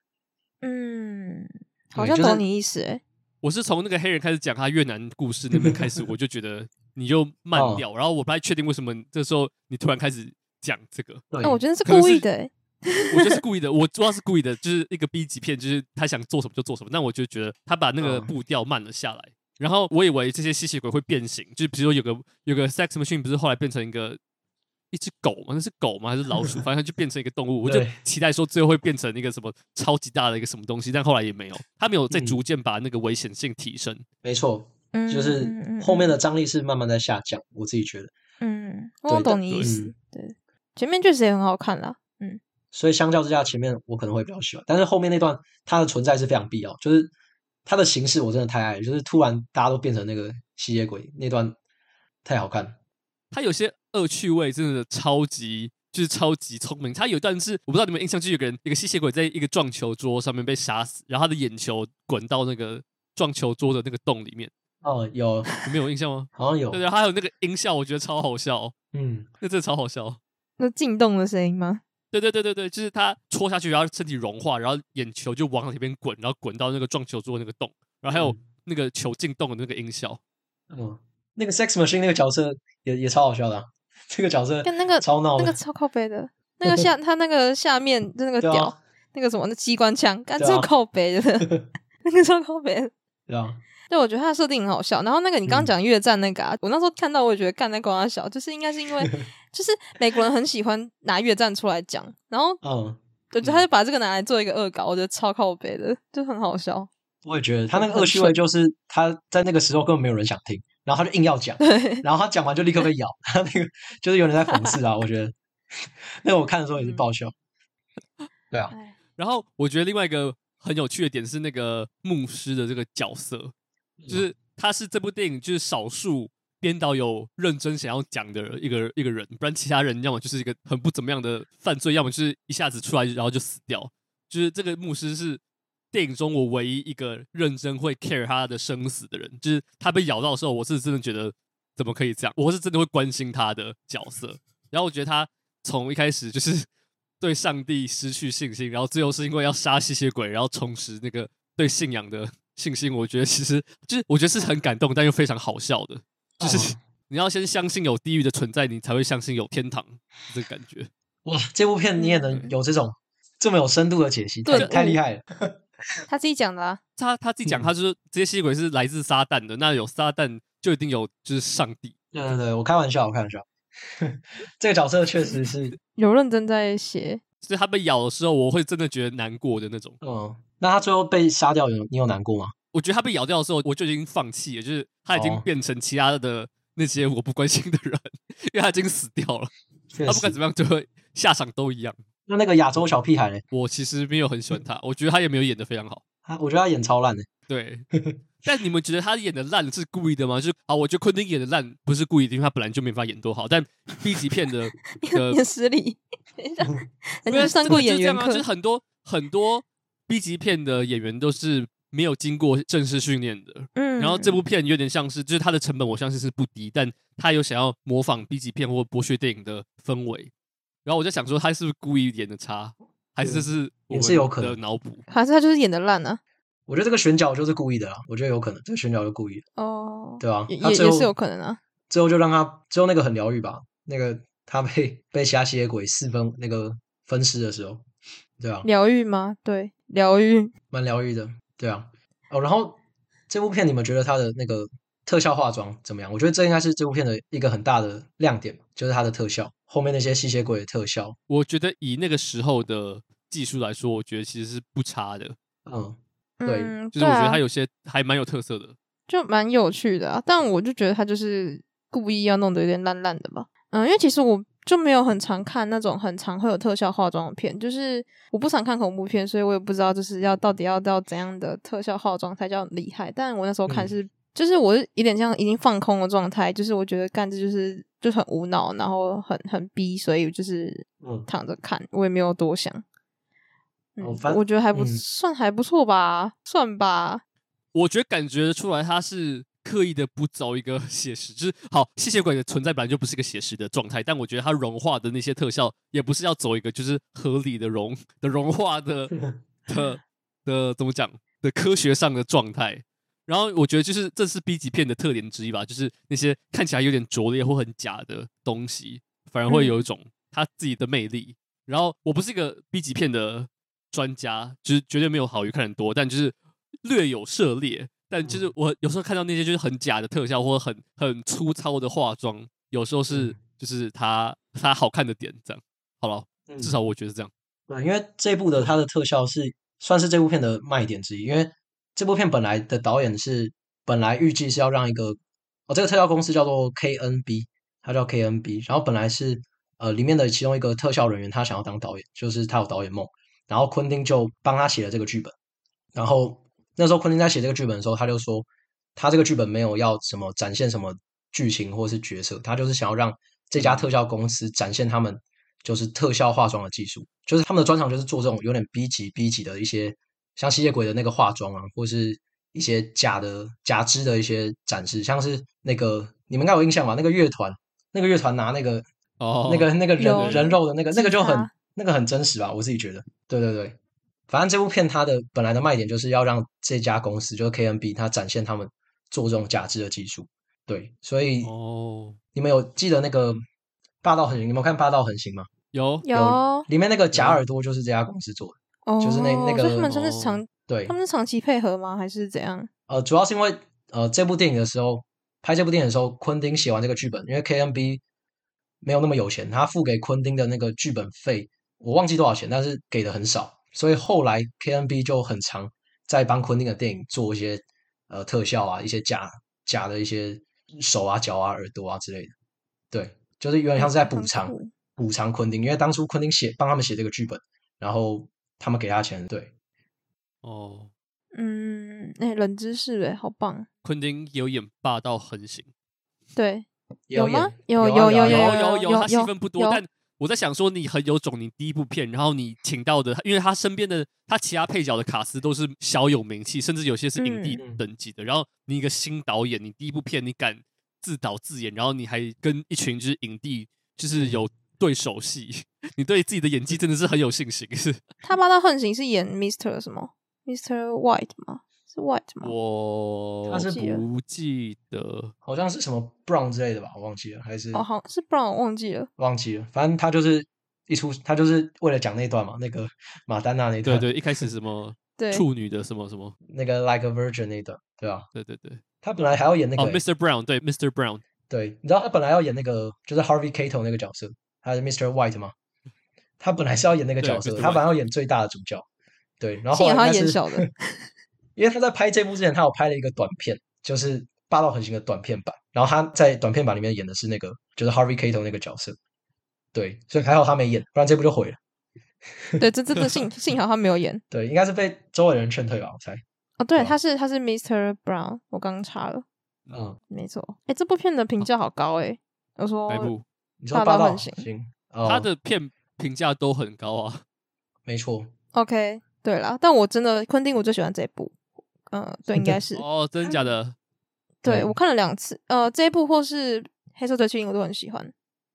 Speaker 1: 嗯，
Speaker 3: 对
Speaker 1: 好像
Speaker 3: 就是
Speaker 1: 懂你意思、欸。
Speaker 2: 我是从那个黑人开始讲他越南故事那边开始，我就觉得你又慢
Speaker 3: 哦
Speaker 2: 掉，然后我不太确定为什么这时候你突然开始讲这个，
Speaker 3: 对，
Speaker 1: 那、我觉得是
Speaker 2: 可能
Speaker 1: 故意
Speaker 2: 是
Speaker 1: 的、欸。
Speaker 2: 我觉得是故意的，我主要是故意的，就是一个 B 级片，就是他想做什么就做什么。但我就觉得他把那个
Speaker 3: 嗯
Speaker 2: 步调慢了下来。然后我以为这些吸血鬼会变形，就是比如说有个有个 Sex Machine 不是后来变成一个一只狗嘛，那是狗吗？还是老 鼠？反正它就变成一个动物，我就
Speaker 3: 对
Speaker 2: 期待说最后会变成一个什么超级大的一个什么东西，但后来也没有，它没有再
Speaker 3: 嗯
Speaker 2: 逐渐把那个危险性提升。
Speaker 3: 没错，
Speaker 1: 嗯，
Speaker 3: 就是
Speaker 1: 嗯
Speaker 3: 后面的张力是慢慢在下降，我自己觉得。
Speaker 1: 嗯，嗯我
Speaker 3: 对
Speaker 1: 懂
Speaker 3: 但
Speaker 1: 你
Speaker 2: 对
Speaker 1: 意思
Speaker 3: 嗯。
Speaker 1: 对，前面确实也很好看啦。
Speaker 3: 所以相较之下，前面我可能会比较喜欢，但是后面那段它的存在是非常必要，就是它的形式我真的太爱了，就是突然大家都变成那个吸血鬼那段太好看了，
Speaker 2: 它有些恶趣味真的超级。就是超级聪明，它有一段是我不知道你们有印象，就是有个人一个吸血鬼在一个撞球桌上面被杀死，然后他的眼球滚到那个撞球桌的那个洞里面，
Speaker 3: 哦，有
Speaker 2: 你们有印象吗？
Speaker 3: 好像有，
Speaker 2: 对对，啊还有那个音效，我觉得超好笑哦，
Speaker 3: 嗯，
Speaker 2: 那真的超好笑哦。
Speaker 1: 那进洞的声音吗？
Speaker 2: 对对对对对，就是他戳下去，然后身体融化，然后眼球就往里边滚，然后滚到那个撞球桌的那个洞，然后还有
Speaker 3: 嗯
Speaker 2: 那个球进洞的那个音效。
Speaker 3: 嗯，那个 Sex Machine 那个角色也也超好笑的啊、这个角色
Speaker 1: 跟那个
Speaker 3: 超闹
Speaker 1: 那
Speaker 3: 的，
Speaker 1: 个超靠背的，那个下 他那个下面就那个
Speaker 3: 对
Speaker 1: 屌，
Speaker 3: 啊，
Speaker 1: 那个什么那机关枪，干
Speaker 3: 对啊
Speaker 1: 超靠背 的， 那个超靠背的。
Speaker 3: 对啊，
Speaker 1: 对，我觉得他的设定很好笑。然后那个你刚刚
Speaker 3: 嗯
Speaker 1: 讲越战那个啊，我那时候看到我也觉得干在光他笑，就是应该是 因为就是美国人很喜欢拿越战出来讲，然后
Speaker 3: 嗯，
Speaker 1: 我觉得他就把这个拿来做一个恶搞，我觉得超靠背的，就很好笑。
Speaker 3: 我也觉得他那个
Speaker 1: 很
Speaker 3: 恶趣味就是他在那个时候根本没有人想听，然后他就硬要讲，
Speaker 1: 对，
Speaker 3: 然后他讲完就立刻被咬，他那个就是有点在讽刺啊，我觉得 那个我看的时候也是爆笑，对啊，
Speaker 2: 然后我觉得另外一个很有趣的点是那个牧师的这个角色，就是他是这部电影就是少数编导有认真想要讲的一个一个人，不然其他人要么就是一个很不怎么样的犯罪，要么就是一下子出来然后就死掉。就是这个牧师是电影中我唯一一个认真会 care 他的生死的人，就是他被咬到的时候，我是真的觉得怎么可以这样，我是真的会关心他的角色。然后我觉得他从一开始就是 对上帝失去信心，然后最后是因为要杀吸血鬼，然后重拾那个对信仰的信心。我觉得其实就是我觉得是很感动，但又非常好笑的，就是
Speaker 3: 哦
Speaker 2: 你要先相信有地狱的存在，你才会相信有天堂这个感觉。
Speaker 3: 哇，这部片你也能有这种这么有深度的解析，太
Speaker 1: 对
Speaker 3: 太
Speaker 1: 我
Speaker 3: 厉害了，
Speaker 1: 他自己讲的啊，
Speaker 2: 他他自己讲，
Speaker 3: 嗯
Speaker 2: 他就是这些吸血鬼是来自撒旦的，那有撒旦就一定有就是上帝。
Speaker 3: 对对对，我开玩笑，我开玩笑， 这个角色确实是
Speaker 1: 有认真在写，
Speaker 2: 所以他被咬的时候，我会真的觉得难过的那种。
Speaker 3: 嗯，那他最后被杀掉有你有难过吗？
Speaker 2: 我觉得他被咬掉的时候，我就已经放弃了，就是他已经
Speaker 3: 哦
Speaker 2: 变成其他的那些我不关心的人， 因为他已经死掉了。
Speaker 3: 确
Speaker 2: 他不管怎么样，就会下场都一样。
Speaker 3: 那那个亚洲小屁孩呢？
Speaker 2: 我其实没有很喜欢他，我觉得他也没有演的非常好。
Speaker 3: 他我觉得他演超烂的，
Speaker 2: 对，但你们觉得他演的烂是故意的吗？就是啊，我觉得昆汀演的烂不是故意的，因为他本来就没法演多好。但 B 级片 的 的
Speaker 1: 念失礼， 人
Speaker 2: 对啊
Speaker 1: 家上过
Speaker 2: 就是
Speaker 1: 演
Speaker 2: 这样
Speaker 1: 员
Speaker 2: 啊
Speaker 1: 课
Speaker 2: 就是，很多很多 B 级片的演员都是没有经过正式训练的，
Speaker 1: 嗯，
Speaker 2: 然后这部片有点像是，就是它的成本我相信是不低，但它有想要模仿 B 级片或剥削电影的氛围。然后我在想说，他是不是故意演的差，还是这是我
Speaker 3: 也
Speaker 2: 们
Speaker 3: 是有可能
Speaker 2: 的脑补？
Speaker 1: 还是他就是演的烂啊，
Speaker 3: 我觉得这个选角就是故意的啊啦，我觉得有可能这个选角就故意的，
Speaker 1: 哦，
Speaker 3: 对吧、啊
Speaker 1: 也？
Speaker 3: 他
Speaker 1: 也
Speaker 3: 最
Speaker 1: 也
Speaker 3: 后
Speaker 1: 是有可能啊，
Speaker 3: 最后就让他最后那个很疗愈吧，那个他被被吸血鬼四分那个分尸的时候，对啊，
Speaker 1: 疗愈吗？对，疗愈，
Speaker 3: 蛮疗愈的，对啊。哦，然后这部片你们觉得它的那个特效化妆怎么样？我觉得这应该是这部片的一个很大的亮点，就是它的特效，后面那些吸血鬼的特效，
Speaker 2: 我觉得以那个时候的技术来说，我觉得其实是不差的，
Speaker 3: 嗯，对
Speaker 1: 嗯，
Speaker 2: 就
Speaker 1: 对
Speaker 2: 是我觉得
Speaker 1: 啊
Speaker 2: 它，有些还蛮有特色的。
Speaker 1: 就蛮有趣的啊。但我就觉得他就是故意要弄得有点烂烂的吧。嗯，因为其实我就没有很常看那种很常会有特效化妆的片，就是我不常看恐怖片，所以我也不知道就是要到底要到怎样的特效化妆才叫很厉害。但我那时候看
Speaker 3: 嗯
Speaker 1: 是，就是我是有点像已经放空的状态，就是我觉得干这就是就是很无脑，然后很很逼，所以就是
Speaker 3: 嗯
Speaker 1: 躺着看，我也没有多想。嗯
Speaker 3: 哦反，
Speaker 1: 我觉得还不、
Speaker 3: 嗯
Speaker 1: 算还不错吧，算吧，
Speaker 2: 我觉得感觉出来他是刻意的不走一个 写实，就是好吸血鬼的存在本来就不是一个写实的状态，但我觉得它融化的那些特效也不是要走一个就是合理的融 的融化的 的的怎么讲的科学上的状态。然后我觉得就是这是 B 级片的特点之一吧，就是那些看起来有点拙劣或很假的东西，反而会
Speaker 3: 嗯
Speaker 2: 有一种它自己的魅力。然后我不是一个 B 级片的专家，就是绝对没有好鱼看人多，但就是略有涉猎。但
Speaker 3: 嗯
Speaker 2: 就是我有时候看到那些就是很假的特效或很很粗糙的化妆，有时候是
Speaker 3: 嗯
Speaker 2: 就是它它好看的点，这样好了，
Speaker 3: 嗯
Speaker 2: 至少我觉得是这样。
Speaker 3: 对，因为这部的它的特效是算是这部片的卖点之一，因为这部片本来的导演是本来预计是要让一个哦，这个特效公司叫做 KNB，它叫 KNB，然后本来是呃里面的其中一个特效人员他想要当导演，就是他有导演梦，然后昆汀就帮他写了这个剧本，然后那时候昆汀在写这个剧本的时候，他就说他这个剧本没有要什么展现什么剧情或是角色，他就是想要让这家特效公司展现他们就是特效化妆的技术，就是他们的专长就是做这种有点 B 级 B 级的一些像吸血鬼的那个化妆啊，或是一些假的假肢的一些展示，像是那个你们应该有印象吧？那个乐团，那个乐团拿那个
Speaker 2: 哦，
Speaker 3: 那个那个
Speaker 1: 有
Speaker 3: 人人肉的那个那个就
Speaker 1: 吉他
Speaker 3: 很那个很真实吧，我自己觉得。对对对，反正这部片它的本来的卖点就是要让这家公司就是 KNB 它展现他们做这种假肢的技术。对，所以
Speaker 2: 哦，
Speaker 3: 你们有记得那个《霸道横行》？你们有看《霸道横行》吗？
Speaker 2: 有
Speaker 1: 有
Speaker 3: 里面那个假耳朵就是这家公司做的。
Speaker 1: 哦，
Speaker 3: 就是那那个
Speaker 1: 所以他们真的是
Speaker 2: 哦
Speaker 1: 长，
Speaker 3: 对
Speaker 1: 他，们是长期配合吗？还是怎样？
Speaker 3: 呃，主要是因为呃，这部电影的时候，拍这部电影的时候，昆汀写完这个剧本，因为 KMB 没有那么有钱，他付给昆汀的那个剧本费，我忘记多少钱，但是给的很少，所以后来 KMB 就很常在帮昆汀的电影做一些呃特效啊，一些假假的一些手啊、脚啊、耳朵啊之类的，对，就是有点像是在补
Speaker 1: 很
Speaker 3: 偿
Speaker 1: 酷
Speaker 3: 补偿昆汀，因为当初昆汀写帮他们写这个剧本，然后他们给他钱，对，
Speaker 2: 哦，
Speaker 1: 嗯，哎、冷知识哎、好棒！
Speaker 2: 昆汀有演霸道横行，
Speaker 1: 对，
Speaker 3: 也有
Speaker 1: 有吗
Speaker 3: 演
Speaker 1: 有
Speaker 3: 有
Speaker 1: 有
Speaker 3: 啊有啊
Speaker 1: 有
Speaker 3: 有啊
Speaker 2: 有
Speaker 1: 有
Speaker 2: 有，他戏
Speaker 1: 有
Speaker 2: 份不多
Speaker 1: 有，
Speaker 2: 但我在想说你很有种，你第一部片，然后你请到的，因为他身边的他其他配角的卡司都是小有名气，甚至有些是影帝
Speaker 3: 嗯嗯
Speaker 2: 等级的，然后你一个新导演，你第一部片你敢自导自演，然后你还跟一群就是影帝就是有对手戏， 你对自己的演技真的是很有信心， 是
Speaker 1: 他
Speaker 3: 嗯
Speaker 1: 霸道横行是演 Mister 什么 Mister White 吗？是 White 吗？
Speaker 2: 我
Speaker 3: 他是
Speaker 1: 不
Speaker 2: 不记得，
Speaker 3: 好像是什么 Brown 之类的吧，我忘记了，还是
Speaker 1: 哦，好是不然我忘记了。
Speaker 3: 忘记了。反正他就是一出，他就是为了讲那段嘛，那个马丹娜那
Speaker 2: 对
Speaker 3: 段，
Speaker 2: 对，一开始什么
Speaker 1: 对，
Speaker 2: 处女的什么什么，
Speaker 3: 那个 Like a Virgin 那段，对吧、
Speaker 2: 对对对，
Speaker 3: 他本来还要演那个
Speaker 2: 哦
Speaker 3: 欸、
Speaker 2: ，Mr. Brown，对，Mr. Brown，
Speaker 3: 对，你知道他本来要演那个就是 Harvey Keitel 那个角色，他是 Mr. White 嘛，他本来是要演那个
Speaker 2: 对
Speaker 3: 角色，
Speaker 2: Mr.
Speaker 3: 他本来要演最大的主角，对，然后
Speaker 1: 幸
Speaker 3: 后
Speaker 1: 好
Speaker 3: 来
Speaker 1: 他
Speaker 3: 应该
Speaker 1: 演
Speaker 3: 是
Speaker 1: 小 的，
Speaker 3: 因为他在拍这部之前，他有拍了一个短片，就是《霸道横行》的短片版。然后他在短片版里面演的是那个，就是 Harvey Keitel 那个角色。对，所以还好他没演，不然这部就毁了。
Speaker 1: 对，这这这幸幸好他没有演。
Speaker 3: 对，应该是被周围人劝退吧，我猜。
Speaker 1: 哦，对，
Speaker 3: 对啊
Speaker 1: 他是他是 Mr. Brown，我刚查了，
Speaker 3: 嗯，
Speaker 1: 没错。哎，这部片的
Speaker 3: 哦
Speaker 1: 评价好高哎，我说
Speaker 2: 哪一部？
Speaker 3: 你说《
Speaker 1: 霸
Speaker 3: 霸
Speaker 1: 道
Speaker 3: 道
Speaker 1: 横行
Speaker 3: 行》哦，
Speaker 2: 他的片评价都很高啊。
Speaker 3: 没错，
Speaker 1: OK，对啦，但我真的昆汀我最喜欢这一部，呃，对，应该是
Speaker 2: 哦，真的假的？
Speaker 1: 对
Speaker 3: 对
Speaker 2: 嗯
Speaker 1: 我看了两次，呃，这一部或是《黑色追妻令》我都很喜欢，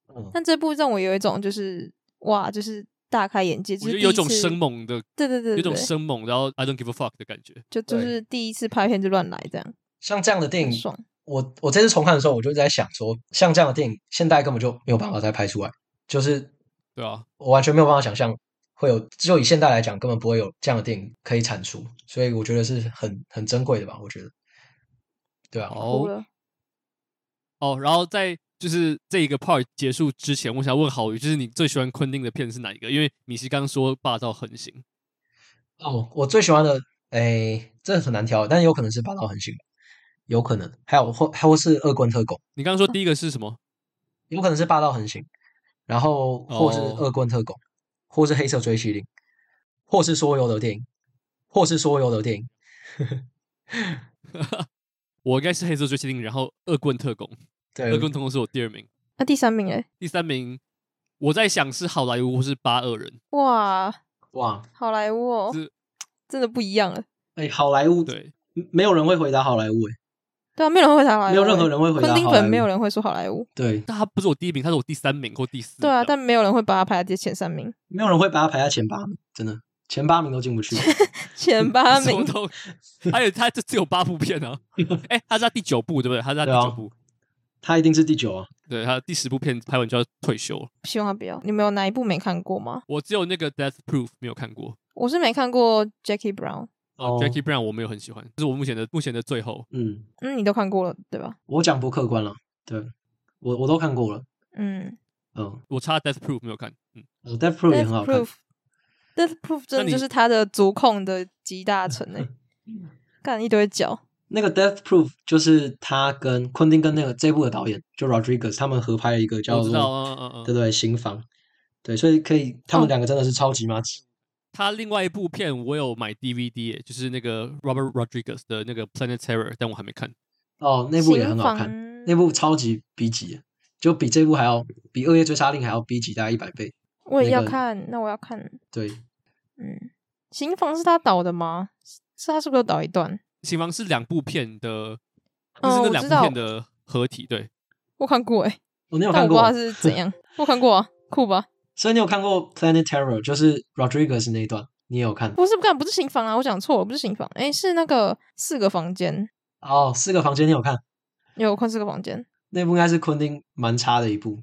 Speaker 3: 嗯，
Speaker 1: 但这部让我有一种就是哇，就是大开眼界，就
Speaker 2: 我觉
Speaker 1: 是
Speaker 2: 得有
Speaker 1: 第一
Speaker 2: 种
Speaker 1: 次
Speaker 2: 生，猛的，
Speaker 1: 对对对
Speaker 2: 有
Speaker 1: 对
Speaker 2: 种
Speaker 1: 对
Speaker 2: 生猛，然后 I don't give a fuck 的感觉。
Speaker 1: 就就
Speaker 3: 对
Speaker 1: 是第一次拍片就乱来这样，
Speaker 3: 像这样的电
Speaker 1: 很
Speaker 3: 影，
Speaker 1: 爽。
Speaker 3: 我我这次重看的时候，我就在想说，像这样的电影，现代根本就没有办法再拍出来，就是
Speaker 2: 对啊，
Speaker 3: 我完全没有办法想象会有，就以现代来讲，根本不会有这样的电影可以产出，所以我觉得是很很珍贵的吧，我觉得。对啊，
Speaker 1: 哭
Speaker 2: 哦
Speaker 1: 了。
Speaker 2: 哦，然后在就是这一个 part 结束之前，我想问郝宇，就是你最喜欢昆汀的片是哪一个？因为米西刚刚说霸道横行，
Speaker 3: 哦，我最喜欢的，哎，这很难挑，但有可能是霸道横行，有可能，还有或还或是恶棍特工，
Speaker 2: 你刚刚说
Speaker 1: 嗯
Speaker 2: 第一个是什么？
Speaker 3: 有可能是霸道横行，然后或是
Speaker 2: 哦
Speaker 3: 恶棍特工，或是黑色追击令，或是所有的电影，或是所有的电影，
Speaker 2: 我应该是黑色追击令，然后恶棍特工，
Speaker 3: 对
Speaker 2: 恶，棍特工是我第二名，
Speaker 1: 那第三名哎，
Speaker 2: 第三名我在想是好莱坞或是八恶人，
Speaker 1: 哇，
Speaker 3: 哇，
Speaker 1: 好莱坞哦
Speaker 2: 是，
Speaker 1: 真的不一样了。
Speaker 3: 哎，好莱坞，
Speaker 2: 对，
Speaker 3: 嗯没有人会回答好莱坞，哎，
Speaker 1: 对啊，没有人会谈好莱坞欸，
Speaker 3: 没有任何人会回答
Speaker 1: 昆汀
Speaker 3: 好莱
Speaker 1: 粉，
Speaker 3: 坞
Speaker 1: 没有人会说好莱坞。
Speaker 3: 对，
Speaker 2: 但他不是我第一名，他是我第三名或第四。
Speaker 1: 对啊，
Speaker 2: 这
Speaker 1: 但
Speaker 2: 样
Speaker 1: 没有人会把他排在前三名，
Speaker 3: 没有人会把它排在前八名，真的，前八名都进 不去，
Speaker 1: 前八
Speaker 2: 什么
Speaker 1: 名。
Speaker 2: 都，还有他这只有八部片啊，哎、他是他第九部对不对？他是他第
Speaker 3: 对啊
Speaker 2: 九部，
Speaker 3: 他一定是第九啊，
Speaker 2: 对他第十部片拍完就要退休了。
Speaker 1: 希望他不要。你们有哪一部没看过吗？
Speaker 2: 我只有那个 Death Proof 没有看过。
Speaker 1: 我是没看过 Jackie Brown。
Speaker 2: 哦、
Speaker 3: 哦
Speaker 2: j a c k i e Brown 我没有很喜欢，这是我目前的目前的最后。
Speaker 3: 嗯，
Speaker 1: 嗯，你都看过了对吧？
Speaker 3: 我讲不客观了，对我我都看过了，
Speaker 1: 嗯，
Speaker 3: 嗯，
Speaker 2: 我差 Death Proof 没有看，嗯，
Speaker 3: 哦，Death Proof 也很
Speaker 1: Death
Speaker 3: 好看
Speaker 1: Proof。Death Proof 真
Speaker 2: 那
Speaker 1: 的
Speaker 2: 你
Speaker 1: 就是他的足控的集 大成哎、干一堆脚，
Speaker 3: 那个 Death Proof 就是他跟昆汀跟那个这部的导演就 Rodriguez 他们合拍了一个叫
Speaker 2: 我知道，
Speaker 3: 做
Speaker 2: 嗯嗯嗯
Speaker 3: 对
Speaker 2: 嗯。
Speaker 3: 对刑房，对，所以可以他们
Speaker 1: 哦
Speaker 3: 两个真的是超级妈吉。
Speaker 2: 他另外一部片我有买 DVD，耶就是那个 Robert Rodriguez 的那个 Planet Terror，但我还没看。
Speaker 3: 哦，那部也很好看，
Speaker 1: 看
Speaker 3: 那部超级 B 级，就比这部还要比《恶夜追杀令》还要 B 级大概一百倍。
Speaker 1: 我也
Speaker 3: 那
Speaker 1: 要
Speaker 3: 个
Speaker 1: 看，那我要看。
Speaker 3: 对，
Speaker 1: 嗯，刑房是他导的吗？是是他是不是有导一段？
Speaker 2: 刑房是两部片的，就
Speaker 1: 嗯
Speaker 2: 是那
Speaker 1: 我
Speaker 2: 两部
Speaker 1: 知道
Speaker 2: 片的合体，对，
Speaker 1: 我看过哎、
Speaker 3: 哦，你有
Speaker 1: 但
Speaker 3: 看
Speaker 1: 我不
Speaker 3: 过
Speaker 1: 知道他是
Speaker 3: 吗？
Speaker 1: 怎样。我看过啊，酷吧？
Speaker 3: 所以你有看过《Planet Terror》，就是 Rodriguez 那一段，你也有看
Speaker 1: 不是，干不是刑房啊，我讲错了，不是刑房，哎、是那个四个房间，
Speaker 3: 哦？四个房间你有看，
Speaker 1: 有我看四个房间，
Speaker 3: 那部应该是昆汀蛮差的一部。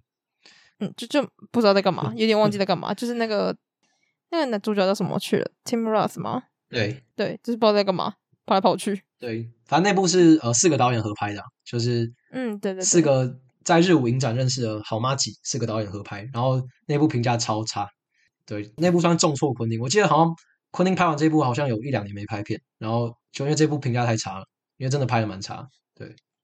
Speaker 1: 嗯，就就不知道在干
Speaker 3: 嗯
Speaker 1: 嘛，有点忘记在干嘛，就是那个那个男主角叫什么去了，Tim Roth 吗？
Speaker 3: 对
Speaker 1: 对，就是不知道在干嘛，跑来跑去。
Speaker 3: 对，反正那部是呃四个导演合拍的啊、就是
Speaker 1: 嗯，对对对，
Speaker 3: 四个在日舞影展认识的好妈几四个导演合拍，然后那部评价超差。对，那部算重挫昆汀，我记得好像昆汀拍完这部好像有一两年没拍片，然后就因为这部评价太差了，因为真的拍的蛮差。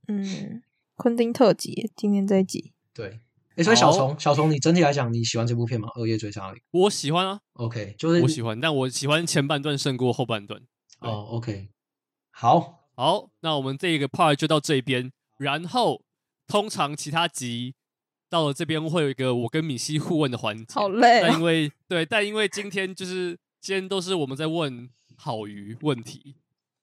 Speaker 1: 嗯，昆汀特辑，今天这一集，
Speaker 3: 对，诶，所以小
Speaker 2: 好
Speaker 3: 虫，小虫，你整体来讲你喜欢这部片吗？《恶夜追杀令》
Speaker 2: 我喜欢啊，
Speaker 3: ？OK，就是
Speaker 2: 我喜欢，但我喜欢前半段胜过后半段。对
Speaker 3: 哦，OK，好，
Speaker 2: 好，那我们这个 part 就到这边。然后，通常其他集到了这边会有一个我跟米西互问的环节。
Speaker 1: 好累、
Speaker 2: 但
Speaker 1: 啊
Speaker 2: 因。为对，但因为今天就是今天都是我们在问好鱼问题，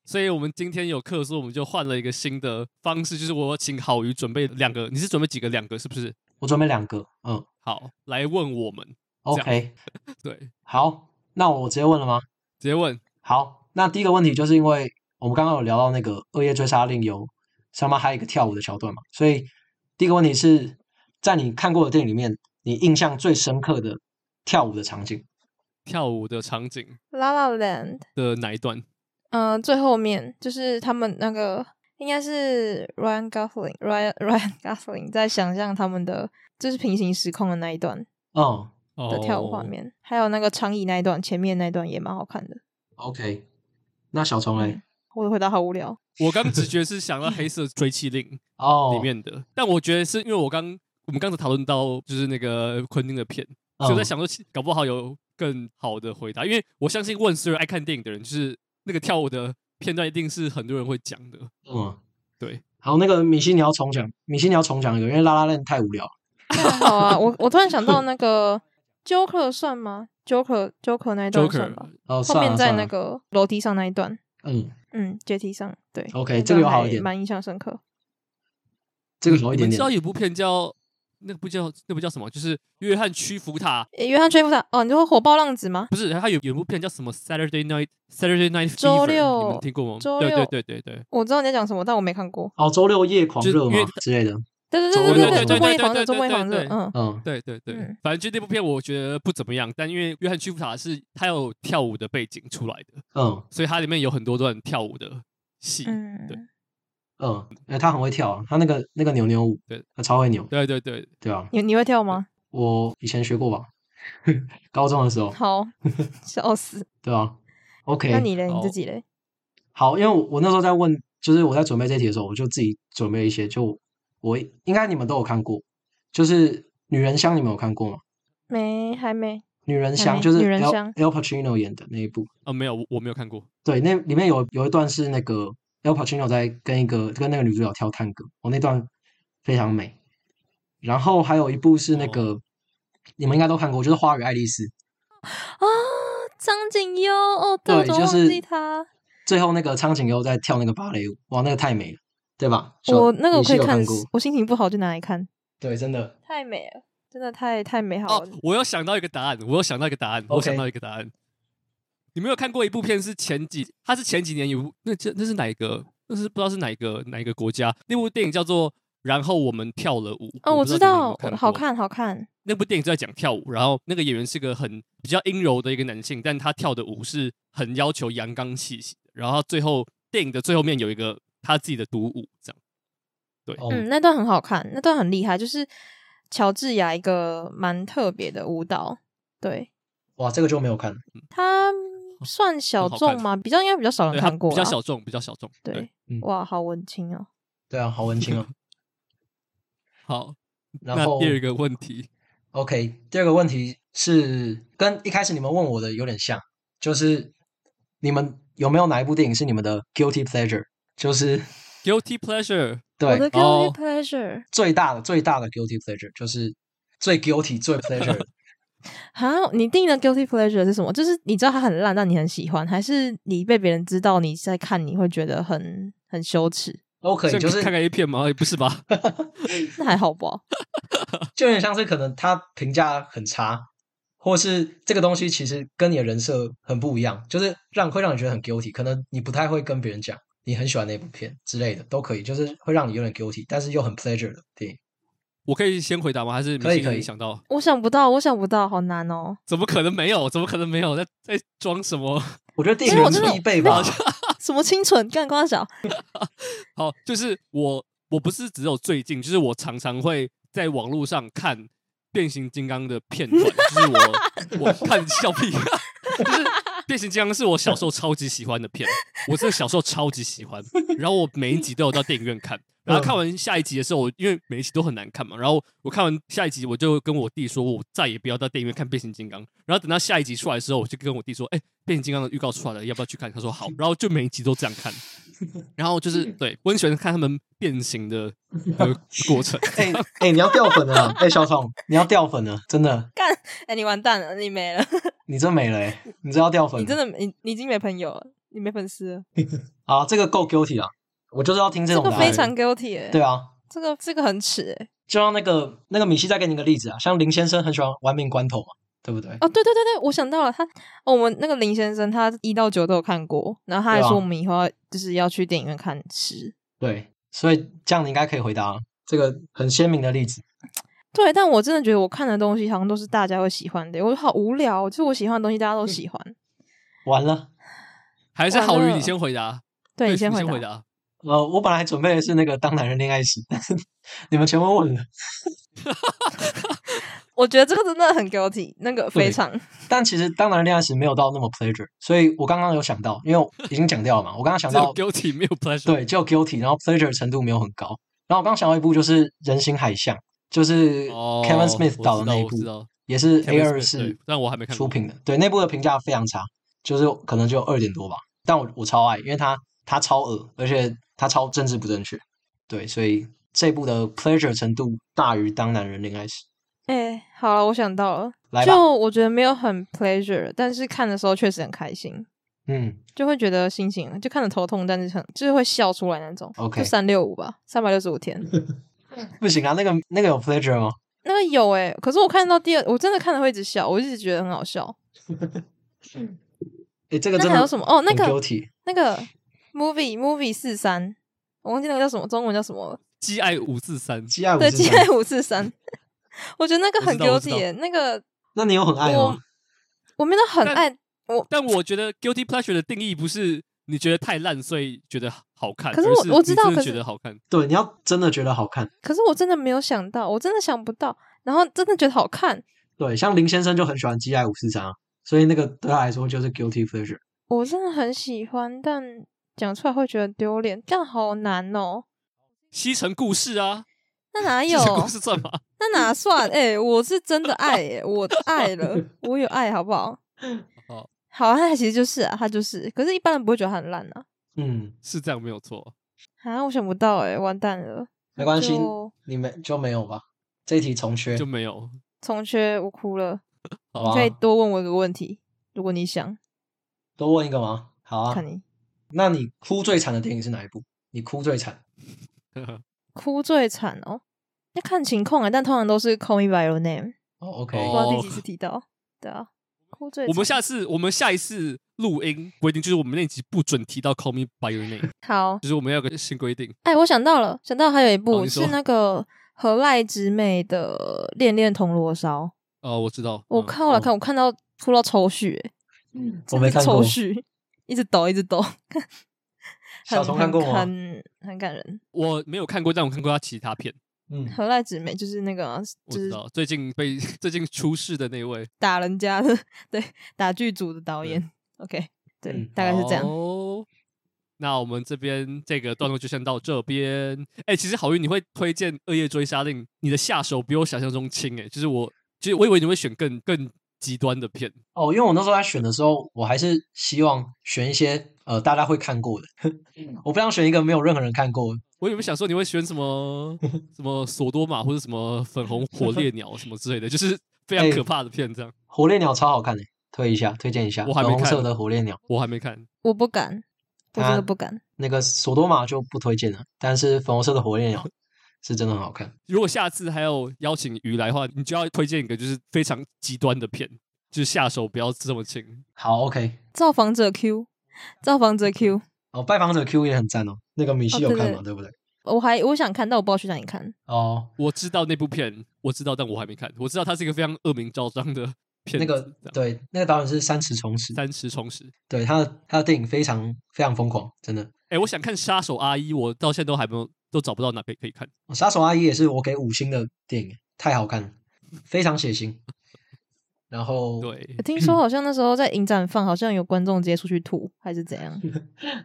Speaker 2: 所以我们今天有课，所以我们就换了一个新的方式，就是我请好鱼准备两个，你是准备几个？两个是不是？
Speaker 3: 我准备两个，嗯
Speaker 2: 好，来问我们。
Speaker 3: ，OK，
Speaker 2: 对，
Speaker 3: 好，那我直接问了吗？
Speaker 2: 直接问。
Speaker 3: 好，那第一个问题就是因为我们刚刚有聊到那个《恶夜追杀令》有上面还有一个跳舞的桥段嘛，所以第一个问题是在你看过的电影里面，你印象最深刻的跳舞的场景。
Speaker 2: 跳舞的场景
Speaker 1: La La Land，
Speaker 2: 的哪一段？
Speaker 1: 嗯、呃，最后面就是他们那个应该是 Ryan Gosling，Ryan Ryan Gosling 在想象他们的就是平行时空的那一段
Speaker 3: 嗯
Speaker 2: 哦
Speaker 1: 的跳舞画面，还有那个长椅那一段，前面那一段也蛮好看的。
Speaker 3: ，OK，那小虫嘞
Speaker 1: 嗯？我的回答好无聊，
Speaker 2: 我刚直觉是想到《黑色追气令》
Speaker 3: 哦，
Speaker 2: 里面的，但我觉得是因为我刚我们刚才讨论到就是那个昆汀的片，所以我在
Speaker 3: 嗯
Speaker 2: 想说，其搞不好有更好的回答，因为我相信问所有爱看电影的人，就是那个跳舞的片段一定是很多人会讲的。
Speaker 3: 嗯，
Speaker 2: 对。
Speaker 3: 好，那个米西你要重讲，米西你要重讲一个，因为拉拉链太无聊了。
Speaker 1: 那还好啊。我我突然想到那个 Joker 算吗？Joker Joker 那一段
Speaker 2: Joker
Speaker 1: 算吧。
Speaker 3: 哦，
Speaker 1: 后
Speaker 3: 算
Speaker 1: 面
Speaker 3: 了
Speaker 1: 在
Speaker 3: 算
Speaker 1: 那
Speaker 3: 了，
Speaker 1: 个楼梯上那一段，
Speaker 3: 嗯，
Speaker 1: 嗯，阶梯上，对
Speaker 3: OK，
Speaker 1: 那
Speaker 3: 这个有
Speaker 1: 段
Speaker 3: 好
Speaker 1: 还
Speaker 3: 一点
Speaker 1: 蛮印象深刻。
Speaker 3: 这个好
Speaker 2: 你
Speaker 3: 一点
Speaker 2: 们知道
Speaker 3: 点。
Speaker 2: 有部片叫那部叫那部叫什么？就是约翰屈服他，
Speaker 1: 诶约翰·崔夫塔，哦，你说火爆浪子吗？
Speaker 2: 不是他有有部片叫什么 Saturday Night Saturday Night Fever，
Speaker 1: 周
Speaker 2: 你们
Speaker 1: 六
Speaker 2: 听过吗？
Speaker 1: 周
Speaker 2: 对对
Speaker 1: 六
Speaker 2: 对对对，
Speaker 1: 我知道你在讲什么，但我没看过。
Speaker 3: 哦，周六夜狂
Speaker 2: 就是
Speaker 3: 热
Speaker 2: 因为
Speaker 3: 嘛之类的。
Speaker 1: 对对
Speaker 3: 周
Speaker 1: 对
Speaker 3: 六
Speaker 1: 对对，
Speaker 3: 周
Speaker 1: 中国
Speaker 3: 六
Speaker 1: 也狂热，
Speaker 2: 对对对
Speaker 1: 中国也狂热
Speaker 2: 对，对
Speaker 1: 嗯，
Speaker 3: 嗯
Speaker 2: 对对对，
Speaker 1: 嗯
Speaker 2: 反正就那部片，我觉得不怎么样。但因为约翰屈服塔是他有跳舞的背景出来的，
Speaker 3: 嗯
Speaker 2: 所以它里面有很多段跳舞的戏。
Speaker 1: 嗯，
Speaker 2: 对
Speaker 3: 嗯，哎，他很会跳啊，他那个那个扭扭舞，
Speaker 2: 对，
Speaker 3: 他超会扭，
Speaker 2: 对对对，
Speaker 3: 对啊，
Speaker 1: 你你会跳吗？
Speaker 3: 我以前学过吧， 高中的时候，
Speaker 1: 好，笑死。
Speaker 3: 对啊
Speaker 1: 那
Speaker 3: ，OK，
Speaker 1: 你嘞？你
Speaker 2: 好
Speaker 1: 自己嘞？
Speaker 3: 好，因为我我那时候在问，就是我在准备这题的时候，我就自己准备一些，就我应该你们都有看过，就是《女人香》，你们有看过吗？
Speaker 1: 没，还没。
Speaker 3: 《女人
Speaker 1: 还
Speaker 3: 香》
Speaker 1: 没
Speaker 3: 就是
Speaker 1: 女人
Speaker 3: Al
Speaker 1: 香
Speaker 3: Al Pacino 演的那一部，
Speaker 2: 啊，没有，我我没有看过。
Speaker 3: 对，那里面有有一段是那个 Al Pacino 在跟一个跟那个女主角跳探戈，哦，那段非常美。然后还有一部是那个、
Speaker 1: 哦
Speaker 3: 你们应该都看过，就是《花与爱丽丝》，
Speaker 1: 啊，张景优，哦，我
Speaker 3: 对，
Speaker 1: 怎么
Speaker 3: 就
Speaker 1: 忘
Speaker 3: 是
Speaker 1: 记他？
Speaker 3: 最后那个苍井优在跳那个芭蕾舞，哇，那个太美了，对吧？小
Speaker 1: 我那个
Speaker 3: 你
Speaker 1: 我
Speaker 3: 是
Speaker 1: 可以
Speaker 3: 有
Speaker 1: 看
Speaker 3: 过，，
Speaker 1: 我心情不好就拿来看，
Speaker 3: 对，真的
Speaker 1: 太美了，真的太太美好
Speaker 2: 哦
Speaker 1: 了。，
Speaker 2: 我有想到一个答案，我有想到一个答案，我有想
Speaker 3: OK
Speaker 2: 到一个答案。你没有看过一部片是前几，它是前几年有部，那这那是哪一个？那是不知道是哪一个哪一个国家？那部电影叫做《然后我们跳了舞》。
Speaker 1: 哦，我
Speaker 2: 我
Speaker 1: 知道
Speaker 2: 道，你们有没有
Speaker 1: 好
Speaker 2: 过。
Speaker 1: 看，好看。
Speaker 2: 那部电影就在讲跳舞，然后那个演员是个很比较阴柔的一个男性，但他跳的舞是很要求阳刚气息的。然后他最后电影的最后面有一个他自己的独舞，这样。
Speaker 3: 哦，
Speaker 1: 嗯嗯，那段很好看，那段很厉害，就是乔治亚一个蛮特别的舞蹈，对
Speaker 3: 哇，这个就没有看，
Speaker 1: 它算小
Speaker 2: 哦好
Speaker 1: 众
Speaker 2: 看
Speaker 1: 吗？比较应该比较少人
Speaker 2: 对，它
Speaker 1: 看过，
Speaker 2: 比较小。众，比较小众。对，
Speaker 1: 对，
Speaker 3: 嗯
Speaker 1: 哇，好文青哦。
Speaker 3: 对啊，好文青哦。
Speaker 2: 好，
Speaker 3: 然
Speaker 2: 那
Speaker 3: 后
Speaker 2: 第二个问题，
Speaker 3: OK，第二个问题是跟一开始你们问我的有点像，就是你们有没有哪一部电影是你们的 guilty pleasure？就是
Speaker 2: guilty pleasure，
Speaker 1: 我的
Speaker 3: 对
Speaker 1: guilty
Speaker 2: 哦
Speaker 1: pleasure
Speaker 3: 最大的最大的 guilty pleasure，就是最 guilty 最 pleasure 的
Speaker 1: 哈，你定的 guilty pleasure 是什么？就是你知道它很烂，但你很喜欢，还是你被别人知道你在看，你会觉得很很羞耻？
Speaker 3: 都可以，
Speaker 2: 这
Speaker 3: 就
Speaker 2: 个
Speaker 3: 是
Speaker 2: 看看 A 片吗？也 不是吧？
Speaker 1: 那还好吧？
Speaker 3: 就有点像是可能他评价很差，或是这个东西其实跟你的人设很不一样，就是让会让你觉得很 guilty，可能你不太会跟别人讲你很喜欢那部片之类的，都可以，就是会让你有点 guilty，但是又很 pleasure 的电影。
Speaker 2: 我可以先回答吗？还是
Speaker 3: 可以
Speaker 2: 明星
Speaker 3: 可以
Speaker 2: 想到？
Speaker 1: 我想不到，我想不到，好难 哦。
Speaker 2: 怎么可能没有？怎么可能没有？在在装什么？
Speaker 3: 我觉得电
Speaker 1: 因
Speaker 3: 影
Speaker 1: 为我
Speaker 3: 人
Speaker 1: 真的
Speaker 3: 必备 吧，
Speaker 1: 什么清纯干光小？
Speaker 2: 好，就是我我不是只有最近，就是我常常会在网络上看变形金刚的片段，就是我我看笑屁，就是变形金刚是我小时候超级喜欢的片，我真的小时候超级喜欢，然后我每一集都有到电影院看。然后看完下一集的时候，我因为每一集都很难看嘛，然后我看完下一集，我就跟我弟说，我再也不要到电影院看变形金刚。然后等到下一集出来的时候，我就跟我弟说，哎、变形金刚的预告出来了，要不要去看？他说好，然后就每一集都这样看。然后就是
Speaker 3: 嗯
Speaker 2: 对，我很喜欢看他们变形的呃过 程。
Speaker 3: 哎哎、你要掉粉了啊！哎、小童，你要掉粉了，真的，
Speaker 1: 哎、你完蛋了，你没了，
Speaker 3: 你真没了、欸，你真要掉粉
Speaker 1: 你
Speaker 3: 了。
Speaker 1: 真的你你已经没朋友了，你没粉丝了，
Speaker 3: 啊，这个够 guilty 啊！我就是要听
Speaker 1: 这
Speaker 3: 这种
Speaker 1: 个
Speaker 3: 答
Speaker 1: 非
Speaker 3: 案。
Speaker 1: 常 guilty 哎、
Speaker 3: 对啊，
Speaker 1: 这个这个很耻哎、
Speaker 3: 就像那个那个米西再给你一个例子啊，像林先生很喜欢玩命关头嘛，对不对？
Speaker 1: 哦，对对对对，我想到了，他、哦我们那个林先生，他一到九都有看过，然后他还
Speaker 3: 对啊
Speaker 1: 说我们以后要就是要去电影院看十。
Speaker 3: 对，所以这样你应该可以回答啊这个很鲜明的例子。
Speaker 1: 对，但我真的觉得我看的东西好像都是大家会喜欢的，我好无聊哦，就是我喜欢的东西大家都喜欢。
Speaker 3: 完了，
Speaker 2: 还是
Speaker 1: 完
Speaker 2: 好鱼，
Speaker 1: 了
Speaker 2: 你先回答。
Speaker 1: 对你
Speaker 2: 先
Speaker 1: 先回
Speaker 2: 回
Speaker 1: 答，
Speaker 2: 答。
Speaker 3: 呃，我本来还准备的是那个《当男人恋爱时》，但是 你们全部问了。
Speaker 1: 我觉得这个真的很 guilty，那个非
Speaker 3: 对
Speaker 1: 常
Speaker 3: 但其实《当男人恋爱时》没有到那么 pleasure，所以我刚刚有想到，因为我已经讲掉了嘛，我刚刚想
Speaker 2: 只有
Speaker 3: 到
Speaker 2: guilty 没有 pleasure。
Speaker 3: 对，只有 guilty，然后 pleasure 程度没有很高。然后我刚想到一部就是《人形海象》，就是
Speaker 2: 哦
Speaker 3: Kevin Smith 导的那一
Speaker 2: 我
Speaker 3: 部
Speaker 2: 知，道，
Speaker 3: 也是 A 二
Speaker 2: A
Speaker 3: 四
Speaker 2: 但我还没看
Speaker 3: 出
Speaker 2: 过。
Speaker 3: 品的。对，那部的评价非常差，就是可能就二点多吧。但我我超爱，因为它它超恶，而且它超政治不正确。对，所以这部的 pleasure 程度大于《当男人恋爱时》。
Speaker 1: 哎、好了，我想到了，
Speaker 3: 来吧，
Speaker 1: 就我觉得没有很 pleasure，但是看的时候确实很开心，
Speaker 3: 嗯，
Speaker 1: 就会觉得心情就看着头痛，但是很就是会笑出来那种。
Speaker 3: OK
Speaker 1: 就三六五吧，三百六十五天，
Speaker 3: 不行啊，那个那个有 pleasure 吗？
Speaker 1: 那个有哎、可是我看到第二，我真的看了会一直笑，我一直觉得很好笑。
Speaker 3: 诶，这个
Speaker 1: 那
Speaker 3: 真
Speaker 1: 还
Speaker 3: 的
Speaker 1: 有什么？哦，那
Speaker 3: 很
Speaker 1: 个
Speaker 3: guilty
Speaker 1: 那个 movie movie 四三，我忘记那个叫什么，中文叫什么了？
Speaker 2: G I 五四三，
Speaker 3: G I 五
Speaker 1: 对，
Speaker 3: 十
Speaker 1: 鸡
Speaker 3: 三
Speaker 1: 爱，五四三。 我觉得那个很
Speaker 2: 我知道我知
Speaker 1: guilty，
Speaker 2: 道、
Speaker 1: 欸、那个
Speaker 3: 那你有很爱吗
Speaker 1: 我？我没有很
Speaker 2: 但
Speaker 1: 爱我，
Speaker 2: 但我觉得 guilty pleasure 的定义不是你觉得太烂，所以觉得好看，
Speaker 1: 可是
Speaker 2: 而
Speaker 1: 我
Speaker 2: 是
Speaker 1: 我
Speaker 2: 你
Speaker 1: 知道
Speaker 2: 真的
Speaker 1: 可是
Speaker 2: 觉得好看。
Speaker 3: 对，你要真的觉得好看。
Speaker 1: 可是我真的没有想到，我真的想不到，然后真的觉得好看，
Speaker 3: 对，像林先生就很喜欢 GI 五四三啊，所以那个对他来说就是 guilty pleasure。
Speaker 1: 我真的很喜欢，但讲出来会觉得丢脸，但好难哦。
Speaker 2: 西城故事啊，
Speaker 1: 那哪
Speaker 2: 西
Speaker 1: 有？
Speaker 2: 城故事算吗？
Speaker 1: 那哪算？哎、我是真的爱、 欸，我爱了，我有爱，好不好？
Speaker 2: 好
Speaker 1: 好，那其实就是啊，他就是，可是一般人不会觉得他很烂啊。
Speaker 3: 嗯，
Speaker 2: 是这样没有 错。
Speaker 1: 啊，我想不到、欸，哎，完蛋了，
Speaker 3: 没关系
Speaker 1: 就，
Speaker 3: 你们就没有吧？这一题重缺
Speaker 2: 就，没 有。
Speaker 1: 重缺，我哭了。
Speaker 3: 好
Speaker 1: 你
Speaker 3: 啊
Speaker 1: 可，以多问我一个问题，如果你想，
Speaker 3: 多问一个吗？好啊
Speaker 1: 看，你
Speaker 3: 那你哭最惨的电影是哪一部？你哭最惨，
Speaker 1: 哭最惨哦。要看情况啊、但通常都是 Call Me by Your Name，、
Speaker 3: 哦，OK，
Speaker 1: 不
Speaker 2: 哦
Speaker 1: 知道第几次提到。对啊，哭最
Speaker 2: 我们
Speaker 1: 惨
Speaker 2: 下次我们下一次录音规定就是我们那集不准提到 Call Me by Your Name，
Speaker 1: 好，
Speaker 2: 就是我们要有个新规定。
Speaker 1: 哎，我想到了，想到还有一
Speaker 2: 好
Speaker 1: 部
Speaker 2: 哦你说
Speaker 1: 是那个何濑直美的《恋恋铜锣烧》，
Speaker 2: 哦，我知道。
Speaker 1: 我
Speaker 2: 嗯
Speaker 1: 看我来
Speaker 2: 嗯
Speaker 1: 看，我看到哭到抽血，欸
Speaker 3: 我
Speaker 1: 真的
Speaker 3: 没
Speaker 1: 是
Speaker 3: 看
Speaker 1: 抽
Speaker 3: 过。
Speaker 1: 血， 一直抖，一直抖，
Speaker 3: 小
Speaker 1: 很
Speaker 3: 童看
Speaker 1: 很
Speaker 3: 过吗？
Speaker 1: 很很感人。
Speaker 2: 我没有看过，但我看过他其他片。
Speaker 3: 嗯，
Speaker 1: 何濑直美就是那个啊
Speaker 2: 我
Speaker 1: 就
Speaker 2: 知
Speaker 1: 是
Speaker 2: 道，最近被 最近出事的那位，
Speaker 1: 打人家的，对，打剧组的导演。OK，对，
Speaker 3: 嗯
Speaker 1: 大概是这样。
Speaker 2: 好哦那我们这边这个段落就先到这边。哎、其实好运，你会推荐《恶夜追杀令》，你的下手比我想象中轻哎、就是我，其实我以为你会选更更极端的片，
Speaker 3: 哦，因为我那时候在选的时候，我还是希望选一些呃大家会看过的，
Speaker 2: 嗯
Speaker 3: 我不想选一个没有任何人看过的。
Speaker 2: 我以为想说你会选什么什么索多玛或者什么粉红火烈鸟什么之类的，就是非常
Speaker 3: 哎
Speaker 2: 可怕的片这样。
Speaker 3: 火烈鸟超好看的，推一下，推荐一下。
Speaker 2: 我还没
Speaker 3: 粉红色
Speaker 2: 看
Speaker 3: 的火烈鸟，
Speaker 2: 我还没看，
Speaker 1: 我不敢，我真
Speaker 3: 啊
Speaker 1: 的不敢。
Speaker 3: 那个索多玛就不推荐了，但是粉红色的火烈鸟是真的很好看。
Speaker 2: 如果下次还有邀请鱼来的话，你就要推荐一个就是非常极端的片，就是下手不要这么轻。
Speaker 3: 好，OK。
Speaker 1: 造访者 Q，造访者 Q，
Speaker 3: 哦，拜访者 Q 也很赞哦，那个米西有
Speaker 1: 对
Speaker 3: 看
Speaker 1: 对
Speaker 3: 嘛，对不对？
Speaker 1: 我还我想看，但我不知道去哪里看。
Speaker 3: 哦，
Speaker 2: 我知道那部片，我知道，但我还没看。我知道它是一个非常恶名昭彰的片子，
Speaker 3: 那个
Speaker 2: 这样
Speaker 3: 对，那个导演是三池崇史，
Speaker 2: 三十重拾。
Speaker 3: 对他的他的电影非常非常疯狂，真的。
Speaker 2: 哎、我想看《杀手阿一》，我到现在都还没有都找不到哪边可以看。
Speaker 3: 哦杀手阿姨也是我给五星的电影，太好看了，非常血腥。然后，
Speaker 2: 对，
Speaker 1: 听说好像那时候在影展放，好像有观众直接出去吐，还是怎样？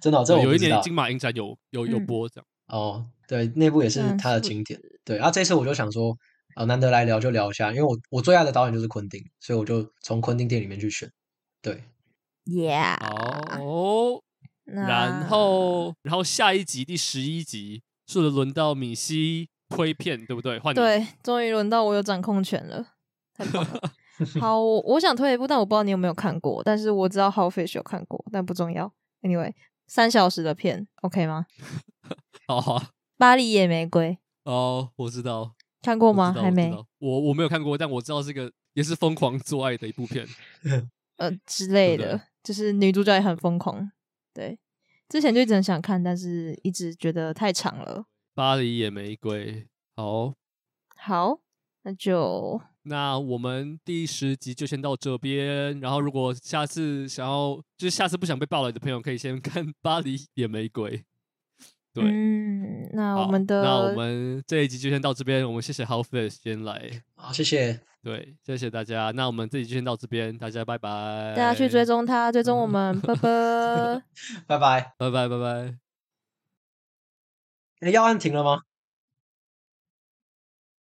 Speaker 3: 真的哦、这我
Speaker 2: 呃有
Speaker 3: 不
Speaker 2: 一
Speaker 3: 知
Speaker 2: 年
Speaker 3: 道
Speaker 2: 金马影展有有有
Speaker 1: 嗯
Speaker 2: 播这样。
Speaker 3: 哦，对，那部也是
Speaker 1: 嗯
Speaker 3: 他的
Speaker 1: 是
Speaker 3: 经典。对啊，这次我就想说，呃，难得来聊就聊一下，因为我我最爱的导演就是昆汀，所以我就从昆汀电影里面去选。对，
Speaker 1: Yeah，
Speaker 3: 啊
Speaker 2: 好、哦，
Speaker 1: 那
Speaker 2: 然后然后下一集第十一集是轮到米西推片，对不对？换你
Speaker 1: 对，终于轮到我有掌控权 了，太棒了。好，我我想推一部，但我不知道你有没有看过，但是我知道 How Fish 有看过，但不重要。Anyway，三小时的片，OK 吗？
Speaker 2: 好好啊
Speaker 1: 巴黎野玫瑰
Speaker 2: 哦，我知道。
Speaker 1: 看过
Speaker 2: 我知
Speaker 1: 吗？
Speaker 2: 道
Speaker 1: 还。
Speaker 2: 我
Speaker 1: 没
Speaker 2: 知，道我我没有看过，但我知道这个也是疯狂做爱的一部片。
Speaker 1: 呃之类
Speaker 2: 对不
Speaker 1: 的，就是女主角也很疯狂。对，之前就一直很想看，但是一直觉得太长了。
Speaker 2: 巴黎野玫瑰。好，
Speaker 1: 好，那就
Speaker 2: 那我们第十集就先到这边。然后，如果下次想要，就是下次不想被暴雷的朋友，可以先 看《巴黎野玫瑰》。对，
Speaker 1: 嗯，那我
Speaker 2: 好
Speaker 1: 们的
Speaker 2: 那我们这一集就先到这边。我们谢谢 h o w f i s h 先来，
Speaker 3: 好，谢谢，
Speaker 2: 对，谢谢大家。那我们这集就先到这边，大家拜拜。
Speaker 1: 大家去追，踪他，追踪我 们，拜拜。
Speaker 3: 拜拜。
Speaker 2: 拜拜拜拜。
Speaker 3: 诶要按停了吗？